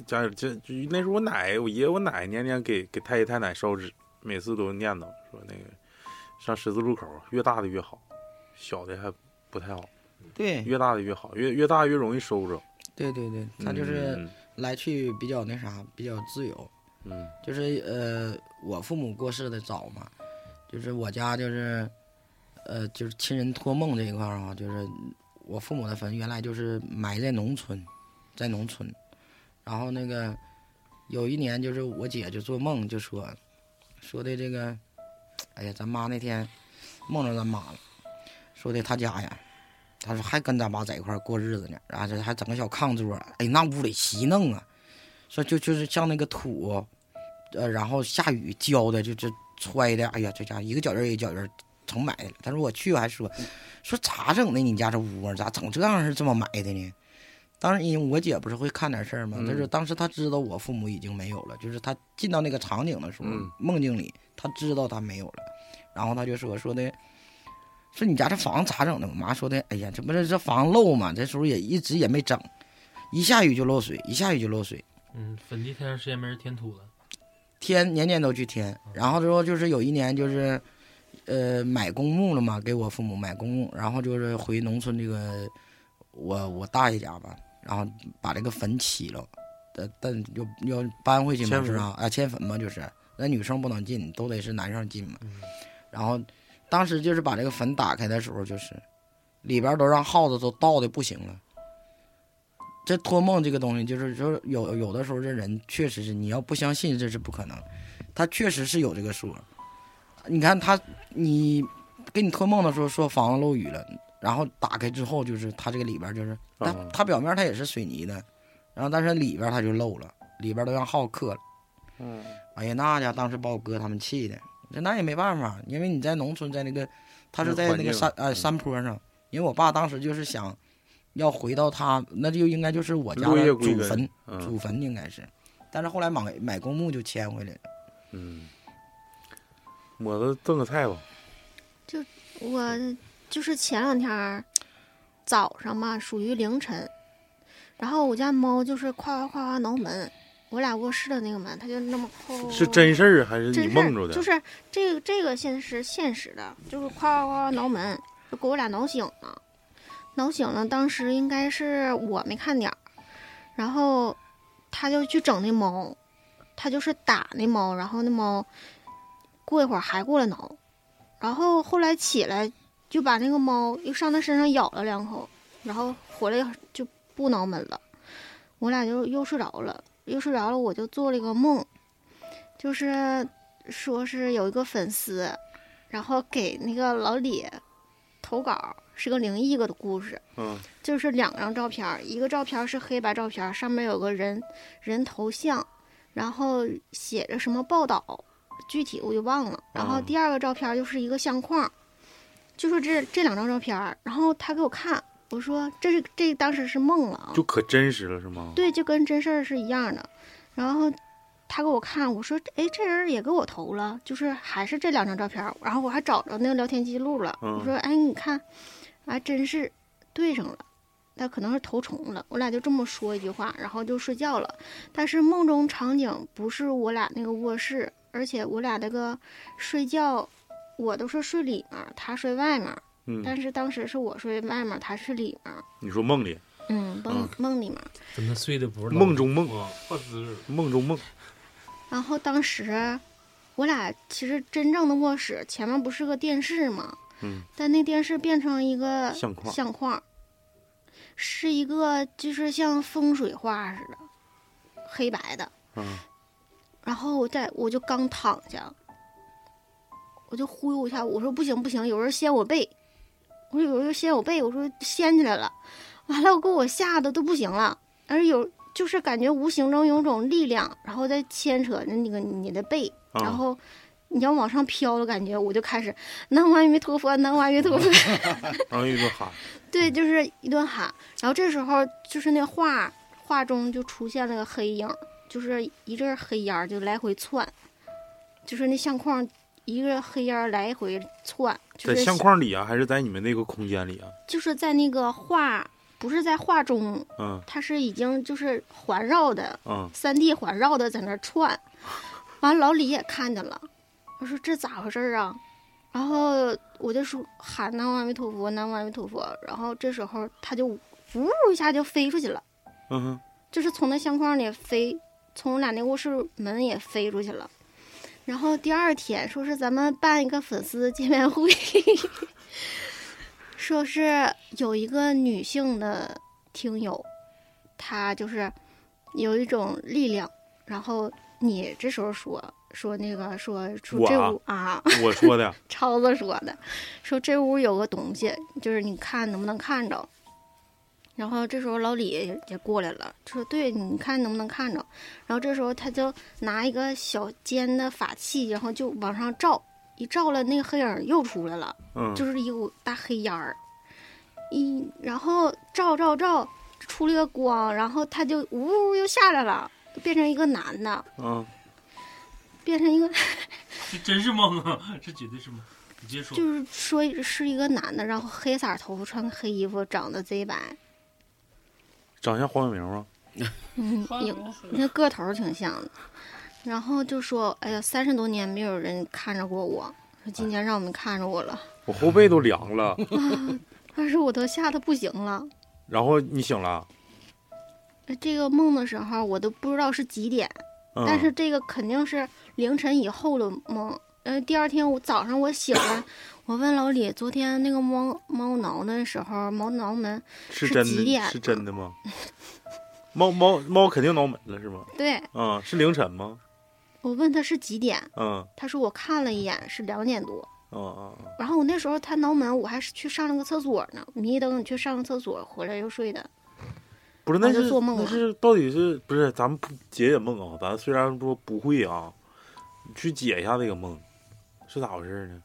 Speaker 1: 家里这就那时候我奶、我爷、我奶年年给给太爷太奶烧纸，每次都念叨说那个上十字路口，越大的越好，小的还不太好，
Speaker 4: 对，
Speaker 1: 越大的越好，越越大越容易收着。
Speaker 4: 对对对，他就是
Speaker 1: 嗯
Speaker 4: 来去比较那啥，比较自由，
Speaker 1: 嗯
Speaker 4: 就是呃，我父母过世的早嘛，就是我家就是，呃，就是亲人托梦这一块儿啊，就是我父母的坟原来就是埋在农村，在农村，然后那个有一年就是我姐就做梦就说，说的这个，哎呀，咱妈那天梦着咱妈了，说的她家呀。她说还跟咱妈在一块儿过日子呢，然后这还整个小炕桌，哎，那屋里稀弄啊，说就就是像那个土，呃，然后下雨浇的，就这揣的，哎呀，这家伙一个脚印儿一个脚印儿成埋的了。他说我去还说，说咋整的？你家这屋啊，咋整这样是这么埋的呢？当时因为我姐不是会看点事儿吗？
Speaker 1: 嗯
Speaker 4: 她说当时她知道我父母已经没有了，就是她进到那个场景的时候，
Speaker 1: 嗯
Speaker 4: 梦境里她知道她没有了，然后他就说说的，说你家这房子咋整的？我妈说的，哎呀，这不是这房漏嘛，这时候也一直也没整，一下雨就漏水，一下雨就漏水，
Speaker 5: 嗯，粉地太长时间没人填土了，
Speaker 4: 天年年都去填。然后之后就是有一年就是，呃，买公墓了嘛，给我父母买公墓，然后就是回农村这个我我大爷家吧，然后把这个坟起了，但但又要搬回去嘛，
Speaker 1: 迁
Speaker 4: 是
Speaker 1: 坟
Speaker 4: 吧？啊，迁坟嘛，就是那女生不能进，都得是男生进嘛。
Speaker 1: 嗯
Speaker 4: 然后当时就是把这个坟打开的时候，就是里边都让耗子都倒的不行了。这托梦这个东西，就是说有有的时候这人确实是你要不相信这是不可能，他确实是有这个说。你看他，你给你托梦的时候说房子漏雨了，然后打开之后就是它这个里边就是它
Speaker 1: 啊
Speaker 4: 它表面它也是水泥的，然后但是里边它就漏了，里边都让耗克了。
Speaker 1: 啊
Speaker 7: 嗯，
Speaker 4: 哎呀，那家伙当时把我哥他们气的，这那也没办法，因为你在农村，在那个，他是
Speaker 7: 那
Speaker 4: 在
Speaker 7: 环
Speaker 4: 那个
Speaker 7: 境
Speaker 4: 山
Speaker 1: 嗯
Speaker 4: 呃山坡上，因为我爸当时就是想要回到他，那就应该就是我家
Speaker 1: 落
Speaker 4: 的
Speaker 1: 叶归
Speaker 4: 祖
Speaker 1: 根
Speaker 4: 坟，
Speaker 1: 嗯
Speaker 4: 祖坟应该是，但是后来买买公墓就迁回来了，
Speaker 1: 嗯，抹子炖个菜吧，
Speaker 3: 我就是前两天儿早上嘛，属于凌晨，然后我家猫就是夸夸夸夸挠门，我俩卧室的那个门，它就那么扣。
Speaker 1: 是真事儿还是
Speaker 3: 哦真
Speaker 1: 你
Speaker 3: 事
Speaker 1: 梦着的？
Speaker 3: 就是这个这个现实现实的，就是夸夸夸挠门，就给我俩挠醒了，挠醒了。当时应该是我没看点儿，然后他就去整那猫，他就是打那猫，然后那猫过一会儿还过来挠，然后后来起来就把那个猫又上他身上咬了两口，然后回来就不挠门了。我俩就又睡着了，又睡着了，我就做了一个梦，就是说是有一个粉丝，然后给那个老李投稿，是个灵异个的故事。
Speaker 1: 嗯，
Speaker 3: 就是两张照片儿，一个照片儿是黑白照片儿，上面有个人人头像，然后写着什么报道，具体我就忘了。然后
Speaker 1: 啊
Speaker 3: 第二个照片儿就是一个相框，就说这这两张照片儿。然后他给我看，我说这是这当时是梦了啊，
Speaker 1: 就可真实了是吗？
Speaker 3: 对，就跟真事儿是一样的。然后他给我看，我说，哎，这人也给我投了，就是还是这两张照片儿。然后我还找着那个聊天记录了，
Speaker 1: 嗯
Speaker 3: 我说，哎，你看，还真是对上了。他可能是投重了，我俩就这么说一句话，然后就睡觉了。但是梦中场景不是我俩那个卧室，而且我俩那个睡觉，我都是睡里面儿，他睡外面儿。
Speaker 1: 嗯，
Speaker 3: 但是当时是我睡外面儿，他睡里面儿。
Speaker 1: 你说梦里，
Speaker 3: 嗯，梦梦里面儿。
Speaker 5: 怎么睡的不是老啊
Speaker 1: 梦？中梦，
Speaker 6: 哇，换姿势了，
Speaker 1: 梦中梦，
Speaker 3: 然后当时我俩其实真正的卧室前面不是个电视吗？
Speaker 1: 嗯，
Speaker 3: 但那电视变成一个
Speaker 1: 相框
Speaker 3: 相框，是一个就是像风水画似的，黑白的。
Speaker 1: 嗯
Speaker 3: 然后我在我就刚躺下，我就忽悠一下，我说不行不行，有人掀我被，我说有人掀我被，我说掀起来了，完了我给我吓得都不行了，而有就是感觉无形中有种力量，然后再牵扯着那个你的背，然
Speaker 1: 啊，
Speaker 3: 后你要往上飘的感觉，我就开始南无阿弥陀佛，南无阿弥陀佛，
Speaker 1: 嗯然后一顿喊，
Speaker 3: 对，就是一顿喊。然后这时候就是那画画中就出现了个黑影，就是一阵儿黑烟儿就来回窜，就是那相框一个黑烟儿来回窜，就
Speaker 1: 在
Speaker 3: 是
Speaker 1: 相框里啊，还是在你们那个空间里啊？
Speaker 3: 就是在那个画不是在画中，
Speaker 1: 嗯
Speaker 3: 它是已经就是环绕的
Speaker 1: 嗯，
Speaker 3: 三 D 环绕的在那儿窜，完了老李也看见了，我说这咋回事儿啊？然后我就说喊南无阿弥陀佛，南无阿弥陀佛。然后这时候他就呜一下就飞出去了，
Speaker 1: 嗯哼，
Speaker 3: 就是从那相框里飞，从我俩那卧室门也飞出去了。然后第二天说是咱们办一个粉丝见面会， 说是有一个女性的听友，她就是有一种力量，然后你这时候说说那个说说
Speaker 1: 我
Speaker 3: 这
Speaker 1: 啊
Speaker 3: 屋啊，
Speaker 1: 我说的，
Speaker 3: 超子说的，说这屋有个东西，就是你看能不能看着。然后这时候老李也也过来了，就说：“对，你看能不能看着？”然后这时候他就拿一个小尖的法器，然后就往上照，一照了，那个黑影儿又出来了，
Speaker 1: 嗯，
Speaker 3: 就是一股大黑烟儿。一然后照照照，出了个光，然后他就呜又下来了，变成一个男的，
Speaker 1: 嗯，
Speaker 3: 变成一个
Speaker 5: 这真是梦啊，这绝对是梦。你接着说。
Speaker 3: 就是说是一个男的，然后黑色儿头发，穿个黑衣服，长得贼白，
Speaker 1: 长相黄晓明吗？
Speaker 3: 嗯，有那个头儿挺像的。然后就说：“哎呀，三十多年没有人看着过我，说今年让我们看着我了。
Speaker 1: 我后背都凉了，
Speaker 3: 嗯当时我都吓得不行了。 呃
Speaker 1: 然后你醒了，
Speaker 3: 这个梦的时候，我都不知道是几点，
Speaker 1: 嗯、
Speaker 3: 但是这个肯定是凌晨以后的梦。呃，第二天我早上我醒了，我问老李昨天那个猫猫挠的时候，猫挠门
Speaker 1: 是
Speaker 3: 是
Speaker 1: 真
Speaker 3: 几点
Speaker 1: 的，是真
Speaker 3: 呢
Speaker 1: 的吗？猫猫猫肯定挠门了是吗？
Speaker 3: 对
Speaker 1: 啊、是凌晨吗？
Speaker 3: 我问他是几点，
Speaker 1: 嗯
Speaker 3: 他说我看了一眼是两点多。
Speaker 1: 啊啊啊！
Speaker 3: 然后我那时候他挠门，我还是去上了个厕所呢，迷瞪你去上个厕所，回来又睡的。
Speaker 1: 不是，
Speaker 3: 那
Speaker 1: 那
Speaker 3: 就是做梦
Speaker 1: 那
Speaker 3: 了
Speaker 1: 是到底是不是？咱们不解解梦啊，咱虽然说不会啊，去解一下这个梦，是咋回事呢？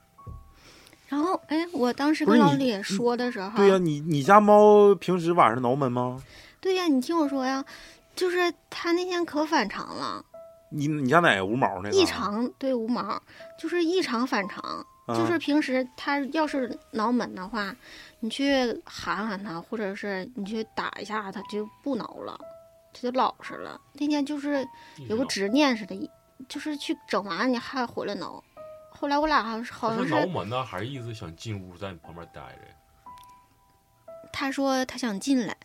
Speaker 3: 然后哎，我当时
Speaker 1: 不
Speaker 3: 跟
Speaker 1: 是
Speaker 3: 老
Speaker 1: 你
Speaker 3: 李说的时候，
Speaker 1: 对呀、你你家猫平时晚上挠门吗？
Speaker 3: 对呀你听我说呀，就是他那天可反常了，
Speaker 1: 你你家哪个无毛那个？
Speaker 3: 异常对无毛，就是异常反常。
Speaker 1: 啊，
Speaker 3: 就是平时他要是挠门的话，你去喊喊他，或者是你去打一下他，就不挠了，他就老实了。那天就是有个执念似的，就是去整完你还回来挠。后来我俩好像是好
Speaker 6: 他
Speaker 3: 像
Speaker 6: 是挠
Speaker 3: 是
Speaker 6: 门呢，还是意思想进屋在你旁边待着呀？
Speaker 3: 他说他想进来，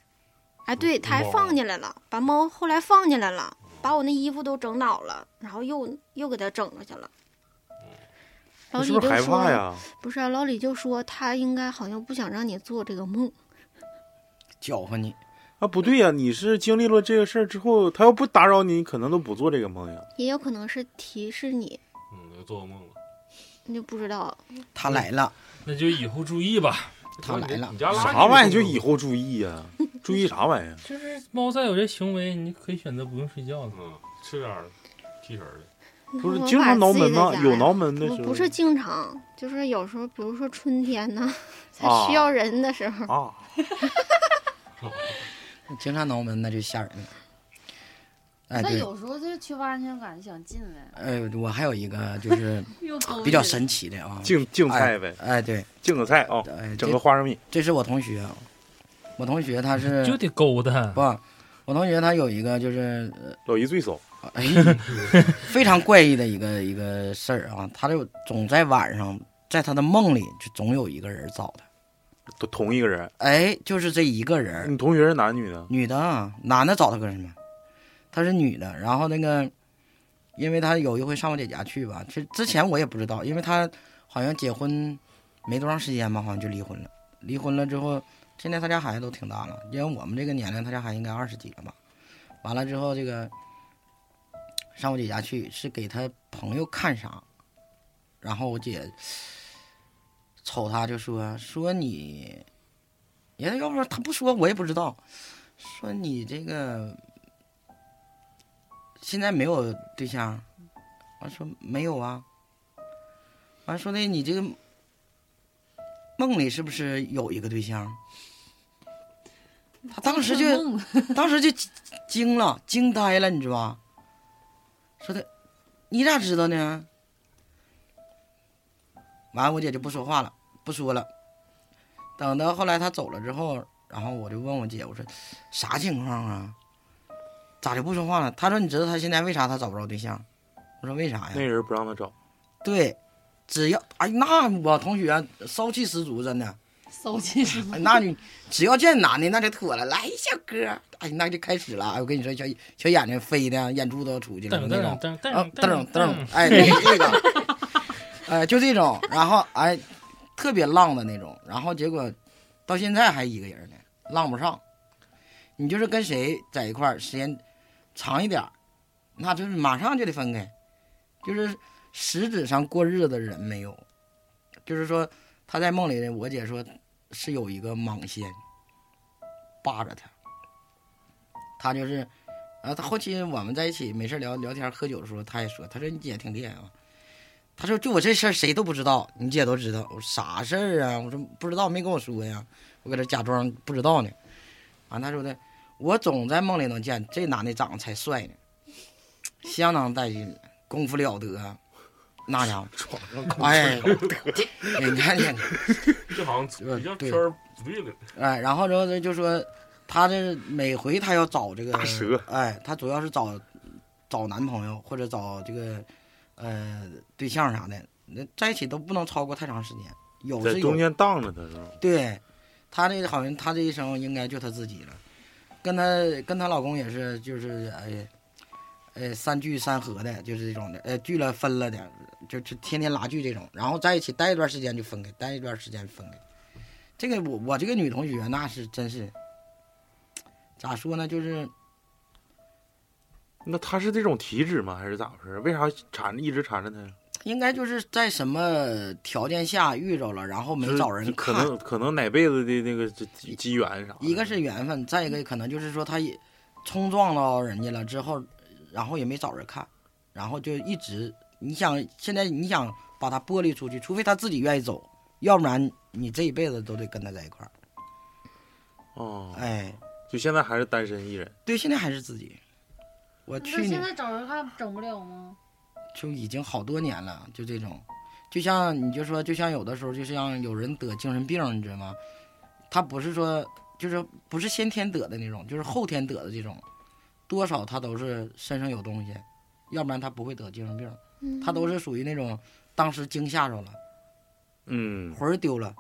Speaker 3: 哎，
Speaker 1: 嗯
Speaker 3: 对，他还
Speaker 6: 猫
Speaker 3: 放进来了，把猫后来放进来了，把我那衣服都整倒了，然后又又给他整出去了。老
Speaker 1: 那嗯
Speaker 3: 李
Speaker 1: 是
Speaker 3: 就
Speaker 1: 不是害怕
Speaker 3: 说
Speaker 1: 呀？
Speaker 3: 不是啊，老李就说他应该好像不想让你做这个梦。
Speaker 4: 搅和你。
Speaker 1: 啊，不对呀、你是经历了这个事儿之后，它要不打扰你，你可能都不做这个梦呀。
Speaker 3: 也有可能是提示你，
Speaker 6: 嗯，又做噩梦了。
Speaker 3: 你就不知道。
Speaker 4: 他
Speaker 1: 嗯
Speaker 4: 来了，
Speaker 5: 那就以后注意吧。
Speaker 4: 他来了
Speaker 6: 你家拉
Speaker 1: 啥玩意儿？就以后注意呀、 注意啥玩意儿？
Speaker 5: 就是猫再有这行为，你可以选择不用睡觉了。
Speaker 6: 嗯，是这样的，踢人的。
Speaker 1: 不是
Speaker 3: 那我
Speaker 1: 经常
Speaker 3: 把
Speaker 1: 挠
Speaker 3: 自己
Speaker 1: 门
Speaker 3: 的
Speaker 1: 吗
Speaker 3: 家？
Speaker 1: 有
Speaker 3: 呀
Speaker 1: 挠门的
Speaker 3: 不
Speaker 1: 时候
Speaker 3: 不是经常，就是有时候，比如说春天呢， 才
Speaker 1: 啊
Speaker 3: 需要人的时候，
Speaker 1: 啊，嗯
Speaker 4: 经常挠门那就吓人了。哎，
Speaker 2: 那
Speaker 4: 对，
Speaker 2: 有时候就是缺乏安全感，想进来
Speaker 4: 呃，我还有一个就是
Speaker 2: 又勾
Speaker 4: 比较
Speaker 2: 引
Speaker 4: 神奇的啊，
Speaker 1: 净净菜呗，
Speaker 4: 哎，对，
Speaker 1: 净个菜啊、
Speaker 4: 哎，
Speaker 1: 整
Speaker 4: 这
Speaker 1: 个花生米。
Speaker 4: 这是我同学，啊我同学他是
Speaker 5: 就得勾搭
Speaker 4: 不，，我同学他有一个就是
Speaker 1: 老姨最熟，
Speaker 4: 哎，非常怪异的一个一个事儿啊，他就总在晚上，在他的梦里就总有一个人找他，
Speaker 1: 同同一个人。
Speaker 4: 哎，就是这一个人，
Speaker 1: 你同学是男女的？
Speaker 4: 女的啊，男的找他干什么？她是女的，然后那个，因为她有一回上我姐家去吧，其实之前我也不知道，因为她好像结婚没多长时间吧，好像就离婚了。离婚了之后，现在她家孩子都挺大了，因为我们这个年龄，她家孩子应该二十几了吧。完了之后，这个上我姐家去是给她朋友看啥，然后我姐瞅她就说说你，也要不然她不说我也不知道。说你这个现在没有对象？完说没有啊。完说的你这个梦里是不是有一个对象？他当时就
Speaker 2: 梦
Speaker 4: 当时就惊惊了，惊呆了，你知道吧？说的，你咋知道呢？完，我姐就不说话了，不说了。等到后来她走了之后，然后我就问我姐，我说啥情况啊？咋就不说话了？她说你知道她现在为啥她找不着对象？我说为啥
Speaker 1: 那
Speaker 4: 呀？
Speaker 1: 人不让他找，
Speaker 4: 对，只要哎，那我同学啊骚气十足，真的。
Speaker 2: 骚气是吗
Speaker 4: 哎，？那你只要见男的，那就妥了。来，小哥，哎，那就开始了。哎，我跟你说，小小眼睛飞的，眼珠都要出去了
Speaker 5: 噔
Speaker 4: 那
Speaker 5: 噔
Speaker 4: 种。
Speaker 5: 噔
Speaker 4: 啊
Speaker 5: 噔，
Speaker 4: 噔
Speaker 5: 嗯
Speaker 4: 噔，哎，对这个， 哎，就这种，然后哎，特别浪的那种，然后结果到现在还一个人呢，浪不上。你就是跟谁在一块儿时间长一点儿，那就是马上就得分开，就是实质上过日子的人没有。就是说他在梦里，我姐说是有一个蟒仙霸着他，他就是，啊，他后期我们在一起没事聊聊天喝酒的时候，他也说，他说你姐挺厉害啊，他说就我这事儿谁都不知道，你姐都知道，我说啥事儿啊？我说不知道，没跟我说呀，我搁这假装不知道呢。完、他说的，我总在梦里能见这男的长得才帅呢，相当带劲，功夫了得，啊那家伙，
Speaker 7: 床上哭
Speaker 4: 哎， 你看见
Speaker 6: 这好像比较
Speaker 4: 对
Speaker 6: 偏儿不对了。
Speaker 4: 哎，然后之后他就说，他这每回他要找这个
Speaker 1: 大蛇，
Speaker 4: 哎，他主要是找找男朋友或者找这个呃对象啥的，那在一起都不能超过太长时间，有
Speaker 1: 在
Speaker 4: 是
Speaker 1: 中
Speaker 4: 有，
Speaker 1: 间荡着的时候，
Speaker 4: 对，他这好像他这一生应该就他自己了，跟他跟她老公也是就是哎。呃，三聚三合的，就是这种的，呃，聚了分了的，就就天天拉锯这种，然后在一起待一段时间就分开，待一段时间分开。这个我我这个女同学那是真是，咋说呢，就是
Speaker 1: 那他是这种体质吗？还是咋回事？为啥缠一直缠着他呀？
Speaker 4: 应该就是在什么条件下遇着了，然后没找
Speaker 1: 就
Speaker 4: 人
Speaker 1: 是可
Speaker 4: 看。
Speaker 1: 能可能哪辈子的那个这机机缘啥的？
Speaker 4: 一个是缘分，再一个可能就是说他也冲撞到人家了之后，然后也没找人看，然后就一直你想现在你想把他剥离出去，除非他自己愿意走，要不然你这一辈子都得跟他在一块儿。
Speaker 1: 哦，
Speaker 4: 哎，
Speaker 1: 就现在还是单身一人，
Speaker 4: 对，现在还是自己。我
Speaker 2: 那
Speaker 4: 哎去年
Speaker 2: 现在找人看整不了吗？
Speaker 4: 就已经好多年了，就这种，就像你就说，就像有的时候，就像有人得精神病，你知道吗？他不是说就是不是先天得的那种，就是后天得的这种，多少他都是身上有东西，要不然他不会得精神病。
Speaker 3: 嗯
Speaker 4: 他都是属于那种当时惊吓着了，
Speaker 1: 嗯，
Speaker 4: 魂儿丢了，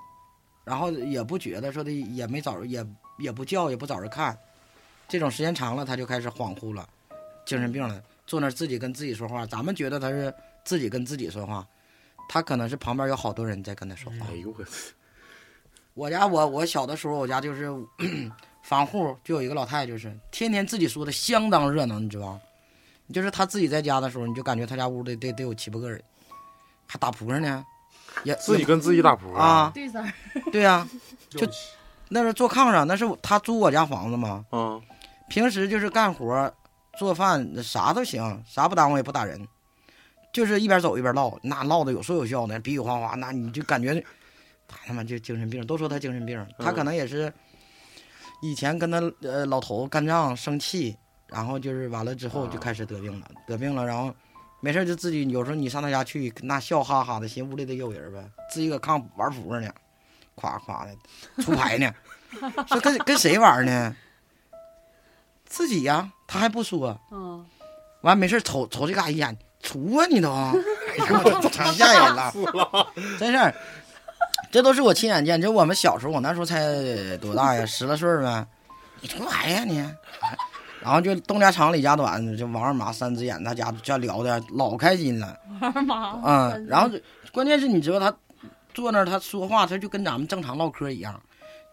Speaker 4: 然后也不觉得说的也没找也也不叫也不找人看，这种时间长了他就开始恍惚了，精神病了，坐那儿自己跟自己说话。咱们觉得他是自己跟自己说话，他可能是旁边有好多人在跟他说话。
Speaker 1: 哎呦我，
Speaker 4: 我家我我小的时候，我家就是 房户就有一个老太太，就是天天自己说的相当热闹，你知道吗？就是她自己在家的时候，你就感觉她家屋里得得有七八个人，还打扑克呢，也
Speaker 1: 自己跟自己打扑克
Speaker 4: 啊，
Speaker 2: 对三儿，
Speaker 4: 对呀、就
Speaker 6: 六七
Speaker 4: 那是坐炕上，那是我她租我家房子嘛，
Speaker 1: 啊，
Speaker 4: 平时就是干活、做饭，啥都行，啥不耽误也不打人，就是一边走一边唠，那唠的有说有笑的，比比划划，那你就感觉他他妈就精神病，都说他精神病，他可能也是以前跟他呃老头干仗生气，然后就是完了之后就开始得病了，得病了，然后没事就自己有时候你上他家去，那笑哈哈的，寻屋里得有人呗，自己搁炕玩扑克呢，夸夸的出牌呢， 说跟跟谁玩呢？自己呀、他还不说，
Speaker 2: 嗯，
Speaker 4: 完没事瞅瞅这嘎一眼，出啊你都，哎呦我操，吓人了，真事儿，这都是我亲眼见，就我们小时候，我那时候才多大呀，十来岁儿呗，你这玩意儿呀你，然后就东家长李家短，就王二麻三只眼，他家家聊的老开心了，
Speaker 2: 二妈，
Speaker 4: 嗯，然后就关键是你知道他坐那儿他说话，他就跟咱们正常唠嗑一样，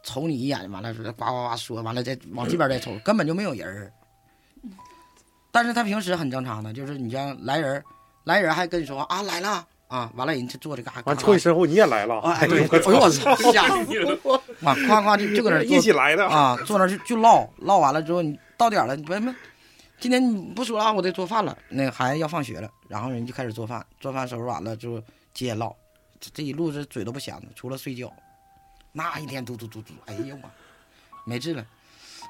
Speaker 4: 瞅你一眼，完了说呱呱呱说，完了再往这边再瞅，根本就没有人儿。但是他平时很正常的，就是你像来人儿，来人儿还跟你说话啊来了啊，完了人家坐着嘎嘎
Speaker 7: 完瞅你身后你也来了，
Speaker 4: 啊，哎对，哎呦我操，吓得 我，哇夸夸就就搁那儿坐
Speaker 7: 哎一起来的，
Speaker 4: 啊，坐那儿就就唠唠完了之后，你到点儿了，你不不，今天你不说了啊，我得做饭了。那个孩子要放学了，然后人就开始做饭，做饭收拾完了之后接着唠，这这一路这嘴都不闲着，除了睡觉，那一天嘟嘟嘟嘟，哎呀我，没治了。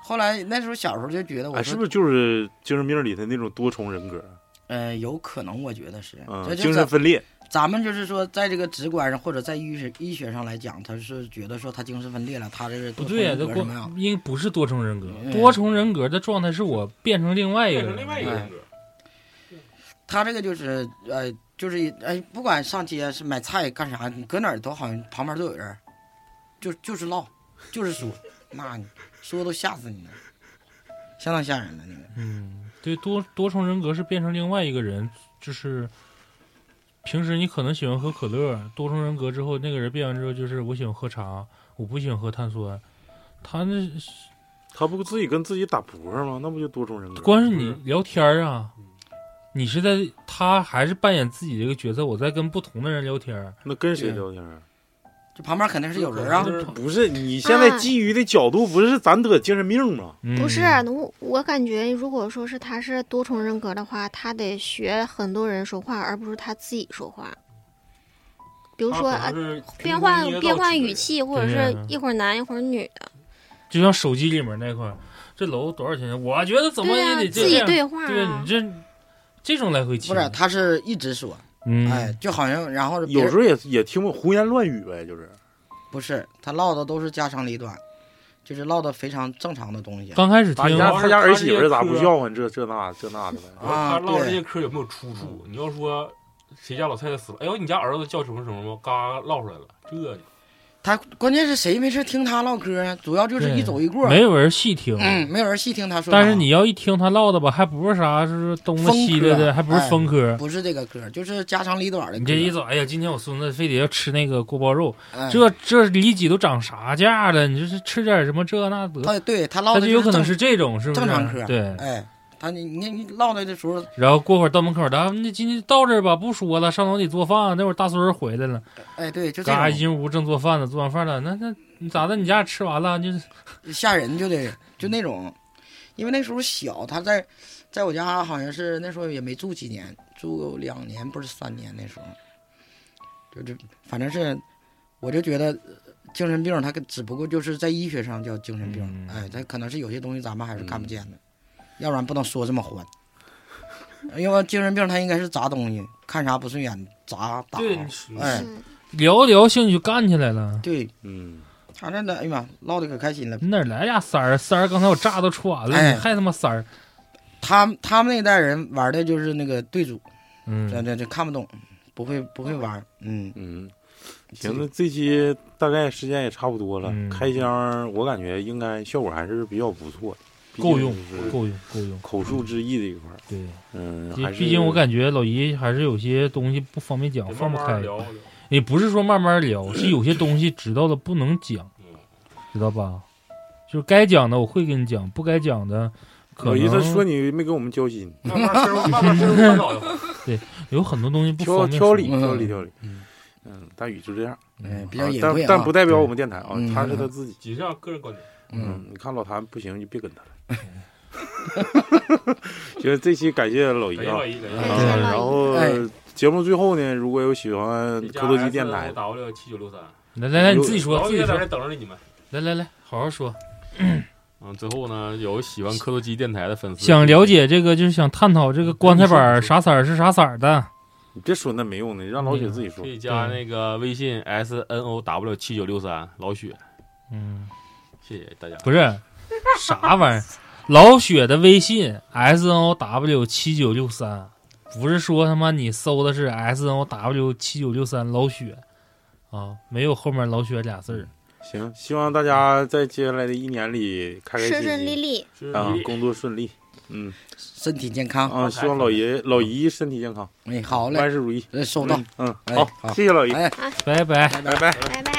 Speaker 4: 后来那时候小时候就觉得我
Speaker 1: 哎，是
Speaker 4: 说，
Speaker 1: 不是就是精神病里的那种多重人格？
Speaker 4: 呃，有可能我觉得是，
Speaker 1: 嗯
Speaker 4: 这，就
Speaker 1: 精神
Speaker 4: 咱
Speaker 1: 分裂，
Speaker 4: 咱们就是说，在这个直观上或者在医学医学上来讲，他是觉得说他精神分裂了，他这是
Speaker 5: 不
Speaker 4: 多
Speaker 5: 对呀、
Speaker 4: 重人
Speaker 5: 这
Speaker 4: 格
Speaker 5: 过
Speaker 4: 什么呀？
Speaker 5: 应不是多重人格，
Speaker 4: 嗯
Speaker 5: 多重人格的状态是我变成另外一个
Speaker 6: 变成
Speaker 5: 人，
Speaker 6: 另外一个人格，
Speaker 4: 他这个就是呃，就是哎，不管上街是买菜干啥，你搁哪儿都好像旁边都有人儿，就就是唠，就是说，那你说都吓死你了，相当吓人了那个。
Speaker 5: 嗯，对，多多重人格是变成另外一个人，就是平时你可能喜欢喝可乐，多重人格之后，那个人变完之后就是我喜欢喝茶，我不喜欢喝碳酸。他那
Speaker 1: 他不自己跟自己打扑克吗？那不就多重人格？
Speaker 5: 光是你
Speaker 6: 嗯
Speaker 5: 聊天儿啊
Speaker 6: 嗯，
Speaker 5: 你是在他还是扮演自己这个角色，我在跟不同的人聊天儿。
Speaker 1: 那跟谁聊天啊？
Speaker 4: 这旁边肯定是有人儿啊
Speaker 6: 就，是
Speaker 1: 不是你现
Speaker 4: 嗯
Speaker 1: 在基于的角度，不是咱得精神病吗？
Speaker 5: 嗯、
Speaker 3: 不是，我我感觉，如果说是他是多重人格的话，他得学很多人说话，而不是他自己说话。比如说，
Speaker 6: 他
Speaker 3: 啊
Speaker 6: 可，能是
Speaker 3: 变换
Speaker 6: 拼音捏造
Speaker 3: 变换
Speaker 6: 起
Speaker 3: 语
Speaker 6: 的
Speaker 3: 气，或者
Speaker 5: 对啊
Speaker 3: 是
Speaker 5: 呀
Speaker 3: 一会儿男一会儿女的，
Speaker 5: 就像手机里面那块儿，这楼多少钱？我觉得怎么
Speaker 3: 对
Speaker 5: 也
Speaker 3: 呀、
Speaker 5: 得
Speaker 3: 自
Speaker 5: 这
Speaker 3: 己
Speaker 5: 样。
Speaker 3: 对话
Speaker 5: 对
Speaker 3: 啊
Speaker 5: 你。这这种来回切，
Speaker 4: 不是，他是一直说，
Speaker 5: 你嗯，
Speaker 4: 哎，就好像然后别
Speaker 1: 有
Speaker 4: 人
Speaker 1: 时候也也听不胡言乱语呗，就是
Speaker 4: 不是他唠的都是家长里短，就是唠的非常正常的东西。
Speaker 5: 刚开始听
Speaker 1: 他家他家儿媳妇儿咋
Speaker 6: 他这
Speaker 1: 不
Speaker 6: 个
Speaker 1: 笑唤这这那这那的呗？
Speaker 4: 啊
Speaker 6: 他唠这
Speaker 4: 对
Speaker 6: 些嗑有没有出处？你要说谁家老太太死了，哎呦，你家儿子叫什么什么吗？嘎唠出来了，这
Speaker 5: 哦
Speaker 4: 他关键是谁没事听他唠嗑啊？主要就是一走一过，
Speaker 5: 没有人细听，
Speaker 4: 嗯，没有人细听他说啥。
Speaker 5: 但是你要一听他唠的吧，还不是啥是东的西的
Speaker 4: 风
Speaker 5: 的，
Speaker 4: 科
Speaker 5: 还不是
Speaker 4: 哎
Speaker 5: 风科。
Speaker 4: 不是这个嗑，就是家长里短的嗑。
Speaker 5: 你这一走，哎呀，今天我孙子非得要吃那个锅包肉，
Speaker 4: 哎
Speaker 5: 这这里脊都长啥价了？你这是吃点什么这那得？
Speaker 4: 他对他唠
Speaker 5: 他
Speaker 4: 的
Speaker 5: 就
Speaker 4: 就
Speaker 5: 有可能
Speaker 4: 正
Speaker 5: 是这种，是不是？
Speaker 4: 正常嗑
Speaker 5: 对。
Speaker 4: 哎，他你你你唠的的时候，
Speaker 5: 然后过会儿到门口，咱们那今天到这儿吧，不说了，上楼得做饭。那会儿大孙儿回来了，
Speaker 4: 哎，对，就这
Speaker 5: 嘎一
Speaker 4: 种
Speaker 5: 进屋正做饭呢，做完饭了，那那你咋的？你家吃完了就是
Speaker 4: 吓人就得就那种，因为那时候小，他在在我家好像是那时候也没住几年，住两年不是三年那时候，就就反正是我就觉得呃精神病，他只不过就是在医学上叫精神病，
Speaker 5: 嗯
Speaker 4: 哎，他可能是有些东西咱们还是看不见的，要不然不能说这么欢。 因为精神病，他应该是砸东西，看啥不顺眼砸打，哎，
Speaker 3: 嗯，
Speaker 5: 聊一聊兴趣就干起来了。
Speaker 4: 对，
Speaker 1: 嗯，
Speaker 4: 他那的，哎呀妈，唠的可开心了。
Speaker 5: 你哪来俩三儿？三儿刚才我炸都出完了，
Speaker 4: 哎
Speaker 5: 你还他妈三儿？
Speaker 4: 他们他们那代人玩的就是那个对组，这
Speaker 5: 嗯，
Speaker 4: 这这看不懂，不会不会玩，嗯，
Speaker 1: 嗯，行，那这期大概时间也差不多了，
Speaker 5: 嗯
Speaker 1: 开箱我感觉应该效果还是比较不错的，毕竟
Speaker 5: 够用
Speaker 1: 就是，
Speaker 5: 够用，够用。
Speaker 1: 口述之意这一块儿，
Speaker 5: 对，
Speaker 1: 嗯，
Speaker 5: 毕
Speaker 1: 还是
Speaker 5: 毕竟我感觉老姨还是有些东西不方便讲，
Speaker 6: 慢
Speaker 5: 放不
Speaker 6: 慢
Speaker 5: 开。
Speaker 6: 聊。
Speaker 5: 也不是说慢慢聊，是有些东西知道了不能讲，
Speaker 1: 嗯
Speaker 5: 知道吧？就是该讲的我会跟你讲，不该讲的可
Speaker 1: 老姨他说
Speaker 5: 能
Speaker 1: 你没跟我们交心，
Speaker 6: 慢慢深入，慢慢深入探讨一会儿。
Speaker 5: 有很多东西不
Speaker 1: 挑
Speaker 5: 方便
Speaker 1: 挑
Speaker 5: 说。
Speaker 1: 理
Speaker 4: 嗯
Speaker 1: 挑理挑理
Speaker 5: 嗯，
Speaker 1: 嗯，大宇就这样，
Speaker 4: 哎，比较
Speaker 1: 啊
Speaker 4: 隐晦
Speaker 1: 但
Speaker 4: 啊，
Speaker 1: 但不代表我们电台啊
Speaker 4: 嗯，
Speaker 1: 他是他自己，
Speaker 6: 仅上个人观点，
Speaker 4: 嗯，，
Speaker 1: 你看老谭不行就别跟他了。 行，这期感谢老姨
Speaker 6: 感谢
Speaker 1: 啊
Speaker 6: 老，姨，感
Speaker 1: 啊
Speaker 6: 谢
Speaker 3: 感谢老姨
Speaker 1: 然后
Speaker 4: 哎
Speaker 1: 节目最后呢，如果有喜欢科多机电台
Speaker 4: 哎
Speaker 1: 的。
Speaker 6: W 七九六三，
Speaker 5: 来来来，你自己说，
Speaker 6: 老
Speaker 5: 自
Speaker 6: 姨
Speaker 5: 己
Speaker 6: 在这
Speaker 5: 说，
Speaker 6: 儿等着你们。
Speaker 5: 来来来，好好说。
Speaker 6: 嗯，最后呢，有喜欢科多基电台的粉丝，
Speaker 5: 想了解这个，就是想探讨这个棺材板儿
Speaker 6: 你说
Speaker 5: 啥色儿是啥色儿的。
Speaker 1: 你别说那没用的，你让老雪自己说
Speaker 6: 可。
Speaker 4: 嗯
Speaker 6: 以加那个微信 S N O W 七九六三老雪，
Speaker 5: 嗯，
Speaker 6: 谢谢大家。
Speaker 5: 不是，啥玩意儿？ 老雪的微信 S N O W 七九六三，不是说他妈你搜的是 S N O W 七九六三老雪啊，没有后面老雪俩字儿。
Speaker 1: 行，希望大家在接下来的一年里开开
Speaker 3: 顺
Speaker 1: 心
Speaker 3: 顺利
Speaker 1: 心
Speaker 3: 利，
Speaker 6: 是
Speaker 1: 啊
Speaker 6: 李，
Speaker 1: 工作顺利。嗯
Speaker 4: 身体健康，
Speaker 1: 啊，希望老爷老姨身体健康，
Speaker 4: 哎，好嘞
Speaker 1: 万，事如意。
Speaker 4: 呃收到，
Speaker 1: 嗯，
Speaker 4: 哎
Speaker 1: 好，
Speaker 4: 好
Speaker 1: 谢谢老姨，
Speaker 4: 哎
Speaker 5: 拜拜。
Speaker 4: 拜拜
Speaker 1: 拜拜。
Speaker 3: 拜拜。